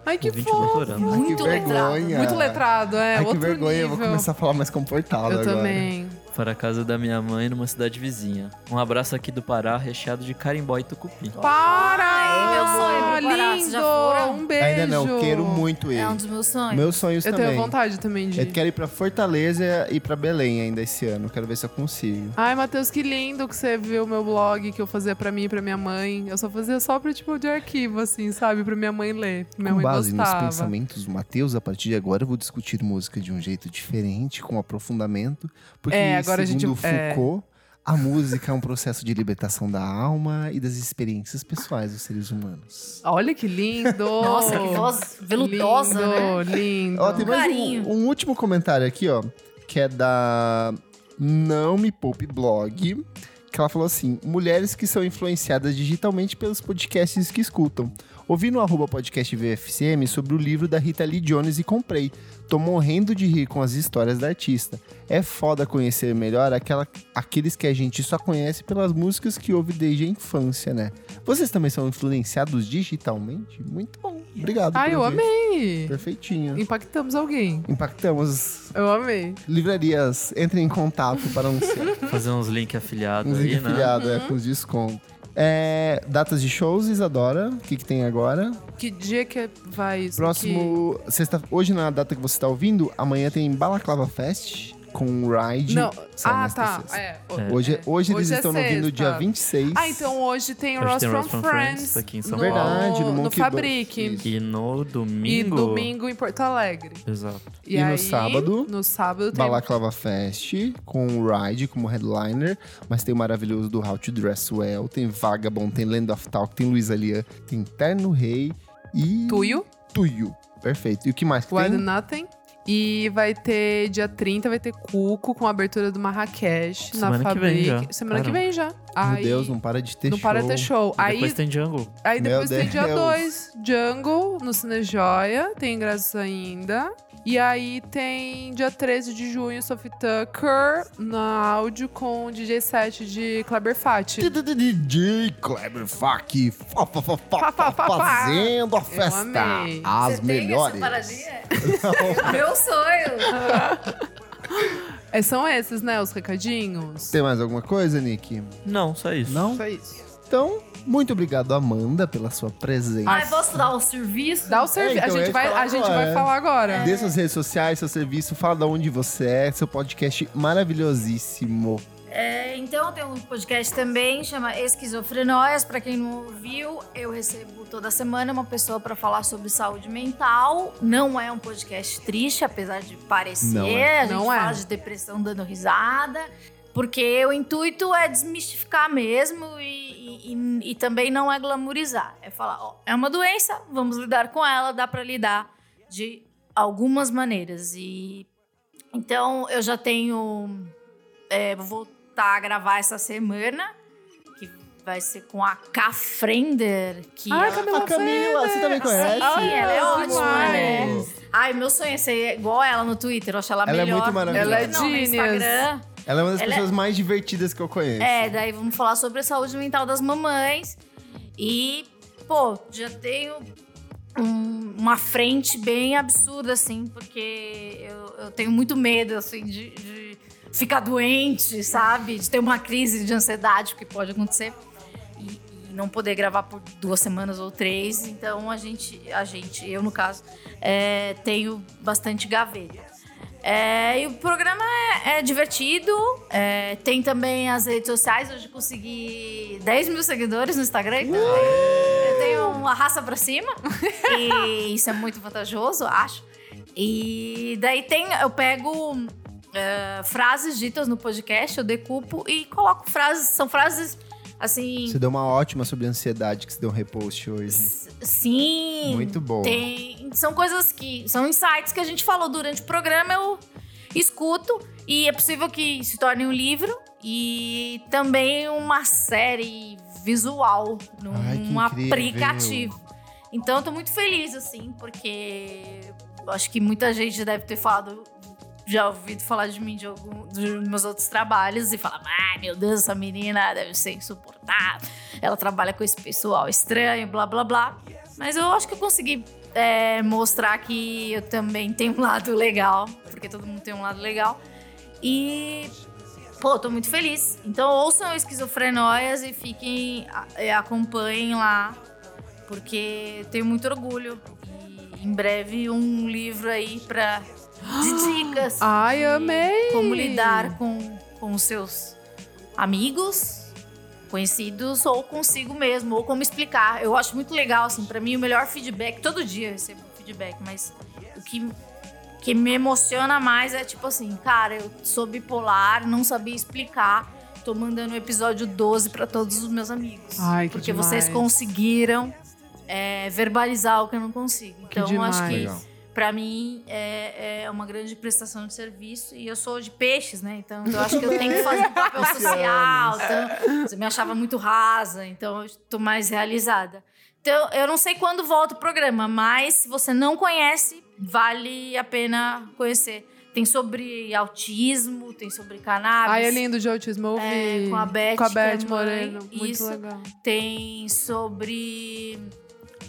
S1: Ai, que
S3: ouvinte
S1: fofo.
S3: doutorando.
S4: Muito
S2: que
S4: letrado.
S2: vergonha.
S1: Muito letrado, é.
S2: Ai, que
S1: outro
S2: vergonha, eu
S1: nível.
S2: vou começar a falar mais comportado
S1: Eu
S2: agora.
S1: também.
S3: para a casa da minha mãe numa cidade vizinha. Um abraço aqui do Pará, recheado de carimbó e tucupi.
S1: Para!
S4: Ai, meu sonho pro Pará, vocês
S1: Lindo!
S4: já foram?
S1: Um beijo.
S2: Ainda não, quero muito ir.
S4: É um dos meus sonhos.
S2: Meus sonhos
S1: Eu
S2: também.
S1: tenho vontade também de.
S2: Eu quero ir pra Fortaleza e pra Belém ainda esse ano. Quero ver se eu consigo.
S1: Ai, Matheus, que lindo que você viu meu blog que eu fazia pra mim e pra minha mãe. Eu só fazia só pro tipo de arquivo, assim, sabe? Pra minha mãe ler. Minha
S2: com
S1: mãe
S2: base
S1: gostava.
S2: nos pensamentos do Matheus, a partir de agora eu vou discutir música de um jeito diferente, com aprofundamento. Porque,
S1: É, agora a gente-
S2: segundo
S1: é.
S2: Foucault, a música é um processo de libertação da alma e das experiências pessoais dos seres humanos.
S1: Olha que lindo!
S4: [LAUGHS] Nossa, que voz veludosa, né?
S1: lindo, Lindo.
S2: Ó, tem mais um,
S4: Carinho.
S2: um último comentário aqui, ó, que é da Não Me Poupe Blog, que ela falou assim: mulheres que são influenciadas digitalmente pelos podcasts que escutam. Ouvi no arroba podcast VFCM sobre o livro da Rita Lee Jones e comprei. Tô morrendo de rir com as histórias da artista. É foda conhecer melhor aquela, aqueles que a gente só conhece pelas músicas que ouve desde a infância, né? Vocês também são influenciados digitalmente? Muito bom. Obrigado.
S1: Ai,
S2: pelo
S1: eu
S2: vídeo.
S1: amei!
S2: Perfeitinho.
S1: Impactamos alguém.
S2: Impactamos
S1: Eu amei.
S2: livrarias. Entrem em contato para anunciar.
S3: Fazer uns link afiliados
S2: Nos
S3: aí, né?
S2: link afiliado, é,
S1: Uhum.
S2: com os descontos. É, datas de shows, Isadora. O que, que tem agora?
S1: Que dia que vai isso?
S2: Próximo. Sexta, hoje, na data que você está ouvindo, amanhã tem Balaclava Fest com
S1: Que...
S2: Ride.
S1: Não.
S2: Sai
S1: Ah,
S2: nesta
S1: tá.
S2: sexta.
S1: É,
S2: Hoje,
S3: É.
S2: hoje, eles
S1: Hoje é
S2: estão no ouvindo
S1: sexta.
S2: dia 26.
S1: Ah, então hoje tem
S3: Hoje
S1: Ross
S3: tem
S1: from,
S3: Ross from
S1: Friends.
S3: Friends, aqui em São
S1: no,
S3: Paulo.
S2: Verdade, no
S1: no,
S2: Monkey
S1: Fabric.
S2: Bus.
S3: né? E no
S1: E
S3: domingo.
S1: domingo em Porto Alegre.
S3: Exato.
S1: E,
S2: E no
S1: aí,
S2: sábado,
S1: No sábado tem
S2: Balaclava Fest com Ride como headliner, mas tem o maravilhoso do How to Dress Well, tem Vagabond, tem Land of Talk, tem Luísa Lian, tem Terno Rei e.
S1: Tuyo,
S2: Tuyo. Perfeito. E o que mais que
S1: Why Do
S2: tem?
S1: Nothing. E vai ter dia 30, vai ter Cuco com a abertura do Marrakech
S3: Semana
S1: na
S3: que
S1: Fabric.
S3: vem já.
S1: Semana que
S3: Caramba.
S1: vem já.
S2: Meu
S1: Aí,
S2: Deus, não para de ter
S1: não
S2: show.
S1: para ter show.
S3: E
S1: Aí
S3: depois tem Django.
S1: Aí
S2: Meu
S1: depois tem dia
S2: Deus.
S1: 2, Jungle, no Cinejoia, tem ingressos ainda. E aí tem dia 13 de junho, Sophie Tucker, na áudio com o DJ 7 de Kleber Fati.
S2: DJ Kleber Fak fa- fa- fa- fa-
S1: Fa- fa- fa-
S2: fazendo a festa.
S1: amei.
S2: As
S4: Você tem
S2: melhores. [LAUGHS]
S4: essa paradinha? Meu sonho.
S1: É, são esses, né, os recadinhos?
S2: Tem mais alguma coisa, Nick?
S3: Não, só isso.
S2: Não?
S1: é isso.
S2: Então, muito obrigado, Amanda, pela sua presença.
S4: Ai, posso dar o serviço?
S1: Dá o serviço.
S2: É, então,
S1: a
S2: eu
S1: gente,
S2: ia
S1: vai,
S2: falar
S1: a gente
S2: agora,
S1: vai
S2: é.
S1: falar agora.
S2: Dê suas redes sociais, seu serviço, fala de onde você é, seu podcast maravilhosíssimo.
S4: É, então, tem um podcast também, chama Esquizofrenóias. Pra quem não ouviu, eu recebo toda semana uma pessoa pra falar sobre saúde mental. Não é um podcast triste, apesar de parecer.
S2: Não
S4: A gente
S1: Não é.
S4: fala de depressão dando risada. Porque o intuito é desmistificar mesmo e, e- e- e também não é glamourizar. É falar, ó, é uma doença, vamos lidar com ela, dá pra lidar de algumas maneiras. E então eu já tenho. é, vou voltar a gravar essa semana, que vai ser com a Cafrender, que
S1: Ai,
S4: ela-
S1: Camila,
S2: a Camila, você também conhece?
S4: Sim, ela é
S1: Ai,
S4: ótima, né?
S1: demais.
S4: Ai, meu sonho é ser igual ela no Twitter, eu acho ela,
S2: Ela é
S4: melhor.
S2: muito maravilhosa.
S4: Não, no
S1: Ela é genius.
S4: Instagram.
S2: Ela é uma das
S4: Ela é-
S2: pessoas mais divertidas que eu conheço.
S4: É, daí vamos falar sobre a saúde mental das mamães. E, pô, já tenho um- uma frente bem absurda, assim, porque eu, eu tenho muito medo, assim, de, de ficar doente, sabe? De ter uma crise de ansiedade, que pode acontecer. E, e não poder gravar por duas semanas ou três. Então a gente, a gente eu no caso, é, tenho bastante gaveta. É, e o programa é, é divertido. é, tem também as redes sociais. Hoje eu consegui 10 mil seguidores no Instagram. Então Eu tenho uma raça pra cima. [LAUGHS] e isso é muito vantajoso, eu acho. E daí tem. Eu pego. é, frases ditas no podcast, eu decupo e coloco frases. São frases assim.
S2: Você deu uma ótima sobre ansiedade que você deu um repost hoje.
S4: S- Sim.
S2: Muito boa.
S4: Tem, são coisas que. São insights que a gente falou durante o programa, eu escuto. E é possível que se torne um livro. E também uma série visual num
S2: Ai, que incrível.
S4: aplicativo. Então eu tô muito feliz, assim, porque eu acho que muita gente deve ter falado. Já ouvido falar de mim de algum dos meus outros trabalhos e falar: ai meu Deus, essa menina deve ser insuportável ela trabalha com esse pessoal estranho, blá blá blá. Mas eu acho que eu consegui é, mostrar que eu também tenho um lado legal, porque todo mundo tem um lado legal. E, pô, eu tô muito feliz. Então ouçam esquizofrenóias e fiquem, a- é, acompanhem lá, porque eu tenho muito orgulho. E em breve um livro aí pra, de dicas.
S1: [GASPS] Ai,
S4: de
S1: amei!
S4: Como lidar com, com os seus amigos, conhecidos ou consigo mesmo, ou como explicar. Eu acho muito legal, assim, pra mim o melhor feedback, todo dia eu recebo feedback, mas o que, que me emociona mais é tipo assim, cara, eu sou bipolar, não sabia explicar, tô mandando o episódio 12 pra todos os meus amigos.
S1: Ai, que
S4: porque
S1: demais.
S4: vocês conseguiram é, verbalizar o que eu não consigo.
S1: Que
S4: Então acho
S1: demais.
S4: que
S2: Legal.
S4: Pra mim é, é uma grande prestação de serviço e eu sou de peixes, né? Então eu acho que eu tenho que
S1: [LAUGHS]
S4: fazer um papel social. Então, você me achava muito rasa, então eu tô mais realizada. Então eu não sei quando volta o programa, mas se você não conhece, vale a pena conhecer. Tem sobre autismo, tem sobre cannabis.
S1: Ai, é lindo de autismo, eu ouvi.
S4: É, com a Beth,
S1: com a
S4: que é
S1: Beth
S4: mãe,
S1: Moreno. Muito
S4: isso.
S1: legal.
S4: Tem sobre.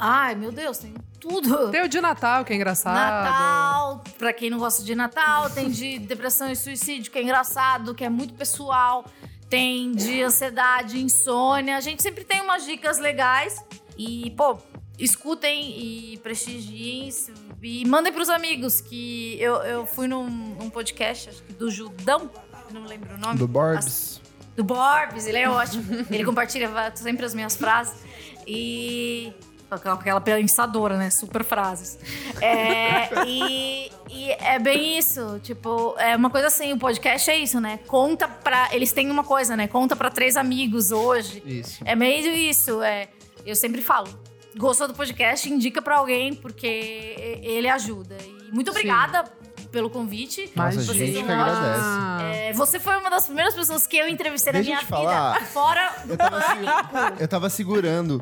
S4: Ai, meu Deus, tem tudo.
S1: Tem o de Natal, que é engraçado.
S4: Natal, pra quem não gosta de Natal, tem de [LAUGHS] depressão e suicídio, que é engraçado, que é muito pessoal, tem de ansiedade, insônia. A gente sempre tem umas dicas legais e, pô, escutem e prestigiem se- e mandem pros amigos que eu, eu fui num, num podcast, acho que do Judão, não lembro o nome
S2: Do Borbs.
S4: do Borbs, ele é ótimo. [LAUGHS] ele compartilha va- sempre as minhas frases. E. com Aquela aquela pensadora, né? Super frases. É, e, e é bem isso. Tipo, é uma coisa assim, o podcast é isso, né? Conta pra. Eles têm uma coisa, né? Conta pra três amigos hoje.
S2: Isso.
S4: É meio isso, é. Eu sempre falo. Gostou do podcast? Indica pra alguém, porque e- ele ajuda. E muito
S1: Sim.
S4: obrigada pelo convite.
S1: Mas
S2: Nossa, a
S4: vocês
S2: gente
S4: são
S2: que
S4: ótimos.
S2: agradece.
S1: Ah,
S4: É, Você foi uma das primeiras pessoas que eu entrevistei na
S2: Deixa eu
S4: minha
S2: te falar.
S4: vida. Fora
S2: Eu tava, se- eu tava segurando.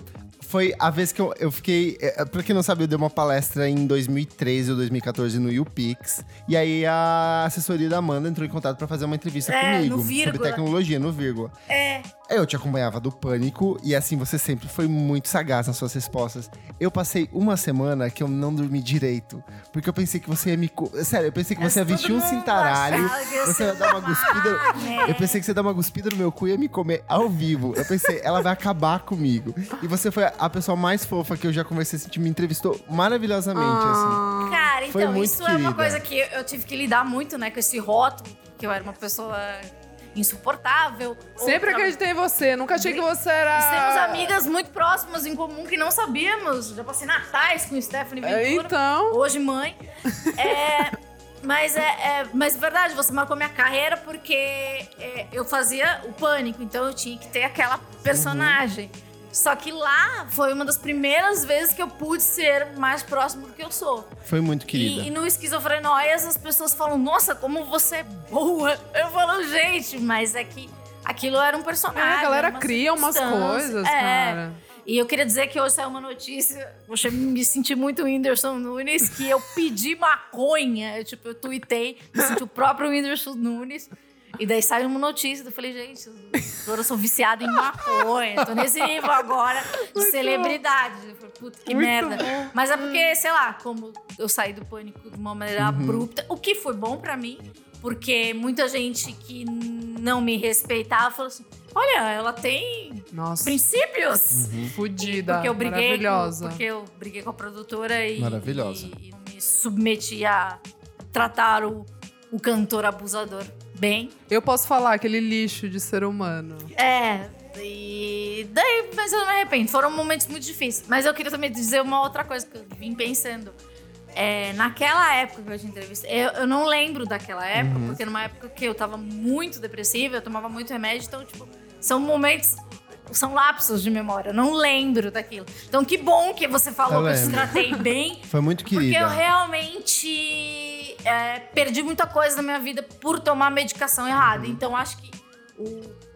S2: Foi a vez que eu, eu fiquei. é, é, Pra quem não sabe, eu dei uma palestra em 2013 ou 2014 no YouPix. E aí a assessoria da Amanda entrou em contato pra fazer uma entrevista
S4: É,
S2: comigo
S4: no
S2: sobre
S4: Vírgula.
S2: tecnologia, no vírgula.
S4: É.
S2: Eu te acompanhava do pânico e assim você sempre foi muito sagaz nas suas respostas. Eu passei uma semana que eu não dormi direito. Porque eu pensei que você ia me. co- Sério, eu pensei que você ia vestir um cintaralho. Você ia dar uma cuspida.
S4: Ah, né?
S2: Eu pensei que você ia dar uma cuspida no meu cu e ia me comer ao vivo. Eu pensei, ela vai acabar comigo. E você foi a pessoa mais fofa que eu já conversei, assim, te me entrevistou maravilhosamente, assim.
S4: Cara,
S2: Foi
S4: então,
S2: muito
S4: isso é
S2: querida.
S4: uma coisa que eu tive que lidar muito, né? Com esse rótulo, que eu era uma pessoa insuportável.
S1: Sempre
S4: Outra-
S1: acreditei em você, nunca achei que você era.
S4: Nós temos amigas muito próximas em comum que não sabíamos. Já passei natais com Stephanie Ventura.
S1: É, Então.
S4: Hoje, mãe. [LAUGHS] É, mas é, é- Mas verdade, você marcou minha carreira porque é, eu fazia o pânico, então eu tinha que ter aquela personagem.
S1: Uhum.
S4: Só que lá foi uma das primeiras vezes que eu pude ser mais próximo do que eu sou.
S2: assim. Foi muito querida.
S4: E, e no esquizofrenóias as pessoas falam, nossa, como você é boa. Eu falo, gente, mas é que aquilo era um
S1: É,
S4: personagem.
S1: a galera
S4: era uma
S1: cria umas
S4: substância.
S1: coisas,
S4: É.
S1: cara.
S4: E eu queria dizer que hoje saiu uma notícia, poxa, me senti muito Whindersson Nunes, que eu pedi maconha. Eu, tipo, eu tuitei, me senti o próprio Whindersson Nunes. E daí saiu uma notícia, eu falei, gente, agora eu sou viciada em maconha, tô nesse nível agora de celebridade. Eu falei, puta que merda. Mas é porque, sei lá, como eu saí do pânico de uma maneira abrupta, o que foi bom pra mim, porque muita gente que não me respeitava falou assim: olha, ela tem
S1: Nossa,
S4: princípios.
S1: fudida.
S4: Porque eu briguei, com,
S1: maravilhosa.
S4: porque eu briguei com a produtora e,
S2: Maravilhosa.
S4: e- e me submeti a tratar o, o cantor abusador bem.
S1: Eu posso falar aquele lixo de ser humano.
S4: É, e daí, mas eu não me arrependo. Foram momentos muito difíceis. Mas eu queria também dizer uma outra coisa que eu vim pensando. É, naquela época que eu te entrevistei, eu, eu não lembro daquela época,
S2: Uhum.
S4: porque numa época que eu tava muito depressiva, eu tomava muito remédio, então, tipo, são momentos. São lapsos de memória, eu não lembro daquilo. Então, que bom que você falou
S2: Eu
S4: que eu te
S2: lembro. [LAUGHS]
S4: tratei bem,
S2: Foi muito querida.
S4: porque eu realmente é, perdi muita coisa na minha vida por tomar medicação errada.
S2: Uhum.
S4: Então acho que o, o-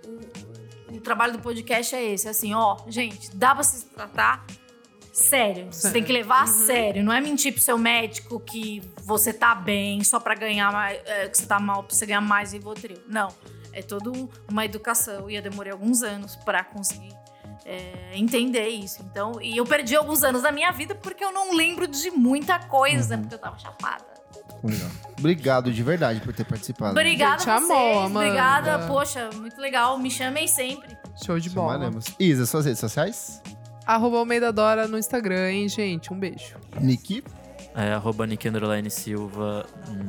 S4: o trabalho do podcast é esse. Assim, ó, gente, dá pra se tratar sério. Você
S1: Sério. Uhum.
S4: tem que levar a sério. Não é mentir pro seu médico que você tá bem só pra ganhar mais. é, que você tá mal pra você ganhar mais Rivotril. Não. É toda uma educação. E eu demorei alguns anos pra conseguir é, entender isso. Então, e eu perdi alguns anos da minha vida porque eu não lembro de muita coisa,
S1: Uhum.
S4: porque eu tava chapada.
S2: Legal. Obrigado de verdade por ter participado.
S4: Obrigada
S1: Gente,
S4: a
S1: amou,
S4: vocês,
S1: Amanda.
S4: obrigada, poxa, muito legal, me chamem sempre.
S1: Show de bola.
S2: Chamaremos. Isa, suas redes sociais?
S1: Arroba Almeida Dora no Instagram, hein, gente? Um beijo.
S2: Niki?
S3: É arroba Nick Underline Silva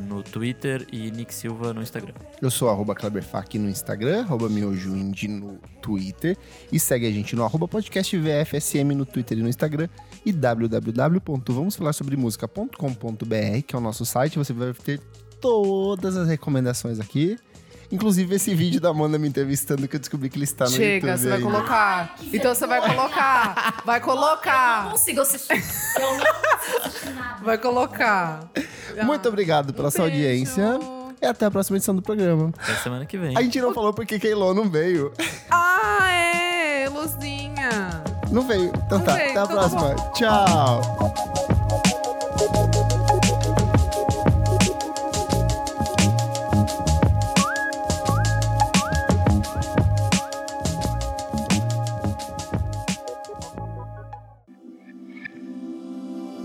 S3: no Twitter e Nick Silva no Instagram.
S2: Eu sou arroba Kleberfac no Instagram, arroba miojoindy no Twitter. E segue a gente no arroba podcast VFSM no Twitter e no Instagram. E www.vamosfalarsobremusica.com.br, que é o nosso site. Você vai ter todas as recomendações aqui. Inclusive esse vídeo da Amanda me entrevistando, que eu descobri que ele está Tá no
S1: Chega,
S2: YouTube
S1: você vai
S2: ainda.
S1: colocar. então você vai colocar. Vai
S4: Eu não [LAUGHS]
S1: colocar.
S4: consigo assistir. Eu não consigo assistir nada.
S1: Vai colocar.
S2: Muito obrigado pela sua
S1: Um Beijo.
S2: audiência. E até a próxima edição do programa.
S3: Até semana que vem.
S2: A gente não falou porque Keilon não veio.
S1: Ah, é! Luzinha!
S2: Não veio. Então
S1: Não
S2: tá,
S1: veio,
S2: até a
S1: então tá
S2: próxima. Tchau.